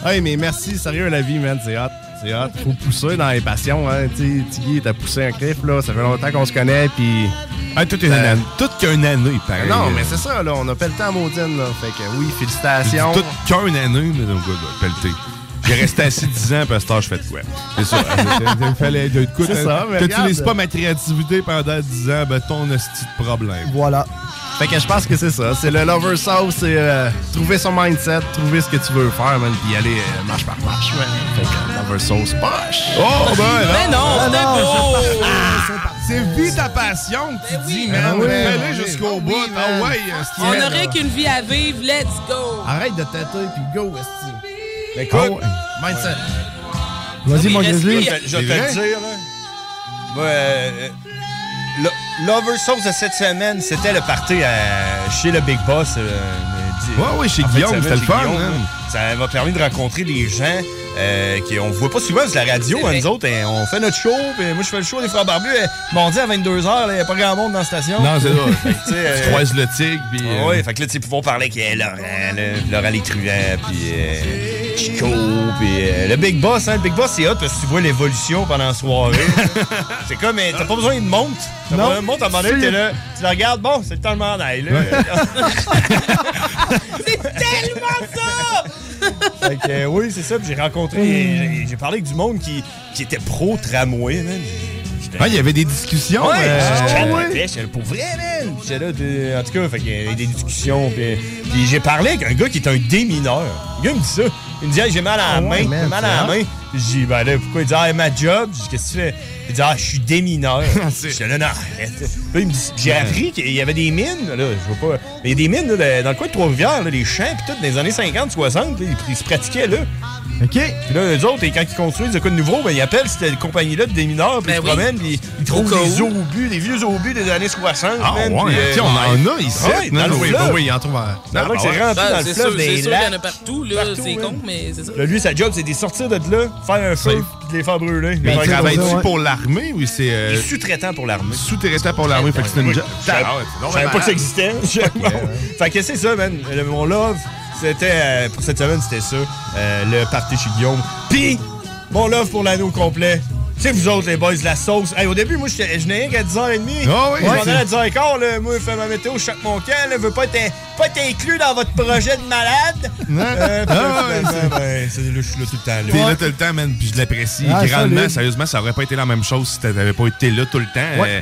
Speaker 7: hey, mais merci, sérieux, la vie, man, c'est hot. C'est hot. Faut pousser dans les passions, hein. Tu sais, Tiggy, t'as poussé un clip, là. Ça fait longtemps qu'on se connaît, puis.
Speaker 3: Ah, toute une année. Toute qu'une année, pareil. euh,
Speaker 7: Non, mais c'est ça, là. On a pelleté à Maudine, là. Fait que oui,
Speaker 3: J'ai dit
Speaker 7: félicitations.
Speaker 3: Toute qu'une année, mais donc, ouais, ouais, pelleté. J'ai resté assis 10 ans, parce que je fais de quoi? C'est ça. hein, Il fallait de coup.
Speaker 5: hein.
Speaker 7: C'est ça, mais
Speaker 3: T'utilises
Speaker 7: regarde.
Speaker 3: pas ma créativité pendant 10 ans, ben ton hostie de problème.
Speaker 6: Voilà.
Speaker 7: Fait que je pense que c'est ça. C'est le lover sauce, c'est euh, trouver son mindset, trouver ce que tu veux faire, man, puis aller euh, marche par marche, man. Fait que lover sauce, poche.
Speaker 3: Oh, ben oh,
Speaker 7: Mais
Speaker 3: non,
Speaker 7: non,
Speaker 3: c'était
Speaker 10: oh,
Speaker 7: beau!
Speaker 3: C'est vie ta passion, que tu dis, man.
Speaker 7: oui,
Speaker 3: Fais-le
Speaker 7: oui,
Speaker 3: jusqu'au
Speaker 7: oui,
Speaker 3: bout.
Speaker 7: man.
Speaker 3: Ah ouais, hostie,
Speaker 11: On
Speaker 3: man.
Speaker 11: n'aurait qu'une vie à vivre, let's go!
Speaker 7: Arrête de tâter, puis go, Esti.
Speaker 5: Ah
Speaker 3: Écoute,
Speaker 7: mindset.
Speaker 6: Vas-y, mon
Speaker 7: Grizzly.
Speaker 6: Grizzly.
Speaker 5: Je vais te- je vais te le dire, là. Moi, euh, lo- Lover Sauce de cette semaine, c'était le party à- chez le Big Boss. euh, euh,
Speaker 3: Ouais, ouais, chez
Speaker 5: en fin de
Speaker 3: Guillaume,
Speaker 5: semaine,
Speaker 3: c'était le
Speaker 5: chez
Speaker 3: fun,
Speaker 5: Guillaume,
Speaker 3: hein.
Speaker 5: là. Ça m'a permis de rencontrer des gens euh, qu'on voit pas souvent sur la radio, hein, nous autres. hein, on fait notre show, puis moi, je fais le show des Frères Barbus. euh, Mardi à 22h, il n'y a pas grand monde dans la station.
Speaker 3: Non, c'est ça.
Speaker 5: Fait que, tu sais, euh,
Speaker 3: Tu croises le tigre, puis.
Speaker 5: ah
Speaker 3: euh,
Speaker 5: ouais, fait que là, tu sais, pouvoir parler avec euh, Laurent, là, puis Laurent les truands, puis euh, Chico, puis euh, le Big Boss, hein. Le Big Boss, c'est hot parce que tu vois l'évolution pendant la soirée. c'est comme, euh, t'as pas besoin d'une montre. T'as
Speaker 7: Non.
Speaker 5: pas besoin d'une montre, à un moment donné,
Speaker 7: C'est-
Speaker 5: t'es là, tu la regardes, bon, c'est le temps de m'en aller, là.
Speaker 11: C'est tellement ça!
Speaker 5: fait que, euh, oui, c'est ça, puis j'ai rencontré,
Speaker 3: Mm.
Speaker 5: j'ai- j'ai parlé avec du monde qui, qui était pro-tramway, man.
Speaker 3: Ah, il y avait des discussions.
Speaker 5: Ouais,
Speaker 3: euh,
Speaker 5: je
Speaker 3: ouais.
Speaker 5: capotais, j'étais là, pour vrai, man. J'étais là, t'es- en tout cas, fait qu'il y a eu des discussions. Puis, puis j'ai parlé avec un gars qui est un démineur. Le gars me dit ça. Il me dit, Hey, j'ai mal à la
Speaker 7: Ah ouais,
Speaker 5: main,
Speaker 7: man,
Speaker 5: j'ai mal à la
Speaker 7: c'est
Speaker 5: main. Puis J'ai dit, ben là, pourquoi? Il dit, ah, ma job. Je dis, qu'est-ce que tu fais? Il dit, ah, je suis démineur. J'étais là, non, arrête. Là, il me dit, j'ai appris qu'il y avait des mines, là, je vois pas. Mais il y a des mines, là, dans le coin de Trois-Rivières, là, les champs, puis tout, dans les années 50, 60, là, ils, ils se pratiquaient, là.
Speaker 6: OK. Puis
Speaker 5: là, eux autres, et quand ils construisent de quoi de nouveau, ben, ils appellent cette compagnie-là de démineurs, puis
Speaker 7: Ben
Speaker 5: ils
Speaker 7: oui.
Speaker 5: se promènent, puis ils trouvent
Speaker 7: Au cas
Speaker 5: des
Speaker 7: où.
Speaker 5: obus, des vieux obus des années 60.
Speaker 7: Ah
Speaker 5: man,
Speaker 7: ouais,
Speaker 5: puis, euh,
Speaker 7: tiens, on en a ici,
Speaker 5: ouais,
Speaker 7: non,
Speaker 5: dans le
Speaker 7: oui,
Speaker 5: fleuve.
Speaker 7: oui, oui, il en trouve à-
Speaker 5: Dans le
Speaker 7: Ah,
Speaker 5: que c'est
Speaker 7: ouais.
Speaker 5: rentré
Speaker 7: Ben,
Speaker 5: dans le
Speaker 11: c'est
Speaker 5: fleuve
Speaker 11: sûr, c'est
Speaker 5: des
Speaker 11: sûr qu'il y en a
Speaker 5: lacs.
Speaker 11: partout, là, c'est con, mais c'est ça.
Speaker 5: Là, lui, sa job, c'est de les sortir de là, faire un feu, puis de les faire brûler.
Speaker 3: Mais
Speaker 5: Faire comme ça,
Speaker 3: il
Speaker 7: ben,
Speaker 3: travaille-tu
Speaker 5: ouais.
Speaker 3: pour l'armée ou c'est. euh,
Speaker 5: Il est sous-traitant pour l'armée.
Speaker 3: Sous-traitant pour l'armée, fait que c'est une job.
Speaker 5: Je savais- je savais pas que ça existait. Bon. Fait que c'est ça, man. Le- mon love, c'était. euh, pour cette semaine, c'était ça. euh, le party chez Guillaume. Puis, mon love pour l'année au complet. C'est vous autres, les boys, la sauce. Hey, au début, moi, j'étais- je n'ai rien qu'à 10h30.
Speaker 3: Ah oui,
Speaker 5: je m'en
Speaker 3: c'est-
Speaker 5: allais à 10h15. Là, moi, je fais ma météo, je chaque mon camp. Là, je veux pas être, in- pas être inclus dans votre projet de malade. Euh, puis là,
Speaker 3: Ah ouais,
Speaker 5: finalement,
Speaker 3: c'est-
Speaker 5: ben, c'est- là, je suis là tout le temps.
Speaker 3: T'es là tout le temps, man, puis je l'apprécie
Speaker 5: Ah,
Speaker 3: grandement.
Speaker 5: salut.
Speaker 3: Sérieusement, ça aurait pas été la même chose si t'avais pas été là tout le temps.
Speaker 5: Ouais.
Speaker 3: Euh,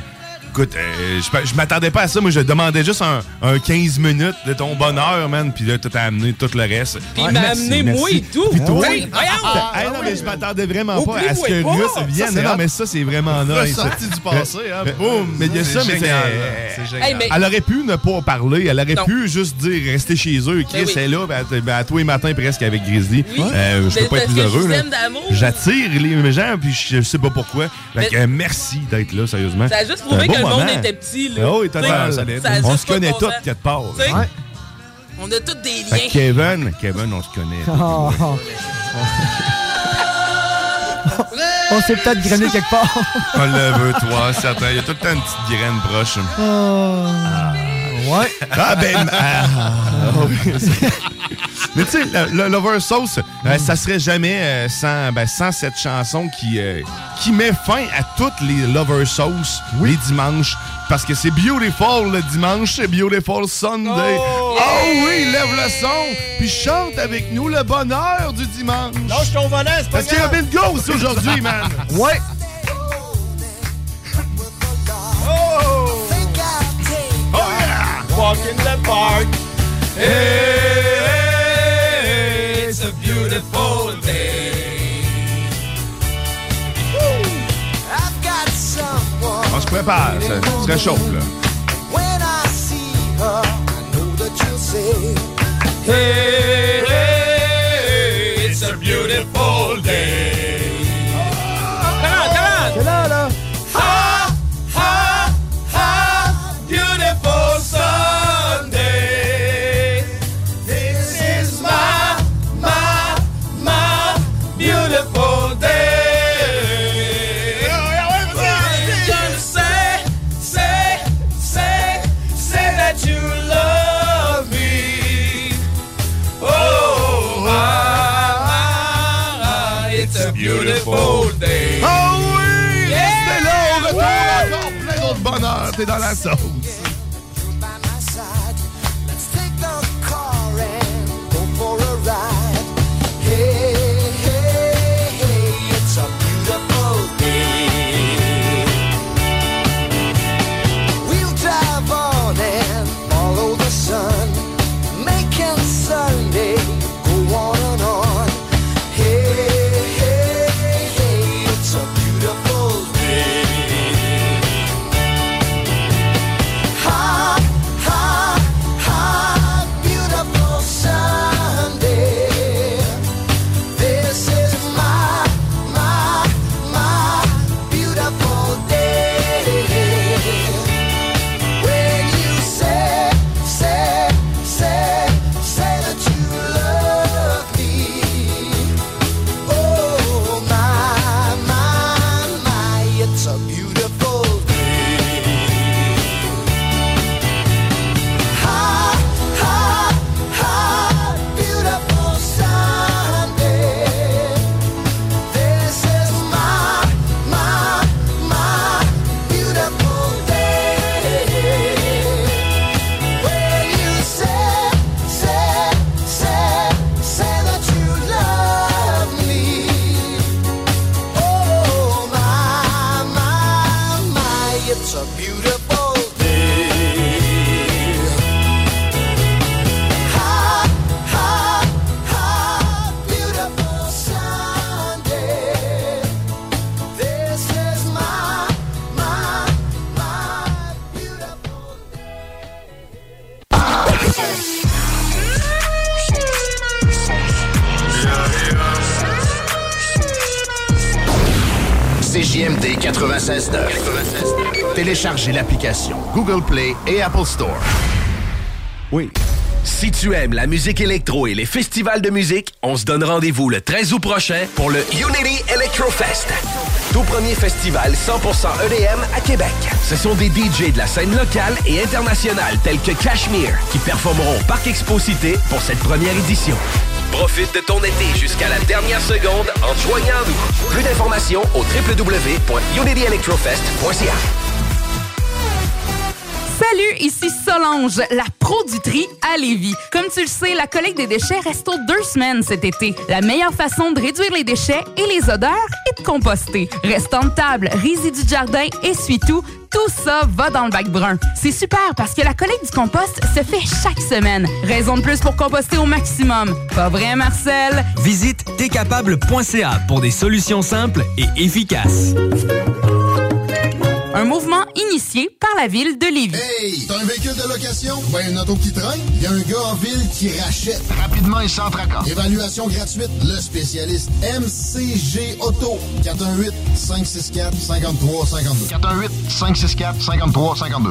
Speaker 3: écoute, euh, je pa- je m'attendais pas à ça. Moi, je demandais juste un, un 15 minutes de ton bonheur, man, puis là, t'as amené tout le reste.
Speaker 11: Puis
Speaker 3: Ouais,
Speaker 11: il m'a
Speaker 3: merci,
Speaker 11: amené moi
Speaker 3: merci.
Speaker 11: et tout.
Speaker 3: Puis toi,
Speaker 11: Oui, voyons.
Speaker 3: Ah, hey, non, mais je m'attendais vraiment pas à ce que
Speaker 11: Oublie-moi
Speaker 3: Russ
Speaker 11: pas.
Speaker 3: vienne.
Speaker 11: Ça, c'est
Speaker 3: Non,
Speaker 11: hot.
Speaker 3: mais ça, c'est vraiment
Speaker 7: Le
Speaker 3: nice.
Speaker 7: sorti du passé, hein,
Speaker 3: Mais-
Speaker 7: boum.
Speaker 3: Mais il y a
Speaker 7: C'est
Speaker 3: ça, mais c'est.
Speaker 7: génial, hein.
Speaker 3: euh,
Speaker 7: C'est génial. Hey, mais-
Speaker 3: Elle aurait pu ne pas parler. Elle aurait
Speaker 7: Non.
Speaker 3: pu juste dire rester chez eux. Chris
Speaker 11: Ben oui.
Speaker 3: est là, ben, à- ben, à tous les matins presque avec Grizzly. Euh, je peux
Speaker 11: Ben,
Speaker 3: pas être
Speaker 11: parce
Speaker 3: plus
Speaker 11: que je
Speaker 3: heureux.
Speaker 11: vous
Speaker 3: là.
Speaker 11: aime d'amour.
Speaker 3: J'attire les gens, puis je sais pas pourquoi. Fait
Speaker 11: Mais-
Speaker 3: que, euh, merci d'être là, sérieusement.
Speaker 11: Ça a juste
Speaker 3: C'est un
Speaker 11: prouvé
Speaker 3: beau
Speaker 11: que le monde
Speaker 3: moment.
Speaker 11: était petit, là.
Speaker 3: Ah oui,
Speaker 11: T'sais,
Speaker 3: total.
Speaker 11: ça- ça a
Speaker 3: On
Speaker 11: juste
Speaker 3: se
Speaker 11: pas de
Speaker 3: connaît
Speaker 11: bon
Speaker 3: tous,
Speaker 11: sens.
Speaker 3: quelque part.
Speaker 11: T'sais,
Speaker 3: Ouais.
Speaker 11: On a tous des
Speaker 3: Fait que
Speaker 11: liens.
Speaker 6: Oh.
Speaker 3: Kevin, Kevin, on se connaît.
Speaker 6: Oh. On s'est peut-être grainé quelque part.
Speaker 3: Lève-toi, certain. Il y a tout le temps une petite graine proche.
Speaker 6: Oh.
Speaker 3: Ouais. Ah, ben. ah, ah oui, c'est- Mais tu sais, le, le Lover Sauce, euh, ça serait jamais euh, sans, ben, sans cette chanson qui, euh, qui met fin à toutes les Lover Sauce les dimanches. Parce que c'est beautiful le dimanche, c'est beautiful Sunday. Oh, oui, lève le son, puis chante avec nous le bonheur du dimanche. Lâche ton volant, c'est Parce qu'il y a Bill Ghost aujourd'hui, man.
Speaker 6: ouais.
Speaker 22: Oh! Oh yeah! Walk in the park. Hey, it's a beautiful day. I've got someone.
Speaker 3: On se prépare, ça, ça serait chaud, là.
Speaker 22: When I see her, I know that you'll say, Hey, hey, it's a beautiful day.
Speaker 11: Come on, come on.
Speaker 22: Ha, ha, ha, beautiful Sunday. This is my, my, my beautiful day. Everybody's gonna say, say, say, say that you love me. Oh, ah, ah, it's a beautiful day.
Speaker 3: Oh oui!
Speaker 22: Restez
Speaker 3: là, on
Speaker 22: Woo!
Speaker 3: retourne encore plein d'autres bonheurs, t'es dans la sauce.
Speaker 22: Sunday, go on and on. Hey, hey, hey, it's a beautiful day. Ha, ha, ha, beautiful Sunday. This is my, my, my beautiful day. When you say, say, say, say that you love me. Oh, my, my, my, it's a beautiful day. Ha, ha, ha, beautiful Sunday. This is my, my, my beautiful day. When you say, say, say, say that you love me. Oh, my, my, my, it's a beautiful day. Ha, ha, ha, beautiful Sunday. This is my, my, my beautiful
Speaker 20: CJMD 96.9. Téléchargez l'application Google Play et Apple Store.
Speaker 9: Oui.
Speaker 15: Si tu aimes la musique électro et les festivals de musique, on se donne rendez-vous le 13 août prochain pour le Unity Electrofest. Tout premier festival 100% EDM E à Québec. Ce sont des DJ de la scène locale et internationale tels que Cashmere qui performeront au Parc Expo Cité pour cette première édition. Profite de ton été jusqu'à la dernière seconde en te joignant à nous. Plus d'informations au www.unityelectrofest.ca.
Speaker 14: Salut, ici Solange, la produiterie à Lévis. Comme tu le sais, la collecte des déchets reste aux deux semaines cet été. La meilleure façon de réduire les déchets et les odeurs est de composter. Restants de table, résidus de jardin, essuie-tout, tout ça va dans le bac brun. C'est super parce que la collecte du compost se fait chaque semaine. Raison de plus pour composter au maximum. Pas vrai, Marcel?
Speaker 13: Visite tcapable.ca pour des solutions simples et efficaces.
Speaker 14: Un mouvement initié par la ville de Lévis.
Speaker 25: Hey! T'as un véhicule de location? ou Ben, une auto qui traîne? Y a un gars en ville qui rachète. Rapidement et sans tracas. Évaluation gratuite. Le spécialiste MCG Auto. 418-564-5352. 418-564-5352.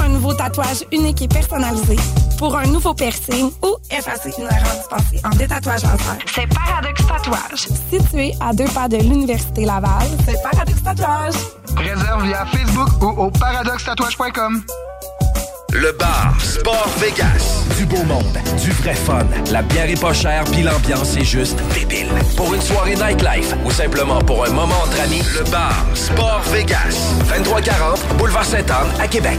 Speaker 26: un nouveau tatouage unique et personnalisé, pour un nouveau piercing ou effacer une erreur
Speaker 11: Ah,
Speaker 26: dispensée en détatouage laser, c'est Paradox Tatouage. Situé à deux pas de l'Université Laval, c'est Paradox Tatouage.
Speaker 27: Réserve via Facebook ou au paradoxtatouage.com.
Speaker 15: Le bar Sport Vegas. Du beau monde, du vrai fun. La bière est pas chère, puis l'ambiance est juste débile. Pour une soirée nightlife ou simplement pour un moment entre amis, le bar Sport Vegas. 2340 Boulevard Saint-Anne à Québec.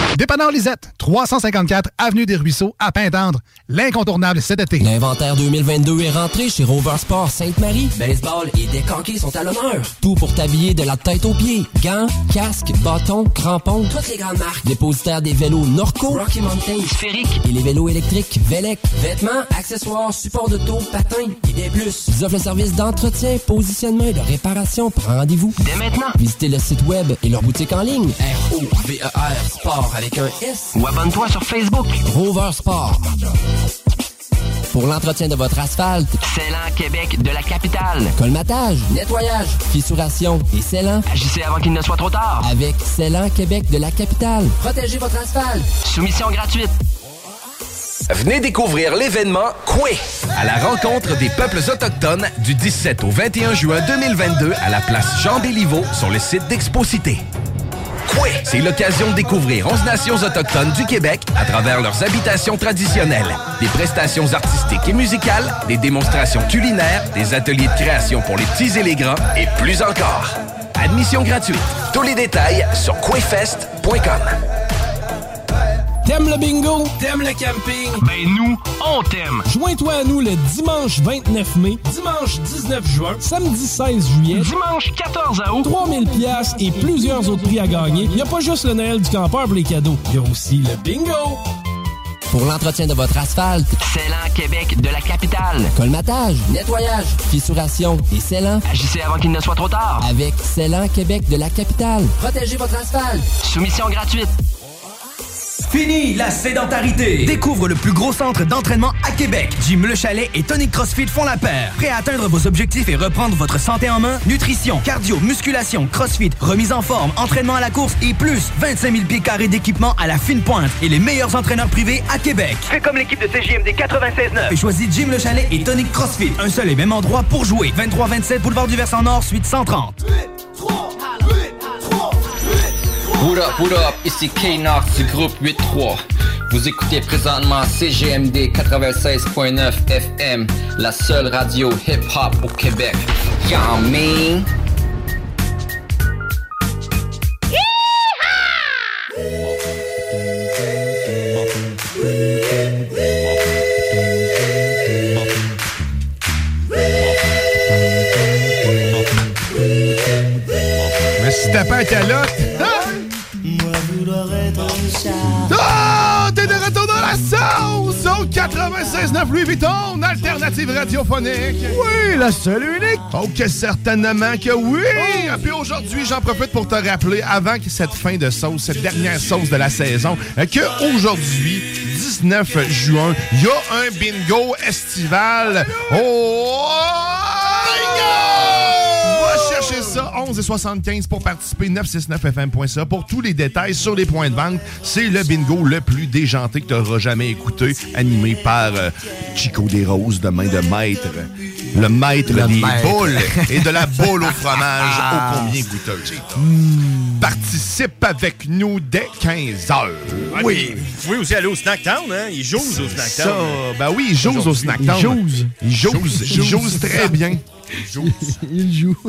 Speaker 16: Dépanneur Lisette, 354 Avenue des Ruisseaux, à Pintendre. L'incontournable cet été.
Speaker 19: L'inventaire 2022 est rentré. Entrée chez Rover Sport Sainte-Marie. Baseball et décanqués sont à l'honneur. Tout pour t'habiller de la tête aux pieds. Gants, casques, bâtons, crampons. Toutes les grandes marques. Dépositaire des vélos Norco, Rocky Mountain, Sphérique et les vélos électriques Velec. Vêtements, accessoires, supports de taux, patins et des plus. Ils offrent le service d'entretien, positionnement et de réparation. Prends rendez-vous dès maintenant. Visitez le site web et leur boutique en ligne. R-O-V-E-R Sport avec un S. Ou abonne-toi sur Facebook. Rover Sport. Pour l'entretien de votre asphalte, Célan Québec de la capitale. Colmatage, nettoyage, fissuration et Célan. Agissez avant qu'il ne soit trop tard. Avec Célan Québec de la capitale. Protégez votre asphalte. Soumission gratuite.
Speaker 15: Venez découvrir l'événement Koué à la rencontre des peuples autochtones du 17 au 21 juin 2022 à la place Jean Béliveau sur le site d'Exposité. Koué, c'est l'occasion de découvrir 11 nations autochtones du Québec à travers leurs habitations traditionnelles, des prestations artistiques et musicales, des démonstrations culinaires, des ateliers de création pour les petits et les grands et plus encore. Admission gratuite. Tous les détails sur kouéfest.com.
Speaker 19: T'aimes le bingo? T'aimes le camping? Ben nous, on t'aime! Joins-toi à nous le dimanche 29 mai, dimanche 19 juin, samedi 16 juillet, dimanche 14 août, 3000 pièces et plusieurs autres prix à gagner. Il n'y a pas juste le Noël du campeur pour les cadeaux, il y a aussi le bingo! Pour l'entretien de votre asphalte, Célan Québec de la capitale. Colmatage, nettoyage, fissuration et Célan. Agissez avant qu'il ne soit trop tard. Avec Célan Québec de la capitale. Protégez votre asphalte. Soumission gratuite.
Speaker 13: Fini la sédentarité! Découvre le plus gros centre d'entraînement à Québec. Jim Le Chalet et Tonic CrossFit font la paire. Prêt à atteindre vos objectifs et reprendre votre santé en main? Nutrition, cardio, musculation, CrossFit, remise en forme, entraînement à la course et plus 25 000 pieds carrés d'équipement à la fine pointe et les meilleurs entraîneurs privés à Québec.
Speaker 28: Fais comme l'équipe de CJMD 96.9.
Speaker 13: Et choisis Jim Le Chalet et Tonic CrossFit. Un seul et même endroit pour jouer. 23-27 Boulevard du Versant Nord, suite 130.
Speaker 19: What up, what up, ici K-Nox du groupe 8-3. Vous écoutez présentement CGMD 96.9 FM, la seule radio hip-hop au Québec. Y'en mean?
Speaker 3: Mais si t'as pas un calotte,
Speaker 15: Ah, t'es de retour dans la sauce!
Speaker 3: au 96.9 Louis Vuitton, alternative radiophonique.
Speaker 6: Oui, la seule et unique.
Speaker 3: Oh, que certainement que oui. Et puis aujourd'hui, j'en profite pour te rappeler, avant que cette fin de sauce, cette dernière sauce de la saison, euh, que aujourd'hui, 19 juin, il y a un bingo estival. Oh! Va chercher ça, 11 et 75 pour participer, 969fm.ca pour tous les détails sur les points de vente. C'est le bingo le plus déjanté que tu auras jamais écouté, animé par euh, Chico des Roses de main de maître. Le maître
Speaker 29: Le
Speaker 3: des
Speaker 29: maître. Ah.
Speaker 3: boules et de la boule au fromage au combien goûteuse. Participe avec nous dès 15 h
Speaker 5: Oui. Vous pouvez aussi aller au Snacktown, hein? Ils jouent au Snacktown.
Speaker 3: Ça, ben oui, ils jouent au snack town. Ils jouent. Ils jouent très bien.
Speaker 5: Ils jouent.
Speaker 6: Ils jouent.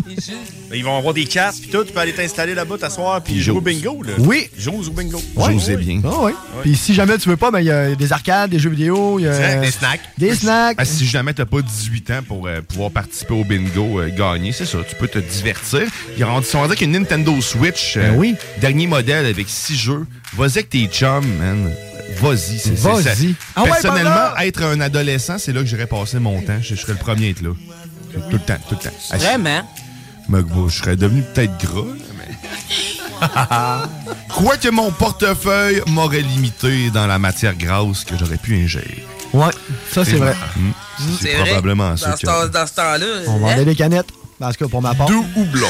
Speaker 5: Ils vont avoir des cartes, puis tout. Tu peux aller t'installer là-bas, t'asseoir, puis
Speaker 3: Ils
Speaker 5: jouer au
Speaker 3: jouent.
Speaker 5: bingo, là.
Speaker 6: Oui.
Speaker 5: Ils jouent au bingo.
Speaker 6: Ouais.
Speaker 5: Jouent,
Speaker 3: bien.
Speaker 6: Ah ouais. Puis si jamais tu veux pas, ben, il y a des arcades, des jeux vidéo, il y a
Speaker 3: Des snacks.
Speaker 6: Des snacks.
Speaker 3: Ben, si jamais t'as pas 18 ans pour euh, pouvoir participer au bingo, euh, gagner, c'est ça, tu peux te divertir. Ils ont on dit qu'une Nintendo Switch,
Speaker 6: Ben
Speaker 3: euh, dernier modèle avec 6 jeux, vas-y avec tes chums, man. Vas-y, c'est c'est
Speaker 6: Vas-y.
Speaker 3: ça.
Speaker 6: Ah ouais,
Speaker 3: Personnellement,
Speaker 6: pendant-
Speaker 3: être un adolescent, c'est là que j'irais passer mon temps. Je, je serais le premier à être là. Tout, tout le temps, tout le temps. Ah, si-
Speaker 30: Vraiment?
Speaker 3: Mais bon, je serais devenu peut-être gras, là, mais. Quoique mon portefeuille m'aurait limité dans la matière grasse que j'aurais pu ingérer.
Speaker 6: Ouais, ça c'est
Speaker 3: Et-
Speaker 6: vrai.
Speaker 5: Ah.
Speaker 3: Hmm. C'est
Speaker 30: vrai.
Speaker 3: probablement ça
Speaker 30: Dans ce
Speaker 3: que-
Speaker 30: temps- dans ce temps-là.
Speaker 6: On
Speaker 30: hein?
Speaker 6: vendait des canettes. En tout cas, pour ma part. Deux
Speaker 3: houblons.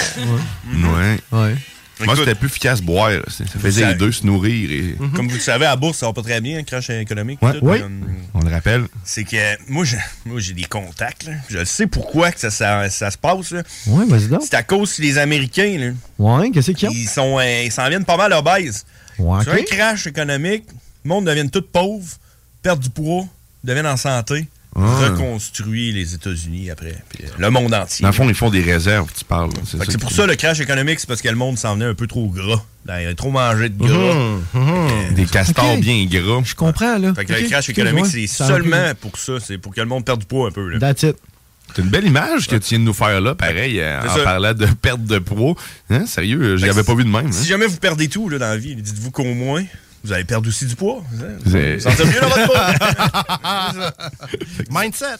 Speaker 3: Ouais.
Speaker 6: Ouais.
Speaker 3: Moi, c'était plus efficace boire. là. Ça ça faisait
Speaker 5: Ça- Mhm.
Speaker 3: les deux se nourrir. Et...
Speaker 5: Comme vous le savez, à la bourse, ça va pas très bien, hein, crash économique.
Speaker 3: Mhm. Ouais.
Speaker 5: tout,
Speaker 3: Oui.
Speaker 5: euh,
Speaker 3: On le rappelle.
Speaker 5: C'est que moi, je- moi, j'ai des contacts. là. Je sais pourquoi que ça, ça, ça se passe. là.
Speaker 6: Ouais, vas-y donc.
Speaker 5: C'est à cause des Américains. là.
Speaker 6: Ouais, qu'est-ce qu'il y a?
Speaker 5: Ils sont, euh, ils s'en viennent pas mal obèses.
Speaker 6: Ouais,
Speaker 5: Sur un
Speaker 6: ok.
Speaker 5: crash économique, le monde devient tout pauvre, perd du poids, deviennent en santé,
Speaker 3: Ah.
Speaker 5: reconstruit les États-Unis après. puis, euh, le monde entier.
Speaker 3: Dans le fond, ils font des réserves, tu parles. là.
Speaker 5: Fait que C'est
Speaker 3: qui-
Speaker 5: pour ça le crash économique, c'est parce que le monde s'en venait un peu trop gras. Là, Il a trop mangé de gras. Euh,
Speaker 3: Mhm, mhm. Des castors
Speaker 5: Ok.
Speaker 3: bien gras.
Speaker 6: Je comprends, là.
Speaker 5: Fait que le
Speaker 6: Ok,
Speaker 5: crash
Speaker 6: ok,
Speaker 5: économique,
Speaker 6: ouais,
Speaker 5: c'est
Speaker 6: ça aurait pu-
Speaker 5: seulement pour ça. C'est pour que le monde perde du poids un peu. là.
Speaker 6: That's it.
Speaker 3: C'est une belle image que tu viens de nous faire là, pareil, euh,
Speaker 5: C'est
Speaker 3: en
Speaker 5: ça.
Speaker 3: parlant de perte de poids. Hein, sérieux, je l'avais pas vu de même.
Speaker 5: Si
Speaker 3: hein.
Speaker 5: jamais vous perdez tout là, dans la vie, dites-vous qu'au moins, vous allez perdre aussi du poids. Vous
Speaker 3: C'est-
Speaker 5: allez vous sentir mieux dans votre peau.
Speaker 7: Mindset!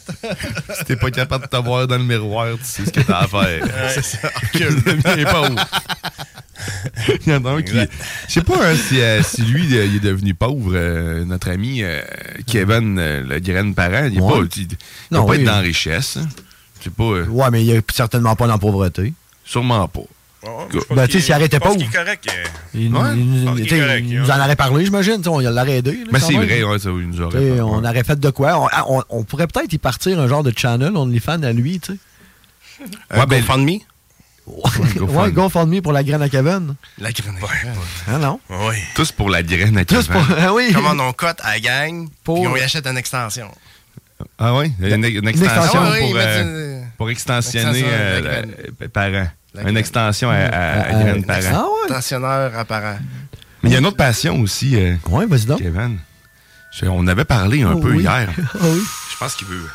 Speaker 3: Si t'es pas capable de t'avoir dans le miroir, tu sais ce que t'as à faire.
Speaker 7: Ouais.
Speaker 3: C'est ça. Que le mien est pas haut. Il y en a un qui. Je sais pas hein, si, euh, si lui, euh, il est devenu pauvre. euh, notre ami euh, Kevin, euh, le graine parent, il est
Speaker 6: Ouais.
Speaker 3: pas. Il, il
Speaker 6: Non,
Speaker 3: peut pas
Speaker 6: oui.
Speaker 3: être dans la richesse. hein. Je sais pas. euh,
Speaker 6: Ouais, mais il est certainement pas dans la pauvreté.
Speaker 3: sûrement pas. Ah,
Speaker 6: Ben, tu sais, s'il arrêtait pas,
Speaker 3: Il
Speaker 6: ou-
Speaker 5: correct.
Speaker 6: il,
Speaker 3: Ouais,
Speaker 6: il-
Speaker 3: je pense
Speaker 6: il-
Speaker 3: qu'il est
Speaker 6: tu sais,
Speaker 3: correct,
Speaker 6: il
Speaker 3: hein.
Speaker 6: nous en aurait parlé, j'imagine. tu sais, On il l'aurait aidé. là,
Speaker 3: Mais
Speaker 6: quand
Speaker 3: c'est
Speaker 6: même.
Speaker 3: vrai, ouais, ça il nous
Speaker 6: Tu
Speaker 3: aurait
Speaker 6: sais,
Speaker 3: pas.
Speaker 6: on aurait fait de quoi? On, ah, on- on pourrait peut-être y partir un genre de channel OnlyFans à lui, tu sais.
Speaker 3: Ouais, ben,
Speaker 7: GoFundMe?
Speaker 6: Ouais, GoFundMe pour la graine à Kevin.
Speaker 7: La graine.
Speaker 6: Ah non?
Speaker 5: Oui.
Speaker 3: Tous pour la graine à
Speaker 6: Tous
Speaker 3: Kevin.
Speaker 6: pour- Ah oui.
Speaker 7: Comment on cote à la gang, puis on y achète une extension.
Speaker 3: Ah oui, une, une extension,
Speaker 7: extension. Ah ouais,
Speaker 3: pour,
Speaker 7: ils mettent
Speaker 3: euh,
Speaker 7: une-
Speaker 3: pour extensionner
Speaker 7: Extension, la
Speaker 3: euh,
Speaker 7: graine.
Speaker 3: la- euh, parent. Une extension à, à, à
Speaker 7: Euh,
Speaker 6: Ah
Speaker 3: graine parent.
Speaker 7: Extensionneur apparent.
Speaker 3: Mais il y a une autre passion aussi. Euh,
Speaker 6: oui, vas-y donc.
Speaker 3: Kevin. Je- on avait parlé un
Speaker 6: Oh,
Speaker 3: peu
Speaker 6: oui.
Speaker 3: hier.
Speaker 6: Ah oui.
Speaker 3: Je pense qu'il veut.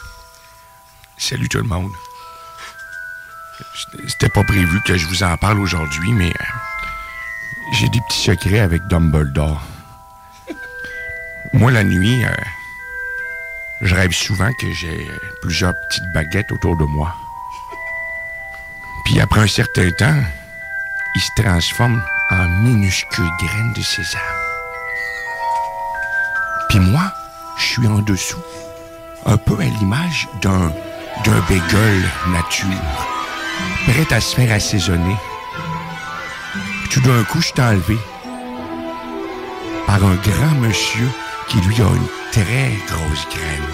Speaker 3: Salut tout le monde. C'était- C'était pas prévu que je vous en parle aujourd'hui, mais euh, j'ai des petits secrets avec Dumbledore. Moi, la nuit, euh, je rêve souvent que j'ai euh, plusieurs petites baguettes autour de moi. Puis après un certain temps, il se transforme en minuscule graine de sésame.
Speaker 9: Puis moi, je suis en dessous. Un peu à l'image d'un d'un bagel nature, prêt à se faire assaisonner. Puis Tout d'un coup, je t'ai enlevé par un grand monsieur qui, lui, a une très grosse graine.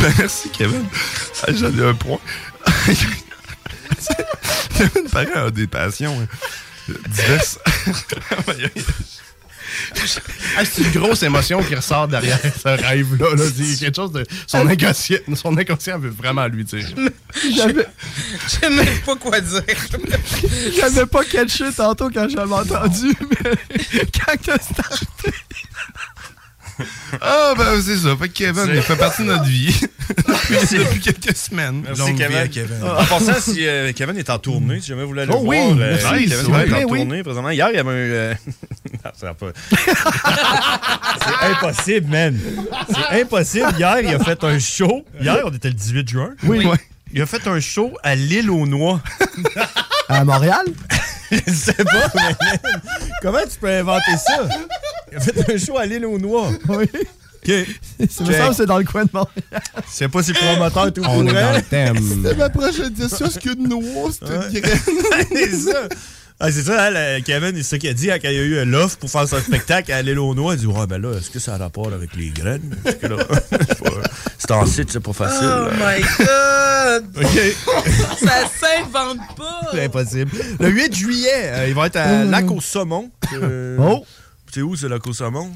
Speaker 3: Ben, merci, Kevin. Ah, J'en ai un point. Kevin Parent a des passions hein, diverses.
Speaker 1: Ah, c'est une grosse émotion qui ressort derrière ce rêve-là. Là. C'est quelque chose de. Son inconscient, son inconscient veut vraiment lui dire.
Speaker 11: J'avais. Je sais même pas quoi dire.
Speaker 6: J'avais pas catché tantôt quand j'avais entendu, mais quand t'as starté.
Speaker 3: Ah, ben, c'est ça. Fait que Kevin, il fait partie de notre vie. Depuis depuis quelques semaines.
Speaker 5: Merci
Speaker 3: Longue
Speaker 5: Kevin.
Speaker 3: vie, Kevin.
Speaker 5: En passant, si euh, Kevin est en tournée, si jamais vous voulez aller
Speaker 3: Oh
Speaker 5: le
Speaker 3: oui,
Speaker 5: voir, euh,
Speaker 3: merci,
Speaker 5: Kevin
Speaker 3: c'est
Speaker 5: Parent
Speaker 3: vrai,
Speaker 5: est en
Speaker 3: oui.
Speaker 5: tournée présentement. Hier, il y avait un. euh, non, ça va pas. C'est impossible, man. C'est impossible. Hier, il a fait un show. Hier, on était le 18 juin. Oui. Il a fait un show à l'île aux Noix.
Speaker 6: À Montréal?
Speaker 5: Je sais pas, mais comment tu peux inventer ça? Il a fait un show à l'île aux Noix.
Speaker 6: Oui.
Speaker 5: OK.
Speaker 6: Ça me semble que c'est dans le coin de Montréal.
Speaker 5: Je sais pas si le promoteur tout hein?
Speaker 6: On est dans le thème.
Speaker 5: C'était
Speaker 6: ma
Speaker 5: prochaine
Speaker 6: question, est-ce
Speaker 5: que noix, c'est une graine? c'est ça. Ah, c'est ça, hein, le- Kevin, c'est ça qu'il a dit hein, quand il y a eu euh, l'offre pour faire son spectacle à l'île aux Noix. Il dit Ouais, ben là, est-ce que ça a rapport avec les graines Parce que là, c'est pas- c'est en site, c'est pas facile.
Speaker 11: Oh
Speaker 5: là.
Speaker 11: my god!
Speaker 5: OK.
Speaker 11: Ça s'invente pas!
Speaker 5: C'est impossible. Le 8 juillet, euh, il va être à
Speaker 11: Mm.
Speaker 5: Lac au Saumon. Euh,
Speaker 6: Oh.
Speaker 5: C'est où, c'est Lac au Saumon?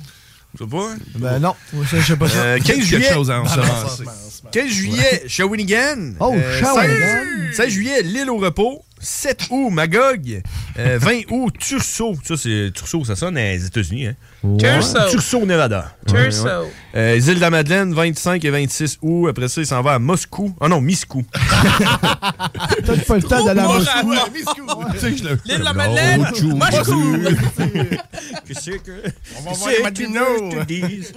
Speaker 5: Je sais pas. hein?
Speaker 6: Ben non, je sais pas ça.
Speaker 5: Euh, 15 juillet.
Speaker 6: Quelque chose à en semencer.
Speaker 5: 15 juillet, Shawinigan.
Speaker 6: Oh, Shawinigan.
Speaker 5: 16, 16 juillet, l'île au repos. 7 août, Magog. Euh, 20 août, Turso. Ça, c'est Turso, ça sonne aux États-Unis. Hein?
Speaker 11: Turso.
Speaker 5: Turso, Nevada.
Speaker 11: Turso.
Speaker 5: Euh, les îles de la Madeleine, 25 et 26 août. Après ça, il s'en va à Moscou. Ah non, Miscou.
Speaker 6: Peut-être pas le temps d'aller à
Speaker 5: Moscou.
Speaker 6: Moscou.
Speaker 5: L'île
Speaker 6: de la Madeleine, Moscou.
Speaker 5: Qu'est-ce que.
Speaker 1: On va voir
Speaker 5: qu'est-ce
Speaker 1: les
Speaker 5: que
Speaker 1: matinos.
Speaker 5: tu veux que je te dise?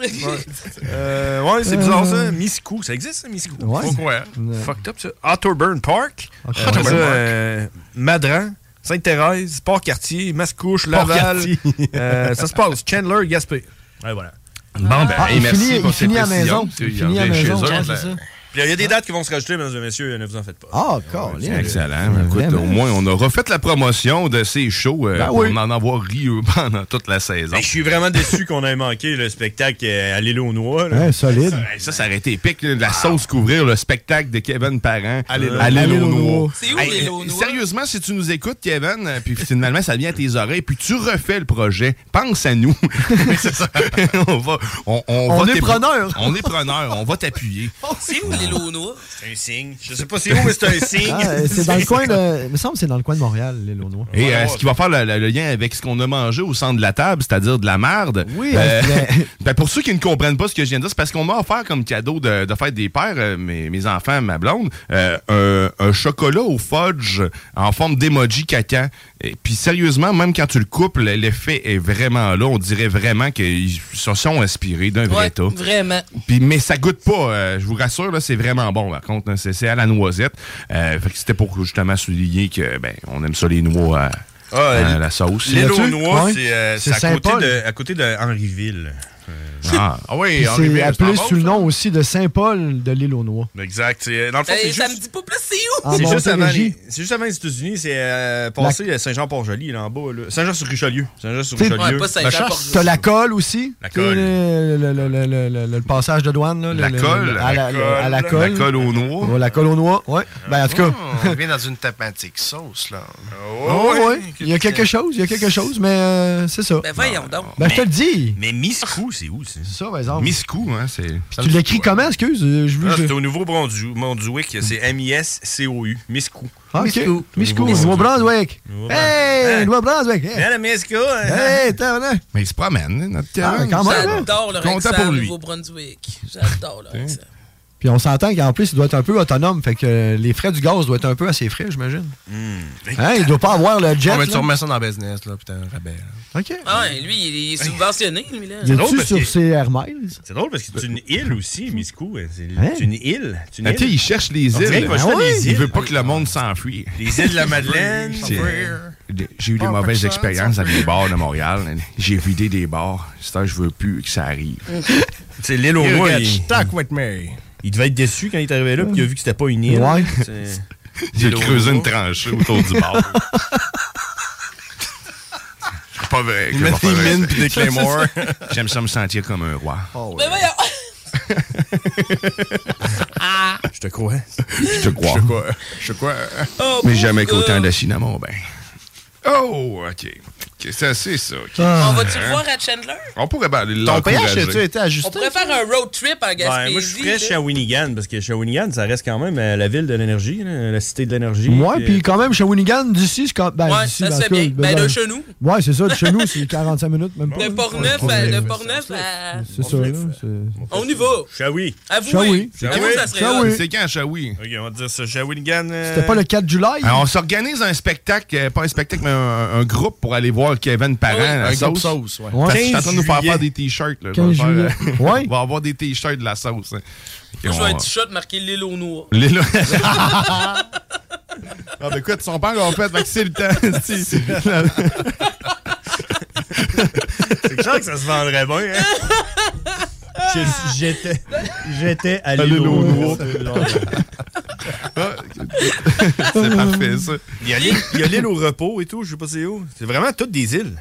Speaker 5: Euh, ouais, c'est bizarre ça. Miscou, ça existe ça, Miscou?
Speaker 6: Ouais.
Speaker 5: Pourquoi?
Speaker 6: Ouais.
Speaker 5: Fucked up ça. Otterburn Park.
Speaker 6: Ok.
Speaker 5: Après ça,
Speaker 6: Otterburn
Speaker 5: euh, Madran. Sainte-Thérèse, Port-Cartier, Mascouche, Laval.
Speaker 6: Port-Cartier.
Speaker 5: Euh, ça se passe. Chandler, Gaspé. Ouais, voilà.
Speaker 3: Bon, ben,
Speaker 5: Ah,
Speaker 3: hey,
Speaker 5: il
Speaker 3: merci
Speaker 5: finit-
Speaker 3: pour
Speaker 5: il
Speaker 3: ces
Speaker 5: finit à
Speaker 3: précisions.
Speaker 5: maison.
Speaker 3: Tu sais,
Speaker 5: Il
Speaker 3: il
Speaker 5: finit à
Speaker 3: revient chez
Speaker 5: maison,
Speaker 3: eux,
Speaker 5: ouais,
Speaker 3: ben,
Speaker 5: c'est ça. Puis il y a des dates qui vont se rajouter, mesdames et messieurs, ne vous en faites pas.
Speaker 6: Ah, encore.
Speaker 3: C'est excellent. Ben, écoute, au moins, on aura fait la promotion de ces shows. euh,
Speaker 5: Ben oui.
Speaker 3: On en avoir ri euh, pendant toute la saison.
Speaker 5: Ben, je suis vraiment déçu qu'on ait manqué le spectacle euh, à l'île aux noix. là.
Speaker 3: solide. Ça, ça aurait été épique, là, de la sauce couvrir le spectacle de Kevin Parent.
Speaker 5: Allez là.
Speaker 3: à l'île
Speaker 5: Allez
Speaker 3: aux
Speaker 5: là.
Speaker 3: Noix.
Speaker 5: C'est où,
Speaker 3: Hey,
Speaker 5: l'île aux
Speaker 3: euh, Sérieusement, si tu nous écoutes, Kevin, euh, puis finalement, ça vient à tes oreilles, puis tu refais le projet, pense à nous. C'est ça. on va, on,
Speaker 5: On
Speaker 3: va
Speaker 5: est
Speaker 3: t'ép-
Speaker 5: preneurs.
Speaker 3: On est preneurs. On va t'appuyer.
Speaker 11: C'est où l'île aux noix?
Speaker 5: C'est un signe. Je sais pas c'est où, mais c'est un signe.
Speaker 6: Ah, euh, c'est dans le coin de. Il me semble que c'est dans le coin de Montréal, l'île aux Noix.
Speaker 3: Et euh, ce qui va faire le, le- le lien avec ce qu'on a mangé au centre de la table, c'est-à-dire de la merde.
Speaker 6: Oui,
Speaker 3: Euh,
Speaker 6: mais-
Speaker 3: ben, pour ceux qui ne comprennent pas ce que je viens de dire, c'est parce qu'on m'a offert comme cadeau de, de fête des pères, euh, mes, mes enfants, ma blonde, euh, un, un chocolat au fudge en forme d'emoji caca. Et puis sérieusement, même quand tu le coupes, le- l'effet est vraiment là. On dirait vraiment qu'ils se sont inspirés d'un vrai tas.
Speaker 11: Vraiment.
Speaker 6: Ah,
Speaker 3: Puis, mais ça goûte pas, euh, je vous rassure, là, c'est vraiment bon par contre. là. c'est, c'est à la noisette. Euh, fait que c'était pour justement souligner que ben on aime ça les noix à,
Speaker 6: Ah,
Speaker 5: Ah,
Speaker 6: euh,
Speaker 3: à la sauce.
Speaker 5: euh, L'île aux noix, c'est euh,
Speaker 6: C'est
Speaker 5: c'est à, côté
Speaker 6: Saint-Paul.
Speaker 5: de- à côté de Henryville. Euh,
Speaker 3: Ah, ah oui,
Speaker 6: Puis
Speaker 5: Henryville,
Speaker 6: c'est
Speaker 5: c'est
Speaker 6: appelé
Speaker 5: en bas,
Speaker 6: sous le nom aussi de Saint-Paul de l'île aux Noix.
Speaker 5: Exact. C'est- Dans le fond,
Speaker 11: Eh,
Speaker 5: c'est
Speaker 11: ça
Speaker 5: juste...
Speaker 11: me dit pas plus c'est où!
Speaker 6: En
Speaker 5: C'est juste, avant
Speaker 6: Montérégie.
Speaker 5: les- c'est juste avant les États-Unis, c'est euh, passé à Saint-Jean-Port-Joli, là en bas. là. Saint-Jean-sur-Richelieu. Saint-Jean-sur-Richelieu.
Speaker 6: T'as la colle aussi.
Speaker 5: La
Speaker 6: Tu sais,
Speaker 5: colle.
Speaker 6: Le, le- le- le- le- le- le passage de douane. Là, le-
Speaker 3: La
Speaker 6: le- le-
Speaker 3: colle.
Speaker 6: à la,
Speaker 3: La
Speaker 6: le- à la
Speaker 3: colle.
Speaker 6: colle.
Speaker 3: La colle aux noix.
Speaker 6: Ouais, la colle aux noix, ouais. Ben, en tout cas.
Speaker 5: Oh,
Speaker 2: on revient dans une thématique sauce, là.
Speaker 6: Oh, ouais. Il y a quelque chose, il y a quelque chose, mais euh, c'est ça.
Speaker 2: Ben, voyons donc.
Speaker 6: Ben, je te le dis.
Speaker 5: Mais Miscou, c'est où? C'est
Speaker 6: ça, par exemple.
Speaker 3: Miscou, hein, c'est.
Speaker 6: Tu l'écris comment, excuse? Euh, Je veux.
Speaker 5: Ah,
Speaker 6: je-
Speaker 5: c'est au Nouveau-Brunswick, c'est M-I-S-C-O-U. Miscou.
Speaker 6: Ah, ok. Miscou, Nouveau-Brunswick. Hey, Nouveau-Brunswick. hey.
Speaker 5: Viens à la Miscou.
Speaker 11: hein.
Speaker 6: Hey, t'as un
Speaker 3: Mais il se promène, hein, notre
Speaker 6: Ah,
Speaker 3: Kevin.
Speaker 6: quand même,
Speaker 3: Ça-
Speaker 6: hein.
Speaker 11: J'adore le
Speaker 3: Content
Speaker 11: Rexham
Speaker 3: pour lui.
Speaker 5: Hein?
Speaker 11: Nouveau-Brunswick. J'adore le Rexham.
Speaker 6: Puis on s'entend qu'en plus, il doit être un peu autonome. Fait que euh, les frais du gaz doivent être un peu à ses frais, j'imagine. Hein, il doit pas avoir le jet.
Speaker 1: On va tu
Speaker 6: là.
Speaker 1: remets ça dans le business, là, putain, rabais.
Speaker 6: OK.
Speaker 11: Ah, ouais, lui, il est subventionné, lui, là.
Speaker 6: Il
Speaker 5: drôle
Speaker 6: est-tu
Speaker 5: parce
Speaker 6: sur
Speaker 5: que-
Speaker 6: ses Air Miles?
Speaker 5: C'est drôle parce que c'est une île aussi, Miscou. hein. C'est
Speaker 6: Hein?
Speaker 5: c'est une île. C'est une
Speaker 3: Ah, tu sais,
Speaker 5: île.
Speaker 3: il cherche les
Speaker 5: On dirait
Speaker 3: îles. Ah
Speaker 5: qu'il va chercher les
Speaker 3: Il
Speaker 5: îles.
Speaker 3: veut pas que le monde s'enfuit.
Speaker 5: Les îles de la Madeleine.
Speaker 3: C'est- J'ai eu des
Speaker 5: Pas
Speaker 3: mauvaises
Speaker 5: personne,
Speaker 3: expériences
Speaker 5: ça
Speaker 3: avec les bars de Montréal. J'ai vidé des bars. C'est je veux plus que ça arrive.
Speaker 5: C'est l'île au
Speaker 3: You
Speaker 5: roi.
Speaker 3: get
Speaker 5: Il,
Speaker 1: Talk with me.
Speaker 5: il devait être déçu quand il est arrivé là, puis il a vu que c'était pas une île.
Speaker 6: Ouais.
Speaker 5: C'est-
Speaker 3: J'ai
Speaker 5: L'île au
Speaker 3: creusé
Speaker 5: roi.
Speaker 3: une tranchée autour du bar. C'est pas vrai.
Speaker 5: Ils
Speaker 3: que
Speaker 5: mettent
Speaker 3: c'est pas
Speaker 5: des
Speaker 3: vrai.
Speaker 5: mines puis des claymores.
Speaker 3: J'aime ça me sentir comme un roi.
Speaker 11: Mais Ben, voyons! Ah.
Speaker 3: Je te crois. Je te crois.
Speaker 1: Je te crois. Je te crois.
Speaker 11: Oh,
Speaker 3: Mais
Speaker 11: mon
Speaker 3: jamais
Speaker 11: gars.
Speaker 3: qu'autant de cinnamon, ben. Oh, OK. OK, c'est assez, ça. OK.
Speaker 1: Ah.
Speaker 11: On va-tu
Speaker 3: Hein?
Speaker 11: le voir à Chandler?
Speaker 3: On pourrait bien aller
Speaker 5: Ton pH,
Speaker 3: l'encourager.
Speaker 5: as-tu été ajusté?
Speaker 11: On pourrait faire un road trip en Gaspésie.
Speaker 5: Ouais, Ben, moi, je suis
Speaker 11: là.
Speaker 5: prêt Shawinigan, parce que Shawinigan, ça reste quand même euh, la ville de l'énergie, là, la cité de l'énergie.
Speaker 6: Ouais, puis quand même, Shawinigan, d'ici, c'est quand ben,
Speaker 11: Ouais,
Speaker 6: d'ici,
Speaker 11: ça
Speaker 6: dans
Speaker 11: se
Speaker 6: le
Speaker 11: fait
Speaker 6: cas,
Speaker 11: bien. Ben, de
Speaker 6: dans-
Speaker 11: chez nous.
Speaker 6: Ouais, c'est ça, de chez nous, c'est 45 minutes, même pas.
Speaker 11: De Portneuf à... De Portneuf à...
Speaker 5: euh,
Speaker 6: C'est ça, là. c'est-
Speaker 11: On y va.
Speaker 5: Shawi.
Speaker 11: Avouez.
Speaker 6: Shawi.
Speaker 11: Avouez, ça serait hot.
Speaker 3: C'est quand, Shawi?
Speaker 5: OK, on va dire ça. Shawinigan. euh,
Speaker 6: C'était pas le 4 juillet?
Speaker 3: Alors, on s'organise un spectacle, euh, pas un spectacle, mais un, un groupe pour aller voir Kevin Parent.
Speaker 1: Oui,
Speaker 3: la
Speaker 1: un groupe
Speaker 3: sauce.
Speaker 1: sauce, ouais.
Speaker 3: Parce que je suis en
Speaker 1: 15
Speaker 3: train de nous faire
Speaker 1: juillet.
Speaker 3: faire des t-shirts. là. Je vais
Speaker 1: 15
Speaker 3: faire, euh,
Speaker 1: juillet.
Speaker 3: on va avoir des t-shirts de la sauce. hein.
Speaker 11: Moi, je
Speaker 3: Et on
Speaker 11: veux un
Speaker 3: va-
Speaker 11: t-shirt marqué L'île aux Noirs.
Speaker 3: L'île aux- Ah, ben écoute, son père en fait, fait que c'est le temps. Si, si.
Speaker 5: C'est clair que ça se vendrait bien, hein? Je- J'étais, j'étais à
Speaker 3: Allez,
Speaker 5: l'île aux
Speaker 3: l'eau.
Speaker 5: Noirs.
Speaker 3: Ah, C'est parfait, ça.
Speaker 5: Il y a l'île- il y a l'île au repos et tout, je sais pas c'est où. C'est vraiment toutes des îles.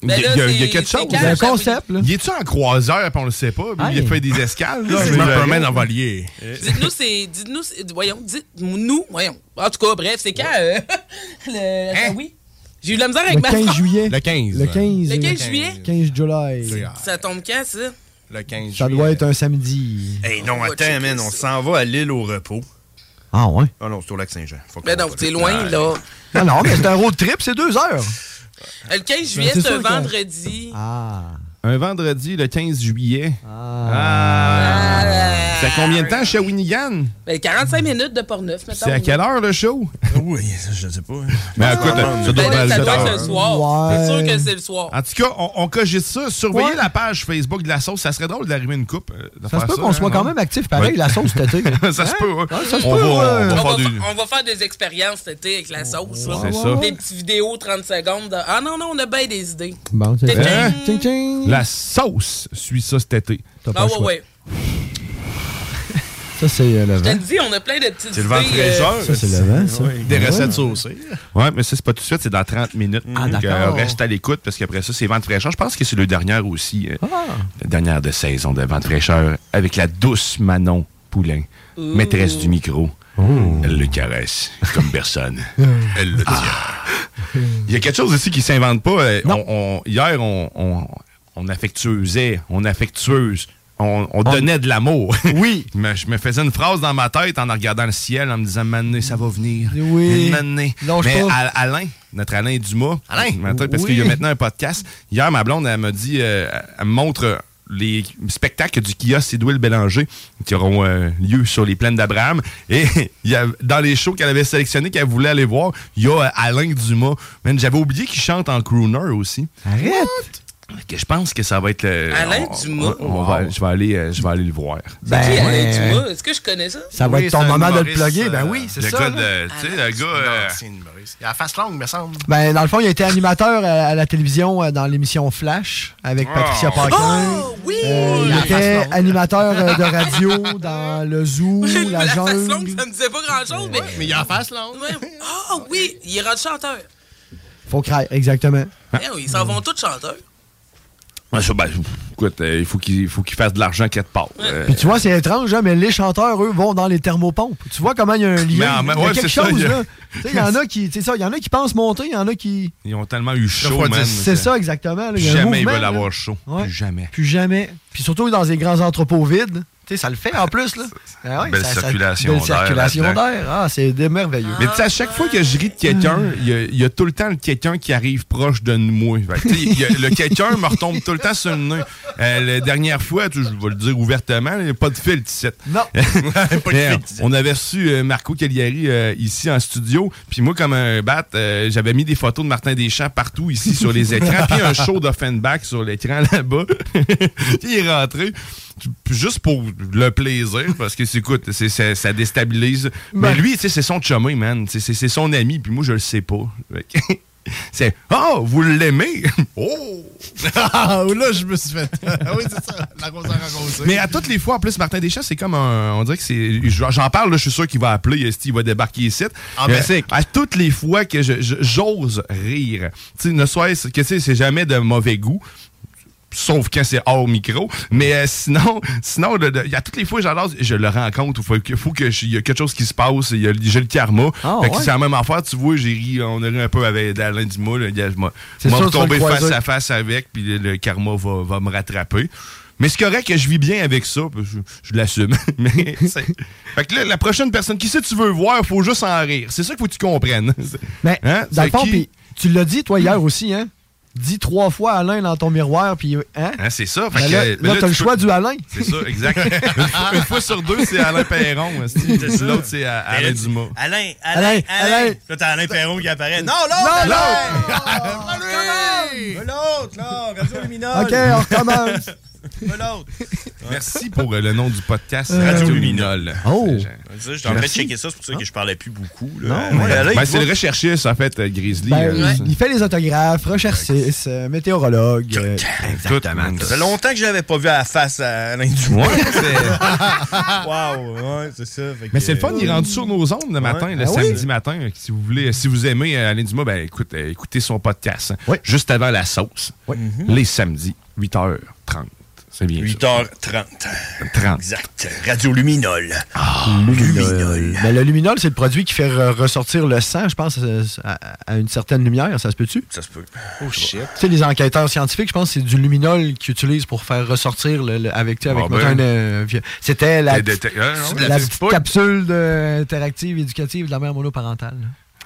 Speaker 11: Ben
Speaker 3: Il y a, il y a- il y a quelque chose.
Speaker 5: C'est un concept,
Speaker 3: Il est-tu en croiseur, puis on le sait pas, puis il a
Speaker 5: Aïe.
Speaker 3: fait des escales. là,
Speaker 5: Je
Speaker 3: mais
Speaker 5: me
Speaker 3: le-
Speaker 5: promène en
Speaker 3: valier.
Speaker 11: Dites-nous, c'est. Dites-nous, c'est- voyons, dites-nous, voyons. En tout cas, bref, c'est quand euh, le.
Speaker 3: Hein?
Speaker 11: Ah oui? J'ai eu de la misère avec
Speaker 6: Le
Speaker 11: ma
Speaker 6: 15
Speaker 11: phrase.
Speaker 6: juillet.
Speaker 1: Le 15.
Speaker 6: Le 15.
Speaker 11: Le 15
Speaker 6: euh,
Speaker 11: juillet?
Speaker 6: 15 juillet.
Speaker 11: Ça tombe quand, ça?
Speaker 1: Le 15
Speaker 6: Ça doit être un samedi.
Speaker 5: Hey, non, attends, man, on s'en va à l'île au repos.
Speaker 6: Ah ouais?
Speaker 5: Ah non, c'est au lac Saint-Jean. Faut
Speaker 11: Ben
Speaker 5: qu'on-
Speaker 11: non, c'est loin, là.
Speaker 6: Non, non, mais c'est un road trip, c'est deux heures.
Speaker 11: Euh, Le 15 juillet,
Speaker 6: Ben,
Speaker 11: c'est
Speaker 6: c'est
Speaker 11: un
Speaker 6: sûr que-
Speaker 11: vendredi.
Speaker 6: Ah.
Speaker 3: Un vendredi, le 15 juillet. Ah. C'est à combien de temps, Shawinigan?
Speaker 11: Ben, 45 minutes de Portneuf, mettons.
Speaker 3: C'est à quelle heure, le show?
Speaker 6: Ah
Speaker 5: Oui, ça, je sais pas. hein.
Speaker 3: Mais écoute, ça doit
Speaker 11: Ben,
Speaker 3: être
Speaker 11: ça
Speaker 3: le
Speaker 11: doit être le
Speaker 3: soir.
Speaker 11: soir.
Speaker 3: Ouais.
Speaker 11: C'est sûr que c'est le soir.
Speaker 3: En tout cas, on, on cogite ça. Surveillez
Speaker 11: Ouais.
Speaker 3: la page Facebook de la sauce. Ça serait drôle d'arriver une coupe. euh, de
Speaker 6: Ça se
Speaker 3: faire
Speaker 6: peut qu'on
Speaker 3: hein,
Speaker 6: soit quand
Speaker 3: non?
Speaker 6: même actif pareil, la sauce cet été.
Speaker 3: ça se peut, ouais.
Speaker 6: ça se
Speaker 3: on
Speaker 6: peut,
Speaker 3: va,
Speaker 6: ouais.
Speaker 3: on va
Speaker 11: On
Speaker 3: faire
Speaker 11: va,
Speaker 3: du-
Speaker 11: fa- on va faire des expériences cet été avec la
Speaker 6: Oh,
Speaker 11: sauce. là.
Speaker 3: C'est ça.
Speaker 11: Des petites vidéos 30 secondes. de- Ah non, non, on a bien des idées.
Speaker 6: Bon, c'est
Speaker 11: Ting,
Speaker 3: Hein?
Speaker 11: ting.
Speaker 3: La sauce suit ça cet été.
Speaker 11: Ah ouais, ouais.
Speaker 6: Ça, c'est euh, le
Speaker 11: Je te
Speaker 6: vent.
Speaker 11: le dis, on a plein de petites idées. euh,
Speaker 6: Ça, c'est le vent, ça.
Speaker 3: Des recettes
Speaker 1: saucées.
Speaker 3: Ouais, mais ça, c'est pas tout de suite, c'est dans 30 minutes.
Speaker 6: Ah,
Speaker 3: Donc,
Speaker 6: d'accord.
Speaker 3: euh, reste à l'écoute parce qu'après ça, c'est Vente fraîcheur. Je pense que c'est le dernier aussi, euh, la dernière de saison de Vente fraîcheur avec la douce Manon Poulain, maîtresse du micro.
Speaker 6: Oh.
Speaker 3: Elle le caresse comme personne.
Speaker 6: Ah.
Speaker 3: Elle le tient. Il y a quelque chose ici qui s'invente pas. Euh, on- on- hier, on, on, on affectueusait, on affectueuse. On, on donnait de l'amour.
Speaker 6: Oui.
Speaker 3: je me faisais une phrase dans ma tête en regardant le ciel, en me disant, Mané, ça va venir. Oui. Mané.
Speaker 6: Lâche
Speaker 3: Mais
Speaker 6: pas.
Speaker 3: Al- Alain, notre Alain Dumas.
Speaker 6: Alain!
Speaker 3: Matin, Parce
Speaker 6: Oui.
Speaker 3: qu'il y a maintenant un podcast. Hier, ma blonde, elle me dit, euh, elle me montre euh, les spectacles du kiosque Edouard Bélanger qui auront euh, lieu sur les plaines d'Abraham. Et il y a, dans les shows qu'elle avait sélectionnés, qu'elle voulait aller voir, il y a euh, Alain Dumas. Man, j'avais oublié qu'il chante en crooner aussi.
Speaker 6: Arrête!
Speaker 3: Que je pense que ça va être le.
Speaker 11: Alain
Speaker 3: on-
Speaker 11: Dumas?
Speaker 3: on- on va- je, vais aller, euh, je vais aller le voir.
Speaker 6: Ben,
Speaker 11: C'est qui, Alain Dumas? Est-ce que je connais ça?
Speaker 6: euh, Ça va
Speaker 3: Oui,
Speaker 6: être ton
Speaker 3: c'est un
Speaker 6: moment de le
Speaker 3: humoriste,
Speaker 6: plugger.
Speaker 3: euh,
Speaker 6: Ben oui, c'est
Speaker 3: le
Speaker 6: ça.
Speaker 3: gars
Speaker 6: là.
Speaker 3: de-
Speaker 5: Ah,
Speaker 3: tu sais, le gars. euh,
Speaker 1: Il a la face longue, me semble.
Speaker 6: Ben, dans le fond, il a été animateur à, à la télévision euh, dans l'émission Flash
Speaker 3: Ah.
Speaker 6: avec Patricia Paquin.
Speaker 11: oui!
Speaker 6: Euh, il
Speaker 11: La
Speaker 6: était
Speaker 11: face
Speaker 6: animateur euh, de radio dans le zoo, la
Speaker 11: La face
Speaker 6: jungle.
Speaker 11: longue, ça me disait pas grand-chose, mais...
Speaker 1: mais il a la face longue.
Speaker 11: Ah oui, il est rendu chanteur.
Speaker 6: Faut craindre, exactement.
Speaker 3: Ah.
Speaker 11: Eh oui, ils s'en vont tous chanteurs.
Speaker 3: Ouais, ça, ben, écoute, euh, il faut qu'il faut qu'il fasse de l'argent quelque part. Euh,
Speaker 6: Puis tu vois, c'est étrange, hein, mais les chanteurs, eux, vont dans les thermopompes. Tu vois comment il y a un lien.
Speaker 3: en même-
Speaker 6: il y a
Speaker 3: ouais,
Speaker 6: quelque
Speaker 3: c'est ça,
Speaker 6: chose,
Speaker 3: il y a-
Speaker 6: là. Tu sais, Il y en a qui, tu sais ça, il y en a qui pensent monter, il y en a qui.
Speaker 3: ils ont tellement eu chaud,
Speaker 6: Refroidissent.
Speaker 3: man.
Speaker 6: C'est ça, exactement, là,
Speaker 3: Plus
Speaker 6: il y a un
Speaker 3: jamais ils
Speaker 6: mouvement,
Speaker 3: veulent
Speaker 6: là.
Speaker 3: avoir chaud.
Speaker 6: Ouais.
Speaker 3: Plus jamais.
Speaker 6: Plus jamais. Puis surtout dans des grands entrepôts vides. Tu sais, ça le fait en plus, là. Ah ouais,
Speaker 3: Belle
Speaker 6: ça- ça-
Speaker 3: circulation
Speaker 6: belle
Speaker 3: d'air
Speaker 6: circulation
Speaker 3: là-dedans.
Speaker 6: d'air. Ah, c'est des merveilleux.
Speaker 3: Mais tu sais, à chaque fois que je ris de quelqu'un,
Speaker 6: Hmm.
Speaker 3: il y a- il y, a tout le temps le quelqu'un qui arrive proche de moi. Fait que, tu sais, il y a- le quelqu'un me retombe tout le temps sur le nez. Euh, la dernière fois, tu sais, je vais le dire ouvertement, il n'y a pas de filtre ici.
Speaker 6: Non.
Speaker 3: pas de filtre ici. On avait reçu euh, Marco Cagliari euh, ici en studio. Puis moi, comme un bat, euh, j'avais mis des photos de Martin Deschamps partout ici sur les écrans. Puis un show d'Offenbach sur l'écran là-bas. il est rentré. Puis Juste pour le plaisir, parce que c'est- écoute, c'est- ça, ça déstabilise. Mais lui, tu sais, c'est son chumé, man. Tu sais, C'est c'est son ami, puis moi, je le sais pas. Fait que- C'est Oh, vous l'aimez? Oh!
Speaker 1: Ah, là, je me suis fait. Ah oui, c'est ça, la grosse arrosée.
Speaker 3: Mais à toutes les fois, en plus, Martin Deschamps, c'est comme un. On dirait que c'est. j'en- J'en parle, là, je suis sûr qu'il va appeler, euh, s'il va débarquer ici.
Speaker 1: Ah,
Speaker 3: Euh,
Speaker 1: ben, c'est-
Speaker 3: à toutes les fois que je- je- j'ose rire, tu sais, ne soit-ce que tu sais, c'est jamais de mauvais goût. Sauf quand c'est hors micro. Mais euh, sinon, sinon le- le- à toutes les fois, j'adore, je le rencontre. Il faut, que- faut que je- il y a quelque chose qui se passe. il y a- J'ai le karma.
Speaker 6: Ah,
Speaker 3: Fait que
Speaker 6: ouais.
Speaker 3: c'est la même affaire. Tu vois, j'ai ri, on a ri un peu avec Alain Dumas. Là, gars, je m'a-
Speaker 6: C'est
Speaker 3: m'a
Speaker 6: sûr, tu vas le
Speaker 3: retombé face
Speaker 6: croiser.
Speaker 3: à face avec, puis le, le karma va, va me rattraper. Mais c'est correct que je vis bien avec ça, parce que je, je l'assume. Mais, c'est- fait que là, la prochaine personne, qui c'est tu veux voir, faut juste en rire. C'est ça qu'il faut que tu comprennes.
Speaker 6: Mais,
Speaker 3: Hein?
Speaker 6: dans le
Speaker 3: C'est
Speaker 6: fond,
Speaker 3: qui?
Speaker 6: puis tu l'as dit, toi, hier aussi, hein? Dis trois fois Alain dans ton miroir, puis. Hein?
Speaker 3: Hein, c'est ça. Fait
Speaker 6: Ben
Speaker 3: que,
Speaker 6: là,
Speaker 3: euh, ben
Speaker 6: là,
Speaker 3: là,
Speaker 6: t'as
Speaker 3: tu
Speaker 6: le
Speaker 3: peux-
Speaker 6: choix du Alain.
Speaker 3: C'est ça, exact. une, fois, une fois sur deux, c'est Alain Perron. esti.
Speaker 5: C'est ça.
Speaker 3: L'autre, c'est euh,
Speaker 5: Mais là,
Speaker 3: Alain
Speaker 5: tu-
Speaker 3: Dumas.
Speaker 5: Alain, Alain, Alain. Là, t'as Alain Perron qui apparaît. Non, l'autre!
Speaker 3: Non,
Speaker 5: Alain! L'autre, là, Radio Luminol.
Speaker 3: OK, on recommence.
Speaker 5: L'autre.
Speaker 3: Merci pour euh, le nom du podcast
Speaker 5: Euh,
Speaker 3: Radio
Speaker 5: Radio
Speaker 3: Luminol.
Speaker 6: Oh!
Speaker 5: Je suis en train de
Speaker 3: Merci.
Speaker 5: checker ça, c'est pour ça que je parlais plus beaucoup. là.
Speaker 3: Non,
Speaker 5: Ouais, Alain,
Speaker 3: ben,
Speaker 5: il
Speaker 3: c'est
Speaker 5: va-
Speaker 3: le recherchiste, en fait, euh, Grizzly.
Speaker 6: Ben,
Speaker 3: euh,
Speaker 6: Il fait les autographes, recherchiste, euh, météorologue. euh,
Speaker 5: Exactement. Ça fait longtemps que je l'avais pas vu à la face à Alain Dumont. Waouh, ouais, c'est ça. Fait que-
Speaker 3: Mais c'est le fun, il est rendu sur nos ondes le matin, le
Speaker 5: Ah oui?
Speaker 3: samedi matin. euh, Si vous voulez, si vous aimez euh, Alain Dumas, ben écoute, euh, écoutez son podcast. hein. Juste avant la sauce. Mhm.
Speaker 25: Mhm.
Speaker 3: Les samedis, 8h30. C'est bien.
Speaker 5: 8h30.
Speaker 3: 30.
Speaker 5: Exact. Radio Luminol.
Speaker 3: Ah,
Speaker 5: Luminol.
Speaker 6: Ben, le luminol, c'est le produit qui fait re- ressortir le sang, je pense, euh, à, à une certaine lumière. Ça se peut-tu?
Speaker 5: Ça se peut.
Speaker 6: Oh shit. Tu sais, les enquêteurs scientifiques, je pense que c'est du luminol qu'ils utilisent pour faire ressortir le, le- avec, tu sais, avec
Speaker 3: Ah ben.
Speaker 6: mettons, une, euh, vi- C'était la,
Speaker 3: Des déta- hein, non,
Speaker 6: la,
Speaker 3: la petite
Speaker 6: petite
Speaker 3: poule.
Speaker 6: capsule de- interactive éducative de la mère monoparentale.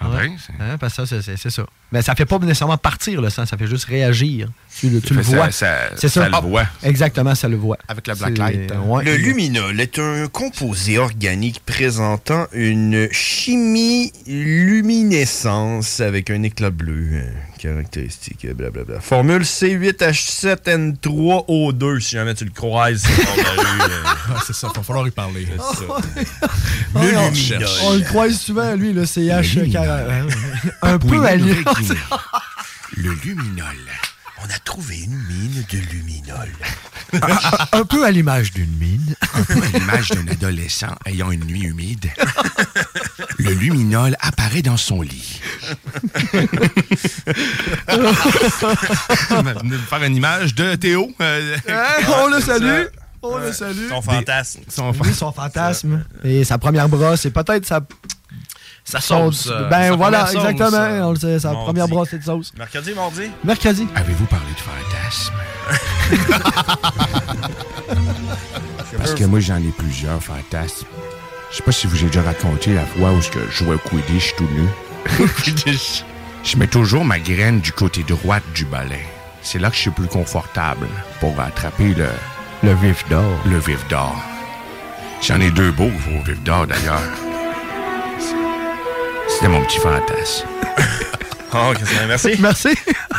Speaker 3: Ah
Speaker 6: Ouais.
Speaker 3: ben, c'est-
Speaker 6: Hein, parce que ça, c'est- c'est c'est ça. Mais ça fait pas nécessairement partir le sang, ça fait juste réagir. Tu, le- tu le
Speaker 3: Ça-
Speaker 6: vois.
Speaker 3: ça-
Speaker 6: C'est
Speaker 3: ça le
Speaker 6: Ah,
Speaker 3: voit.
Speaker 6: Exactement, ça le voit.
Speaker 3: Avec la hein.
Speaker 6: C'est- ouais.
Speaker 5: Le luminol est un composé organique présentant une chimie luminescence avec un éclat bleu euh, caractéristique, euh, blablabla. Formule C8H7N3O2, si jamais tu le croises. c'est dans la rue, euh.
Speaker 1: Ah, c'est ça, va falloir y parler.
Speaker 6: Ah,
Speaker 5: Le
Speaker 6: on-
Speaker 5: luminol.
Speaker 6: on, le croise souvent, lui, le CH40. euh,
Speaker 3: Ah
Speaker 6: Un peu à lui.
Speaker 5: Le luminol. On a trouvé une mine de luminol.
Speaker 6: un, un peu à l'image d'une mine.
Speaker 15: Un peu à l'image d'un adolescent ayant une nuit humide, le luminol apparaît dans son lit.
Speaker 3: Venez me faire une image de Théo. euh,
Speaker 6: Hein? on le salue.
Speaker 5: On
Speaker 6: le salue.
Speaker 5: Son fantasme.
Speaker 3: Son
Speaker 6: Lui, son fantasme. Et sa première brosse, et peut-être sa.
Speaker 2: Sa
Speaker 5: sauce,
Speaker 6: son-
Speaker 5: euh,
Speaker 6: ben
Speaker 5: sa
Speaker 6: voilà,
Speaker 5: première sauce,
Speaker 6: exactement.
Speaker 5: euh,
Speaker 6: on le sait, sa
Speaker 5: mardi.
Speaker 6: première brosse, c'est de sauce.
Speaker 5: Mercredi, mardi?
Speaker 6: Mercredi.
Speaker 15: Avez-vous parlé de fantasme? Parce que moi, j'en ai plusieurs fantasmes. Je sais pas si vous avez déjà raconté la fois où est-ce que je jouais au Quidditch tout nu. Je mets toujours ma graine du côté droit du balai. C'est là que je suis plus confortable pour attraper le... Le vif d'or. Le vif d'or. J'en ai deux beaux au vif d'or, d'ailleurs. C'était mon petit fantasme.
Speaker 5: Oh, qu'est-ce que- merci.
Speaker 6: Merci.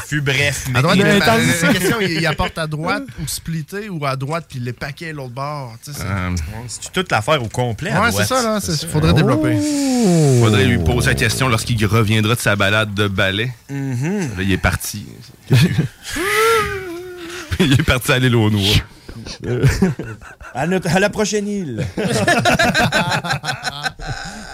Speaker 5: Fut bref, mais
Speaker 1: À droite,
Speaker 5: mais-
Speaker 1: il- la la question, il, il apporte à droite ou splitté ou à droite, puis les paquets l'autre bord. tu sais, c'est-
Speaker 15: Euh,
Speaker 5: C'est toute l'affaire au complet. à
Speaker 1: Ouais,
Speaker 5: droite.
Speaker 1: c'est ça, là, c'est- faudrait développer.
Speaker 3: Faudrait lui poser la question lorsqu'il reviendra de sa balade de ballet. Là, il est parti. il est parti à l'île aux noix.
Speaker 5: À, notre- à la prochaine île.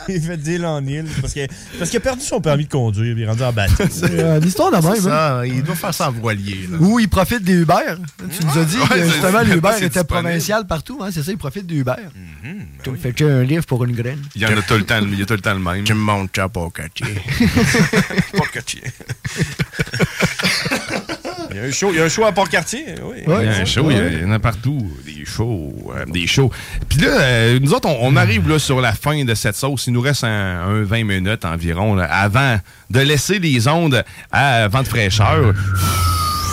Speaker 5: il fait deal en île parce que- parce qu'il a perdu son permis de conduire. Il est rendu en bateau.
Speaker 6: Euh, L'histoire de même.
Speaker 5: C'est
Speaker 6: hein.
Speaker 5: ça, il doit faire ça en voilier. là.
Speaker 6: Ou il profite des Uber. Tu nous as dit
Speaker 5: Ouais,
Speaker 6: que
Speaker 5: c'est-
Speaker 6: justement,
Speaker 5: c'est
Speaker 6: les Uber
Speaker 5: pas si
Speaker 6: était
Speaker 5: disponible. Mm-hmm, ben
Speaker 6: provincial partout. Hein, c'est ça, il profite des Uber. Tu fais que un livre pour une graine.
Speaker 3: Il y en a tout le temps, il y a tout le temps le même. Tu me montes pas au quartier.
Speaker 5: Pas que tu- Il y a un show, il y a un show à Port-Cartier. Oui,
Speaker 3: il y a un show, il y a- il y en a partout. Des shows, euh, des shows. Puis là, euh, nous autres, on, on arrive là, sur la fin de cette sauce. Il nous reste un, un 20 minutes environ là, avant de laisser les ondes à vent de fraîcheur.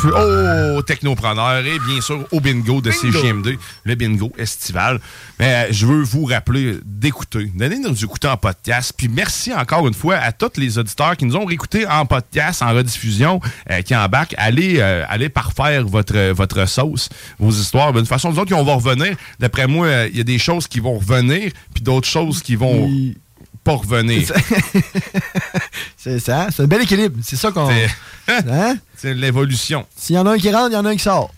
Speaker 3: Au technopreneur et bien sûr au bingo de
Speaker 7: Bingo.
Speaker 3: CGMD, le bingo estival. Mais euh, je veux vous rappeler d'écouter, d'aller nous écouter en podcast. Puis merci encore une fois à tous les auditeurs qui nous ont réécoutés en podcast, en rediffusion, euh, qui embarquent. Allez, euh, allez parfaire votre, euh, votre sauce, vos histoires. Ben, De toute façon, nous autres, on va revenir. D'après moi, euh, il y a des choses qui vont revenir, puis d'autres choses qui vont pas revenir.
Speaker 6: C'est ça, c'est un bel équilibre. C'est ça qu'on. Hein?
Speaker 3: C'est l'évolution.
Speaker 6: S'il y en a un qui rentre, il y en a un qui sort.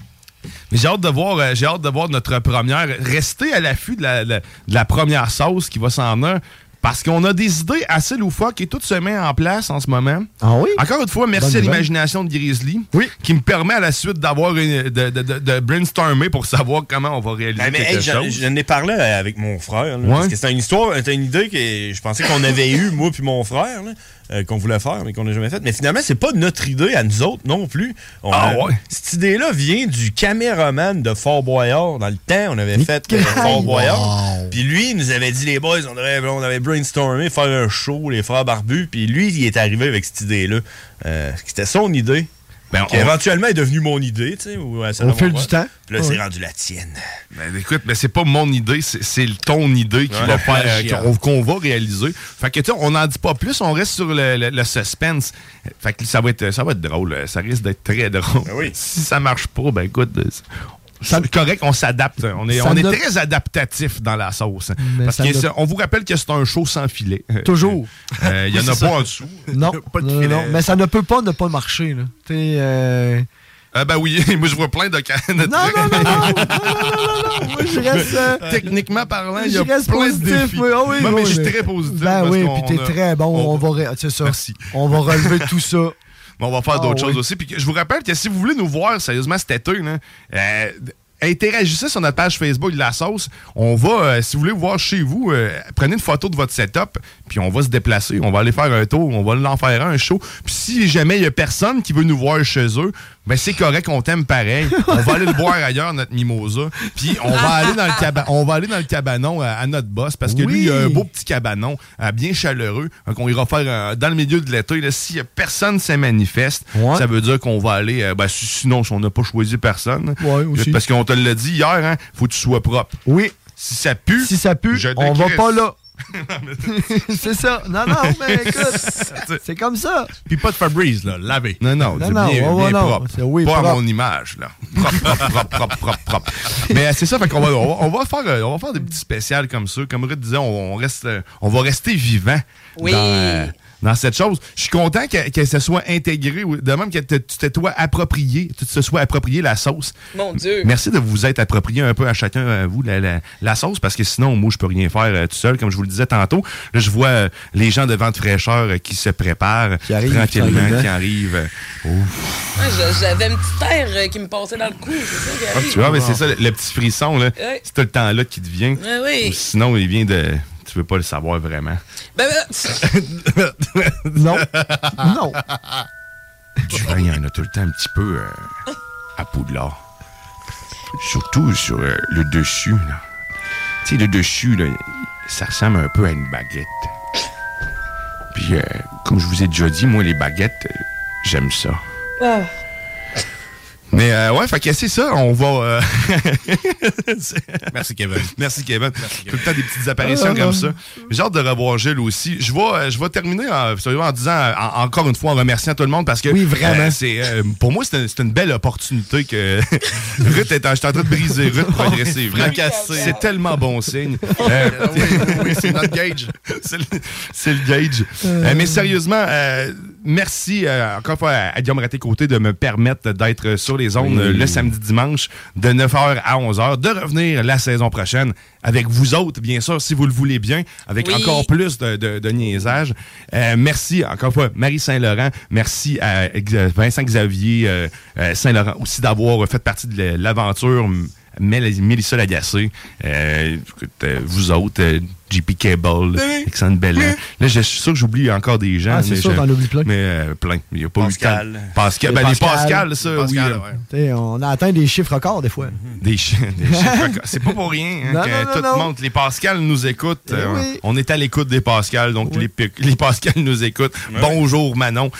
Speaker 3: Mais j'ai hâte de voir, euh, j'ai hâte de voir notre première. Restez à l'affût de la, la- de la première sauce qui va s'en venir. Parce qu'on a des idées assez loufoques et tout se met en place en ce moment.
Speaker 6: Ah oui?
Speaker 3: Encore une fois, merci
Speaker 6: Bonne
Speaker 3: à
Speaker 6: nouvelle.
Speaker 3: l'imagination de Grizzly qui me permet à la suite d'avoir une- de, de- de- de brainstormer pour savoir comment on va réaliser
Speaker 5: Ben, mais,
Speaker 3: quelque
Speaker 5: hey, j'en-
Speaker 3: chose.
Speaker 5: j'en ai parlé euh, avec mon frère. là,
Speaker 3: Ouais.
Speaker 5: Parce que c'était une histoire, c'était une idée que je pensais qu'on avait eue, moi puis mon frère, là, euh, qu'on voulait faire, mais qu'on n'a jamais faite. Mais finalement, c'est pas notre idée à nous autres non plus. On
Speaker 3: Ah
Speaker 5: a-
Speaker 3: ouais?
Speaker 5: Cette idée-là vient du caméraman de Fort Boyard. Dans le temps, on avait fait euh, Fort
Speaker 3: Wow.
Speaker 5: Boyard. Puis lui, il nous avait dit, les boys, on, devrait- on avait brainstormé, faire un show, les frères barbus. Puis lui, il est arrivé avec cette idée-là. Euh, c'était son idée. qui
Speaker 3: on-
Speaker 5: éventuellement est devenue mon idée, tu sais. ou, euh, ça
Speaker 3: Au
Speaker 5: va
Speaker 3: fil
Speaker 5: voir.
Speaker 3: du temps.
Speaker 5: Puis là, c'est
Speaker 3: Ouais.
Speaker 5: rendu la tienne.
Speaker 3: Ben, écoute, mais c'est pas mon idée, c'est c'est le ton idée qui
Speaker 5: Ouais,
Speaker 3: va
Speaker 5: le
Speaker 3: faire
Speaker 5: plagiat.
Speaker 3: euh, qu'on qu'on va réaliser. Fait que tu sais, on n'en dit pas plus, on reste sur le, le- le suspense. Fait que ça va être ça va être drôle, euh, ça risque d'être très drôle.
Speaker 5: Ben
Speaker 3: Si ça marche pas, ben écoute, euh, c'est correct, on s'adapte. On est,
Speaker 7: ça
Speaker 3: on est
Speaker 7: ne-
Speaker 3: très adaptatif dans la sauce.
Speaker 7: Mais
Speaker 3: Parce
Speaker 7: ça
Speaker 3: que
Speaker 7: ne-
Speaker 3: c'est- on vous rappelle que c'est un show sans filet.
Speaker 6: Toujours.
Speaker 3: Euh, Il y en a
Speaker 6: C'est ça.
Speaker 3: pas en dessous.
Speaker 6: Non. non, non,
Speaker 3: filet.
Speaker 6: non, mais ça ne peut pas ne pas marcher. Là. T'sais, euh,
Speaker 3: Ah ben oui, moi je vois plein de Non,
Speaker 6: non, non, non, moi, je reste, euh,
Speaker 3: Techniquement parlant, il y
Speaker 6: je
Speaker 3: a plein
Speaker 6: reste
Speaker 3: de
Speaker 6: positif.
Speaker 3: défis.
Speaker 6: oui, ah oui,
Speaker 3: Moi, mais
Speaker 6: oui,
Speaker 3: je suis
Speaker 6: mais-
Speaker 3: très positif.
Speaker 6: Ben
Speaker 3: parce
Speaker 6: oui,
Speaker 3: qu'on
Speaker 6: puis t'es
Speaker 3: a-
Speaker 6: très bon. On, va, ré- c'est ça. On va relever tout ça.
Speaker 3: Mais on va faire d'autres
Speaker 6: Ah,
Speaker 3: choses
Speaker 6: oui.
Speaker 3: aussi. Puis que- je vous rappelle que si vous voulez nous voir sérieusement cet été, là, euh, interagissez sur notre page Facebook de la sauce. On va, euh, si vous voulez voir chez vous, euh, prenez une photo de votre setup, puis on va se déplacer. On va aller faire un tour, on va l'en faire un, un show. Puis si jamais il y a personne qui veut nous voir chez eux, ben c'est correct, on t'aime pareil. on va aller le boire ailleurs, notre mimosa. Puis on
Speaker 6: Ah.
Speaker 3: va aller dans le, caba- on va aller dans le cabanon à, à notre boss, parce que lui, il a un beau petit cabanon, euh, bien chaleureux, hein, qu'on ira faire euh, dans le milieu de l'été. là. Si euh, personne se manifeste, ça veut dire qu'on va aller. euh, ben, si- sinon, si on n'a pas choisi personne. Euh,
Speaker 6: Ouais, aussi.
Speaker 3: Parce qu'on te l'a dit hier, hein, faut que tu sois propre.
Speaker 6: Oui.
Speaker 3: Si ça pue,
Speaker 6: si ça pue,
Speaker 3: je
Speaker 6: on va
Speaker 3: décrisse.
Speaker 6: pas là. c'est ça. Non, non, mais écoute, c'est comme ça.
Speaker 3: Puis pas de Fabrice, là, lavé. Non, non,
Speaker 6: Non,
Speaker 3: c'est
Speaker 6: non,
Speaker 3: bien,
Speaker 6: ouais,
Speaker 3: bien
Speaker 6: ouais, non.
Speaker 3: propre.
Speaker 6: C'est- oui,
Speaker 3: pas à
Speaker 6: propre.
Speaker 3: mon image, là. Propre, propre, propre, propre, propre, propre. Mais euh, c'est ça, fait qu'on va, on va, on va faire, euh, on va faire des petits spéciales comme ça. Comme Ruth disait, on, on reste, euh, on va rester vivant
Speaker 11: Oui.
Speaker 3: dans, euh, dans cette chose. Je suis content que, que ce soit intégré, ou de même que te- tu t'es toi approprié, tu te sois approprié la sauce.
Speaker 11: Mon Dieu.
Speaker 3: Merci de vous être approprié un peu à chacun, euh, vous, la, la- la sauce, parce que sinon, moi, je peux rien faire euh, tout seul, comme je vous le disais tantôt. Là, je vois euh, les gens de Vente Fraîcheur euh, qui se préparent
Speaker 6: arrivent,
Speaker 3: tranquillement,
Speaker 6: tranquillement.
Speaker 3: qui arrivent. euh, ouf.
Speaker 11: Ah, je- J'avais une petite terre euh, qui me passait dans le cou. c'est ça qui
Speaker 3: Ah,
Speaker 11: arrive.
Speaker 3: tu vois, mais c'est ça, le, le petit frisson, là.
Speaker 11: Ouais.
Speaker 3: C'est tout le temps là qui te vient.
Speaker 11: Ouais, oui.
Speaker 3: Ou Sinon, il vient de... Tu peux pas le savoir vraiment.
Speaker 11: Ben, ben,
Speaker 6: non. Non.
Speaker 3: Du vin, il y en a tout le temps un petit peu euh, à Poudlard. Surtout sur euh, le dessus, là. Tu sais, le dessus, là, ça ressemble un peu à une baguette. Puis, euh, comme je vous ai déjà dit, moi, les baguettes, euh, j'aime ça.
Speaker 11: Ah.
Speaker 3: Mais euh, ouais, fait que c'est ça, on va... euh, Merci Kevin. Merci Kevin. Tout le temps des petites apparitions
Speaker 7: Ah,
Speaker 3: comme
Speaker 7: ah.
Speaker 3: ça. J'ai hâte de revoir Gilles aussi. Je vais, euh, je vais terminer en, sérieusement, en disant, euh, en- encore une fois, en remerciant tout le monde parce que... Oui,
Speaker 7: vraiment.
Speaker 3: c'est, euh, pour moi, c'est un- c'est une belle opportunité que Ruth est en, je suis en train de briser Ruth progressivement.
Speaker 7: Fracassé.
Speaker 3: C'est tellement bon signe. Euh,
Speaker 7: oui, c'est notre
Speaker 3: gauge. c'est le, c'est le gauge. Euh, mais sérieusement, euh, merci euh, encore une fois à, à Guillaume Raté-Côté de me permettre d'être sur les ondes
Speaker 7: Oui.
Speaker 3: euh, le samedi-dimanche de 9h à 11h, de revenir la saison prochaine avec vous autres, bien sûr, si vous le voulez bien, avec
Speaker 7: Oui.
Speaker 3: encore plus de, de, de niaisage. Euh, merci encore une fois, Marie Saint-Laurent. Merci à Ex- Vincent Xavier euh, euh, Saint-Laurent aussi d'avoir fait partie de l'aventure. Mél- Mélissa Lagacé, euh, écoute, euh, vous autres, euh, JP Cable, Alexandre Bellin. Là, je suis sûr que j'oublie encore des gens.
Speaker 6: Ah, c'est
Speaker 3: mais
Speaker 6: sûr,
Speaker 3: je-
Speaker 6: t'en oublies plein.
Speaker 3: Mais euh, plein. Il n'y a pas eu
Speaker 6: Pascal.
Speaker 3: le temps. Pascal. Ben, les Pascal, ça, oui. euh,
Speaker 6: T'sais, On a atteint des chiffres records des fois.
Speaker 3: Des, chi- des chiffres records. C'est pas pour rien hein,
Speaker 6: Non,
Speaker 3: que
Speaker 6: non, non,
Speaker 3: tout
Speaker 6: non. Eh
Speaker 3: le monde. Les Pascal nous écoutent. Euh,
Speaker 6: oui.
Speaker 3: On est à l'écoute des Pascal, donc les, pic- les Pascal nous écoutent. Bonjour Manon.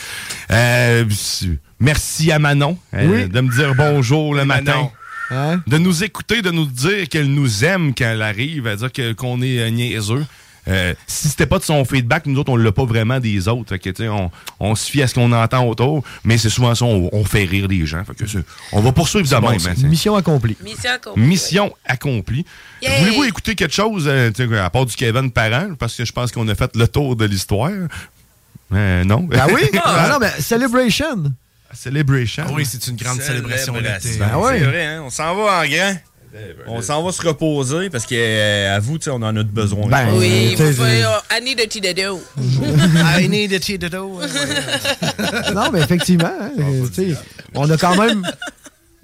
Speaker 3: Euh, su- merci à Manon euh,
Speaker 7: Oui.
Speaker 3: de me dire bonjour le matin.
Speaker 7: Manon.
Speaker 6: Hein?
Speaker 3: De nous écouter, de nous dire qu'elle nous aime quand elle arrive, à dire que- qu'on est euh, niaiseux. Euh, si c'était pas de son feedback, nous autres, on l'a pas vraiment des autres. Fait que, tu sais, on, on se fie à ce qu'on entend autour, mais c'est souvent ça, on, on fait rire les gens. Fait que c'est- on va poursuivre ça
Speaker 6: Bon,
Speaker 3: même.
Speaker 6: Ben, c'est
Speaker 3: hein,
Speaker 6: une Mission accomplie.
Speaker 11: Mission accomplie.
Speaker 3: Mission accomplie.
Speaker 11: Yay!
Speaker 3: Voulez-vous écouter quelque chose, euh, tu sais, à part du Kevin Parent, parce que je pense qu'on a fait le tour de l'histoire. Euh, non.
Speaker 6: Ben oui! Ah non, mais Celebration!
Speaker 3: Celebration.
Speaker 2: Ah oui, c'est une grande célébration d'été.
Speaker 5: Ben C'est vrai, hein? on s'en va en grand. On s'en va se reposer parce que, euh, à vous, tu sais, on en a de besoin.
Speaker 6: Ben,
Speaker 11: Oui, vous
Speaker 5: c'est-
Speaker 11: pouvez, euh, I need a tea to do.
Speaker 2: I need a tea to do.
Speaker 6: non, mais effectivement, hein, euh, tu sais, on a quand même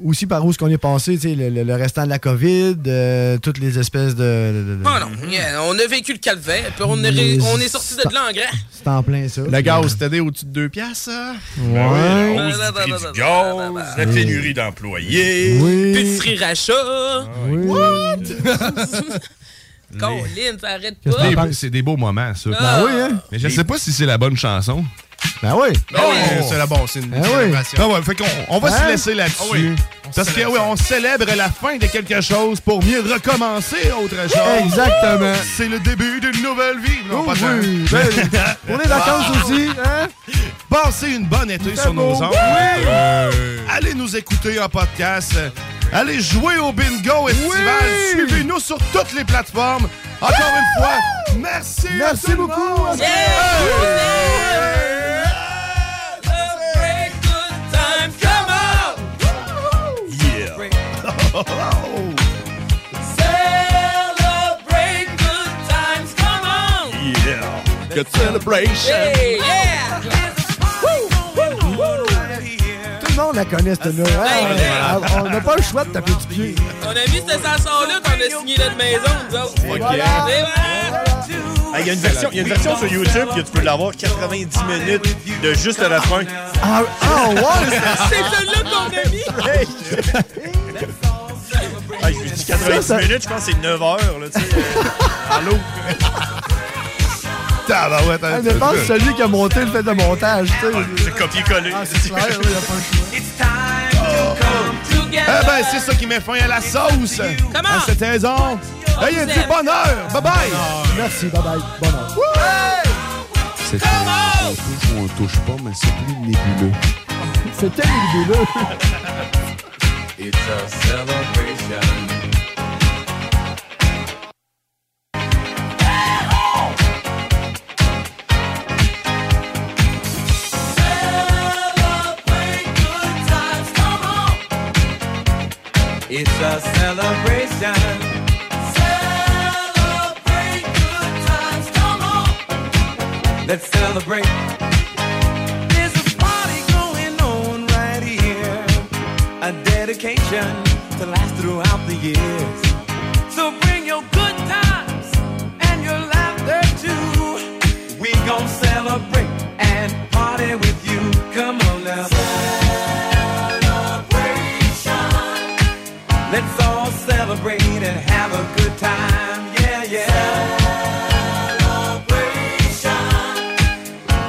Speaker 6: aussi par où ce qu'on est passé, tu sais, le, le- le restant de la COVID, euh, toutes les espèces de. de- de-
Speaker 1: Mm-hmm.
Speaker 6: de-
Speaker 11: Oh non, yeah, on a vécu le calvaire, puis on, est ré- on est sorti de là en grand.
Speaker 6: C'est en plein ça.
Speaker 1: Le gaz, c'était des au-dessus de 2 piastres, ça?
Speaker 11: Ben,
Speaker 6: Ouais.
Speaker 5: Ben La hausse du prix du
Speaker 11: Ah,
Speaker 5: gaz, la pénurie d'employés.
Speaker 11: Pétisserie rachat.
Speaker 5: Ah
Speaker 11: What? ben, Colin, ça arrête
Speaker 3: C'est des-
Speaker 11: pas.
Speaker 3: C'est des beaux moments, ça.
Speaker 11: Ben Ah. oui, hein?
Speaker 3: Mais je sais pas si c'est la bonne chanson.
Speaker 6: Ben oui.
Speaker 3: Oh,
Speaker 1: C'est la bonne, c'est une
Speaker 5: Ben
Speaker 3: Ah oui.
Speaker 1: célébration.
Speaker 3: Ah ouais, fait qu'on on va
Speaker 1: Hein?
Speaker 3: se laisser là-dessus.
Speaker 1: Ah oui.
Speaker 3: Parce que oui, on célèbre la fin de quelque chose pour mieux recommencer autre chose.
Speaker 6: Exactement.
Speaker 3: C'est le début d'une nouvelle vie.
Speaker 6: Oh
Speaker 3: Non, pas tant.
Speaker 6: oui. Ben, pour les vacances aussi, hein?
Speaker 3: Passez une bonne été sur nos
Speaker 6: beau.
Speaker 3: ondes.
Speaker 6: Oui.
Speaker 3: Euh, Allez nous écouter en podcast. Euh, Allez jouer au bingo estival. Suivez-nous sur toutes les plateformes. Encore une fois, merci. Merci beaucoup.
Speaker 11: Time, come on!
Speaker 5: Yeah.
Speaker 11: Celebrate good times, come on!
Speaker 5: Yeah.
Speaker 3: Good celebration.
Speaker 11: Hey, yeah!
Speaker 6: Tout le monde la connaît, cette là ah, On n'a pas le choix de taper du pied.
Speaker 11: On a mis cette chanson-là qu'on a signé notre maison, nous autres. Eh
Speaker 5: Ok.
Speaker 11: Et voilà!
Speaker 5: Ah, Il y a une version, il y a une version sur YouTube que tu peux l'avoir 90 minutes de juste à la fin.
Speaker 6: Ah, ah,
Speaker 1: oh,
Speaker 6: ouais!
Speaker 11: C'est celle-là qu'on a mis! Hey!
Speaker 5: Ah, je lui dis 90
Speaker 6: Ça, ça-
Speaker 5: minutes, je pense que c'est 9 heures, là, tu sais. euh, Allô?
Speaker 3: Tabarouette,
Speaker 6: Ah, mais pense que celui qui a monté le fait de montage, tu sais.
Speaker 5: C'est copier-coller.
Speaker 6: Ah, c'est clair, oui, il a pas le choix.
Speaker 3: Eh ben, c'est ça qui met fin à la sauce. À cette saison. Ayez du bonheur. Bye bye.
Speaker 6: Merci, bye bye. Bonheur.
Speaker 9: C'était on touche ou on touche pas, mais c'est plus nébuleux.
Speaker 6: C'était une idée, là.
Speaker 10: It's a celebration. It's a celebration. Celebrate good times, come on. Let's celebrate. There's a party going on right here. A dedication to last throughout the years. So bring your good times and your laughter too. We gon' celebrate and party with you. Come on now. Celebration. Let's all celebrate and have a good time. Yeah, yeah. Celebration.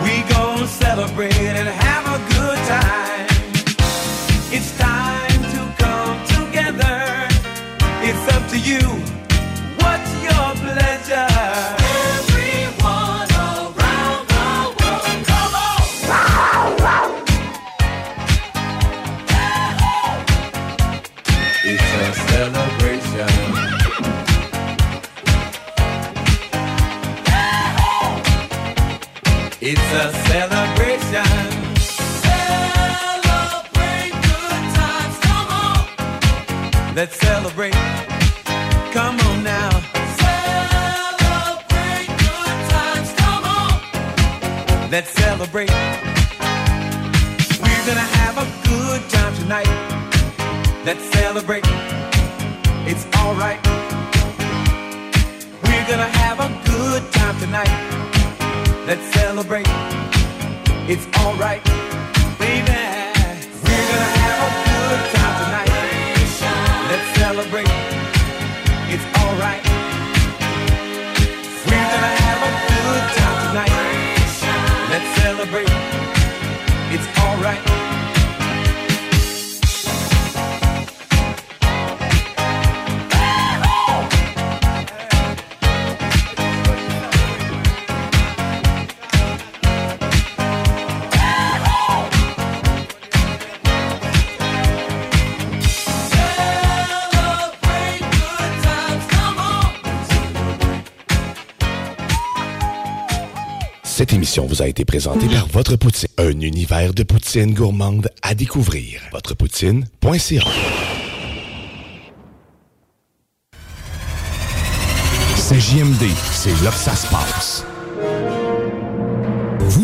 Speaker 10: We gon' celebrate and have a good time. It's time to come together. It's up to you. What's your pleasure? Everyone around the world, come on. It's a celebration. It's a celebration. Celebrate good times, come on. Let's celebrate. Come on now. Celebrate good times, come on. Let's celebrate. We're gonna have a good time tonight. Let's celebrate. it's alright. We're gonna have a good time tonight. Let's celebrate, it's alright. Baby, we're gonna have a good time tonight. Let's celebrate, it's alright. We're gonna have a good time tonight. Let's celebrate, it's alright.
Speaker 7: Cette émission vous a été présentée par Votre Poutine, un univers de poutine gourmande à découvrir. Votrepoutine.ca C'est JMD, c'est là que ça se passe.
Speaker 31: Vous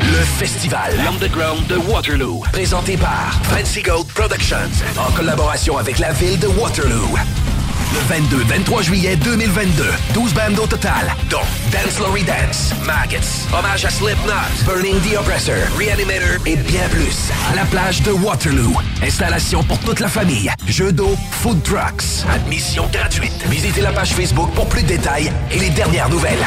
Speaker 15: Le festival L'Underground de Waterloo, présenté par Fancy Gold Productions, en collaboration avec la ville de Waterloo. Le 22-23 juillet 2022, 12 bandes au total, dont Dance Lory Dance, Maggots, Hommage à Slipknot, Burning the Oppressor, Reanimator et bien plus. À la plage de Waterloo, installation pour toute la famille, jeux d'eau, food trucks, admission gratuite. Visitez la page Facebook pour plus de détails et les dernières nouvelles.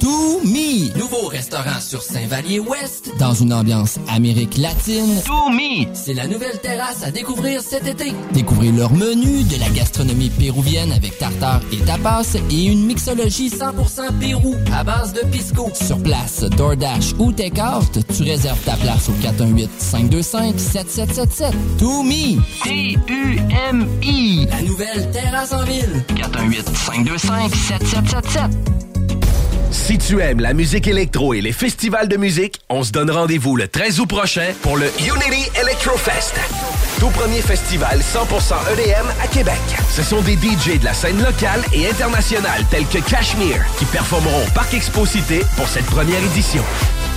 Speaker 19: To Me, nouveau restaurant sur Saint-Vallier-Ouest, dans une ambiance Amérique latine. To Me, c'est la nouvelle terrasse à découvrir cet été. Découvrez leur menu, de la gastronomie péruvienne avec tartare et tapas et une mixologie 100% Pérou à base de pisco. Sur place, DoorDash ou Takeout, tu réserves ta place au 418-525-7777. To Me, T-U-M-I, la nouvelle terrasse en ville. 418-525-7777.
Speaker 15: Si tu aimes la musique électro et les festivals de musique, on se donne rendez-vous le 13 août prochain pour le Unity Electrofest. Tout premier festival 100% EDM E à Québec. Ce sont des DJ de la scène locale et internationale tels que Cashmere qui performeront au Parc Expo Cité pour cette première édition.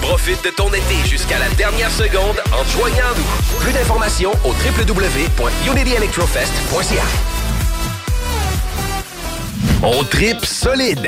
Speaker 15: Profite de ton été jusqu'à la dernière seconde en te joignant à nous. Plus d'informations au www.unityelectrofest.ca. On tripe solide.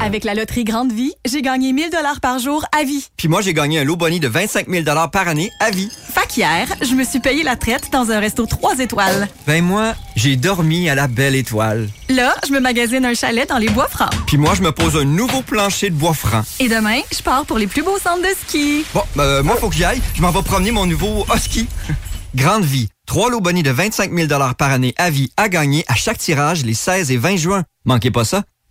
Speaker 14: Avec la loterie Grande Vie, j'ai gagné 1000 dollars par jour à vie.
Speaker 25: Puis moi, j'ai gagné un lot boni de 25 000 par année à vie.
Speaker 14: Fait qu'hier, je me suis payé la traite dans un resto 3 étoiles.
Speaker 25: Ben moi, j'ai dormi à la belle étoile.
Speaker 14: Là, je me magasine un chalet dans les bois francs.
Speaker 25: Puis moi, je me pose un nouveau plancher de bois franc.
Speaker 14: Et demain, je pars pour les plus beaux centres de ski.
Speaker 25: Bon, ben, moi, faut que j'y aille. Je m'en vais promener mon nouveau husky. Grande vie. Trois lots bonis de 25 000 par année à vie à gagner à chaque tirage les 16 et 20 juin. Manquez pas ça.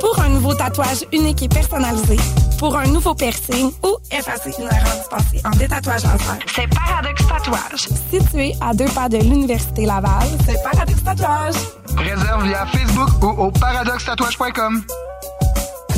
Speaker 26: Pour un nouveau tatouage unique et personnalisé, pour un nouveau piercing ou effacer une erreur dispensée en détatouage laser, c'est Paradox Tatouage. Situé à deux pas de l'Université Laval, c'est Paradox Tatouage.
Speaker 6: Réserve via Facebook ou au paradoxtatouage.com.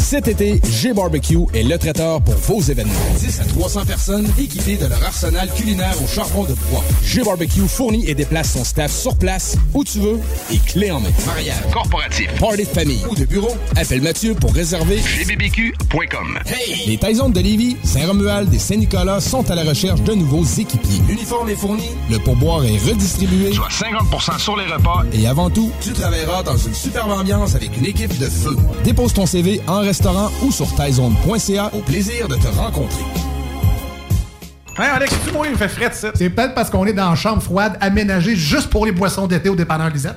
Speaker 31: Cet été, G-Barbecue est le traiteur pour vos événements. 10 à 300 personnes équipées de leur arsenal culinaire au charbon de bois. G-Barbecue fournit et déplace son staff sur place, où tu veux, et clé en main. Mariage, corporatif, party de famille ou de bureau, appelle Mathieu pour réserver gbbq.com. Hey! Les Tysons de Lévis, Saint-Romuald et Saint-Nicolas sont à la recherche de nouveaux équipiers. L'uniforme est fourni, le pourboire est redistribué, soit 50% sur les repas, et avant tout, tu travailleras dans une superbe ambiance avec une équipe de feu. Dépose ton CV en restaurant ou sur taizone.ca au plaisir de te rencontrer.
Speaker 32: Hein, Alex, tu moi, il me fait fret, ça.
Speaker 16: C'est peut-être parce qu'on est dans une chambre froide aménagée juste pour les boissons d'été au dépanneur Lisette.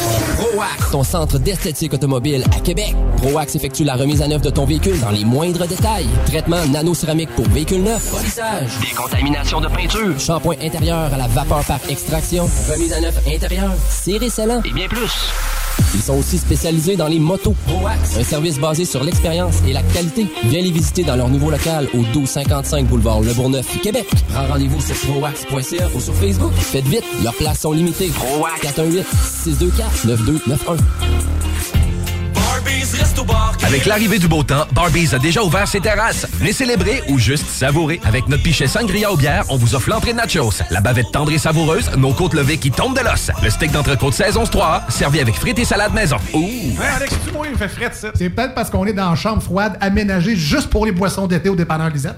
Speaker 19: ProAx, ton centre d'esthétique automobile à Québec. ProAx effectue la remise à neuf de ton véhicule dans les moindres détails. Traitement nano-céramique pour véhicule neuf, polissage, décontamination de peinture, shampoing intérieur à la vapeur par extraction, remise à neuf intérieure, cire et scellant, et bien plus. Ils sont aussi spécialisés dans les motos. ProAx, un service basé sur l'expérience et la qualité. Viens les visiter dans leur nouveau local au 1255 boulevard Le Bourgneuf, Québec. Prends rendez-vous sur ProAx.ca ou sur Facebook. Faites vite, leurs places sont limitées. ProAx 418 624 9291.
Speaker 10: Avec l'arrivée du beau temps, Barbies a déjà ouvert ses terrasses. Venez célébrer ou juste savourer. Avec notre pichet sangria au bière, on vous offre l'entrée de nachos, la bavette tendre et savoureuse, nos côtes levées qui tombent de l'os, le steak d'entrecôte saison 3, servi avec frites et salade maison. Ouh!
Speaker 32: Hein, Alex, tu moi, il me fait fret, ça.
Speaker 16: C'est peut-être parce qu'on est dans une chambre froide aménagée juste pour les boissons d'été au dépanneur Lisette.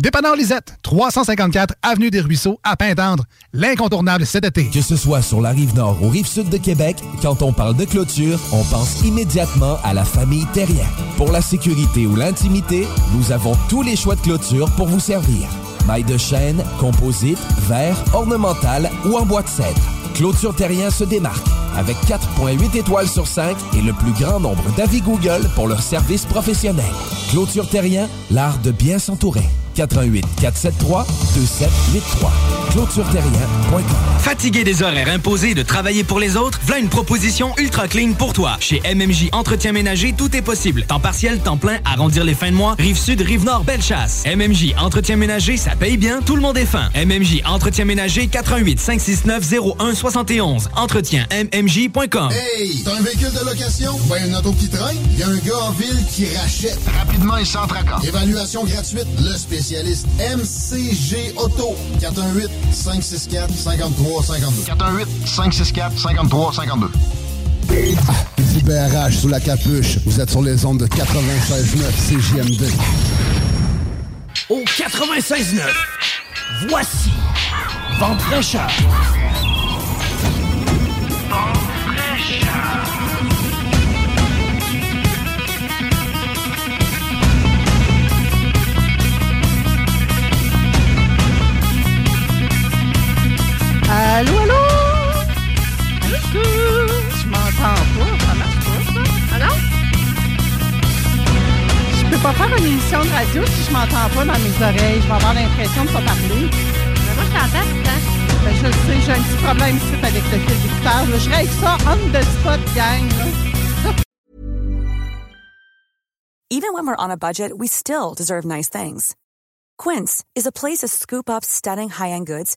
Speaker 16: Dépanneur Lisette, 354 Avenue des Ruisseaux, à Pintendre. L'incontournable cet été.
Speaker 15: Que ce soit sur la rive nord ou rive sud de Québec, quand on parle de clôture, on pense immédiatement à la famille Terrien. Pour la sécurité ou l'intimité, nous avons tous les choix de clôture pour vous servir. Maille de chêne, composite, verre, ornemental ou en bois de cèdre. Clôture Terrien se démarque avec 4.8 étoiles sur 5 et le plus grand nombre d'avis Google pour leur service professionnel. Clôture Terrien, l'art de bien s'entourer. 88 473 2783. Clôtureterrien.com
Speaker 13: Fatigué des horaires imposés de travailler pour les autres, voilà une proposition ultra clean pour toi. Chez MMJ Entretien Ménager, tout est possible. Temps partiel, temps plein, arrondir les fins de mois, rive sud, rive nord, belle chasse. MMJ Entretien Ménager, ça paye bien, tout le monde est fin. MMJ Entretien Ménager, 88 569 0171. Entretien MMJ.com.
Speaker 20: Hey, t'as un véhicule de location? Ben, une auto qui traîne? Il y a un gars en ville qui rachète. Rapidement et sans tracas. Évaluation gratuite. Le spécialiste MCG Auto. 418-564-5352. 418-564-5352.
Speaker 33: Du BRH sous la capuche, vous êtes sur les ondes de 96.9 CJMD.
Speaker 10: Au 96.9, voici Vente fraîcheur.
Speaker 22: Allô, allô? Allô, Je m'entends pas. Ça marche pas, ça? Allô? Je peux pas faire une émission de radio si je m'entends pas dans mes oreilles. Je vais avoir l'impression de pas parler. Mais moi, je t'entends tout ben, Je le sais, j'ai un petit problème ici avec le fil d'écouteur. là. Je règle ça on the spot, gang. là.
Speaker 34: Even when we're on a budget, we still deserve nice things. Quince is a place to scoop up stunning high end goods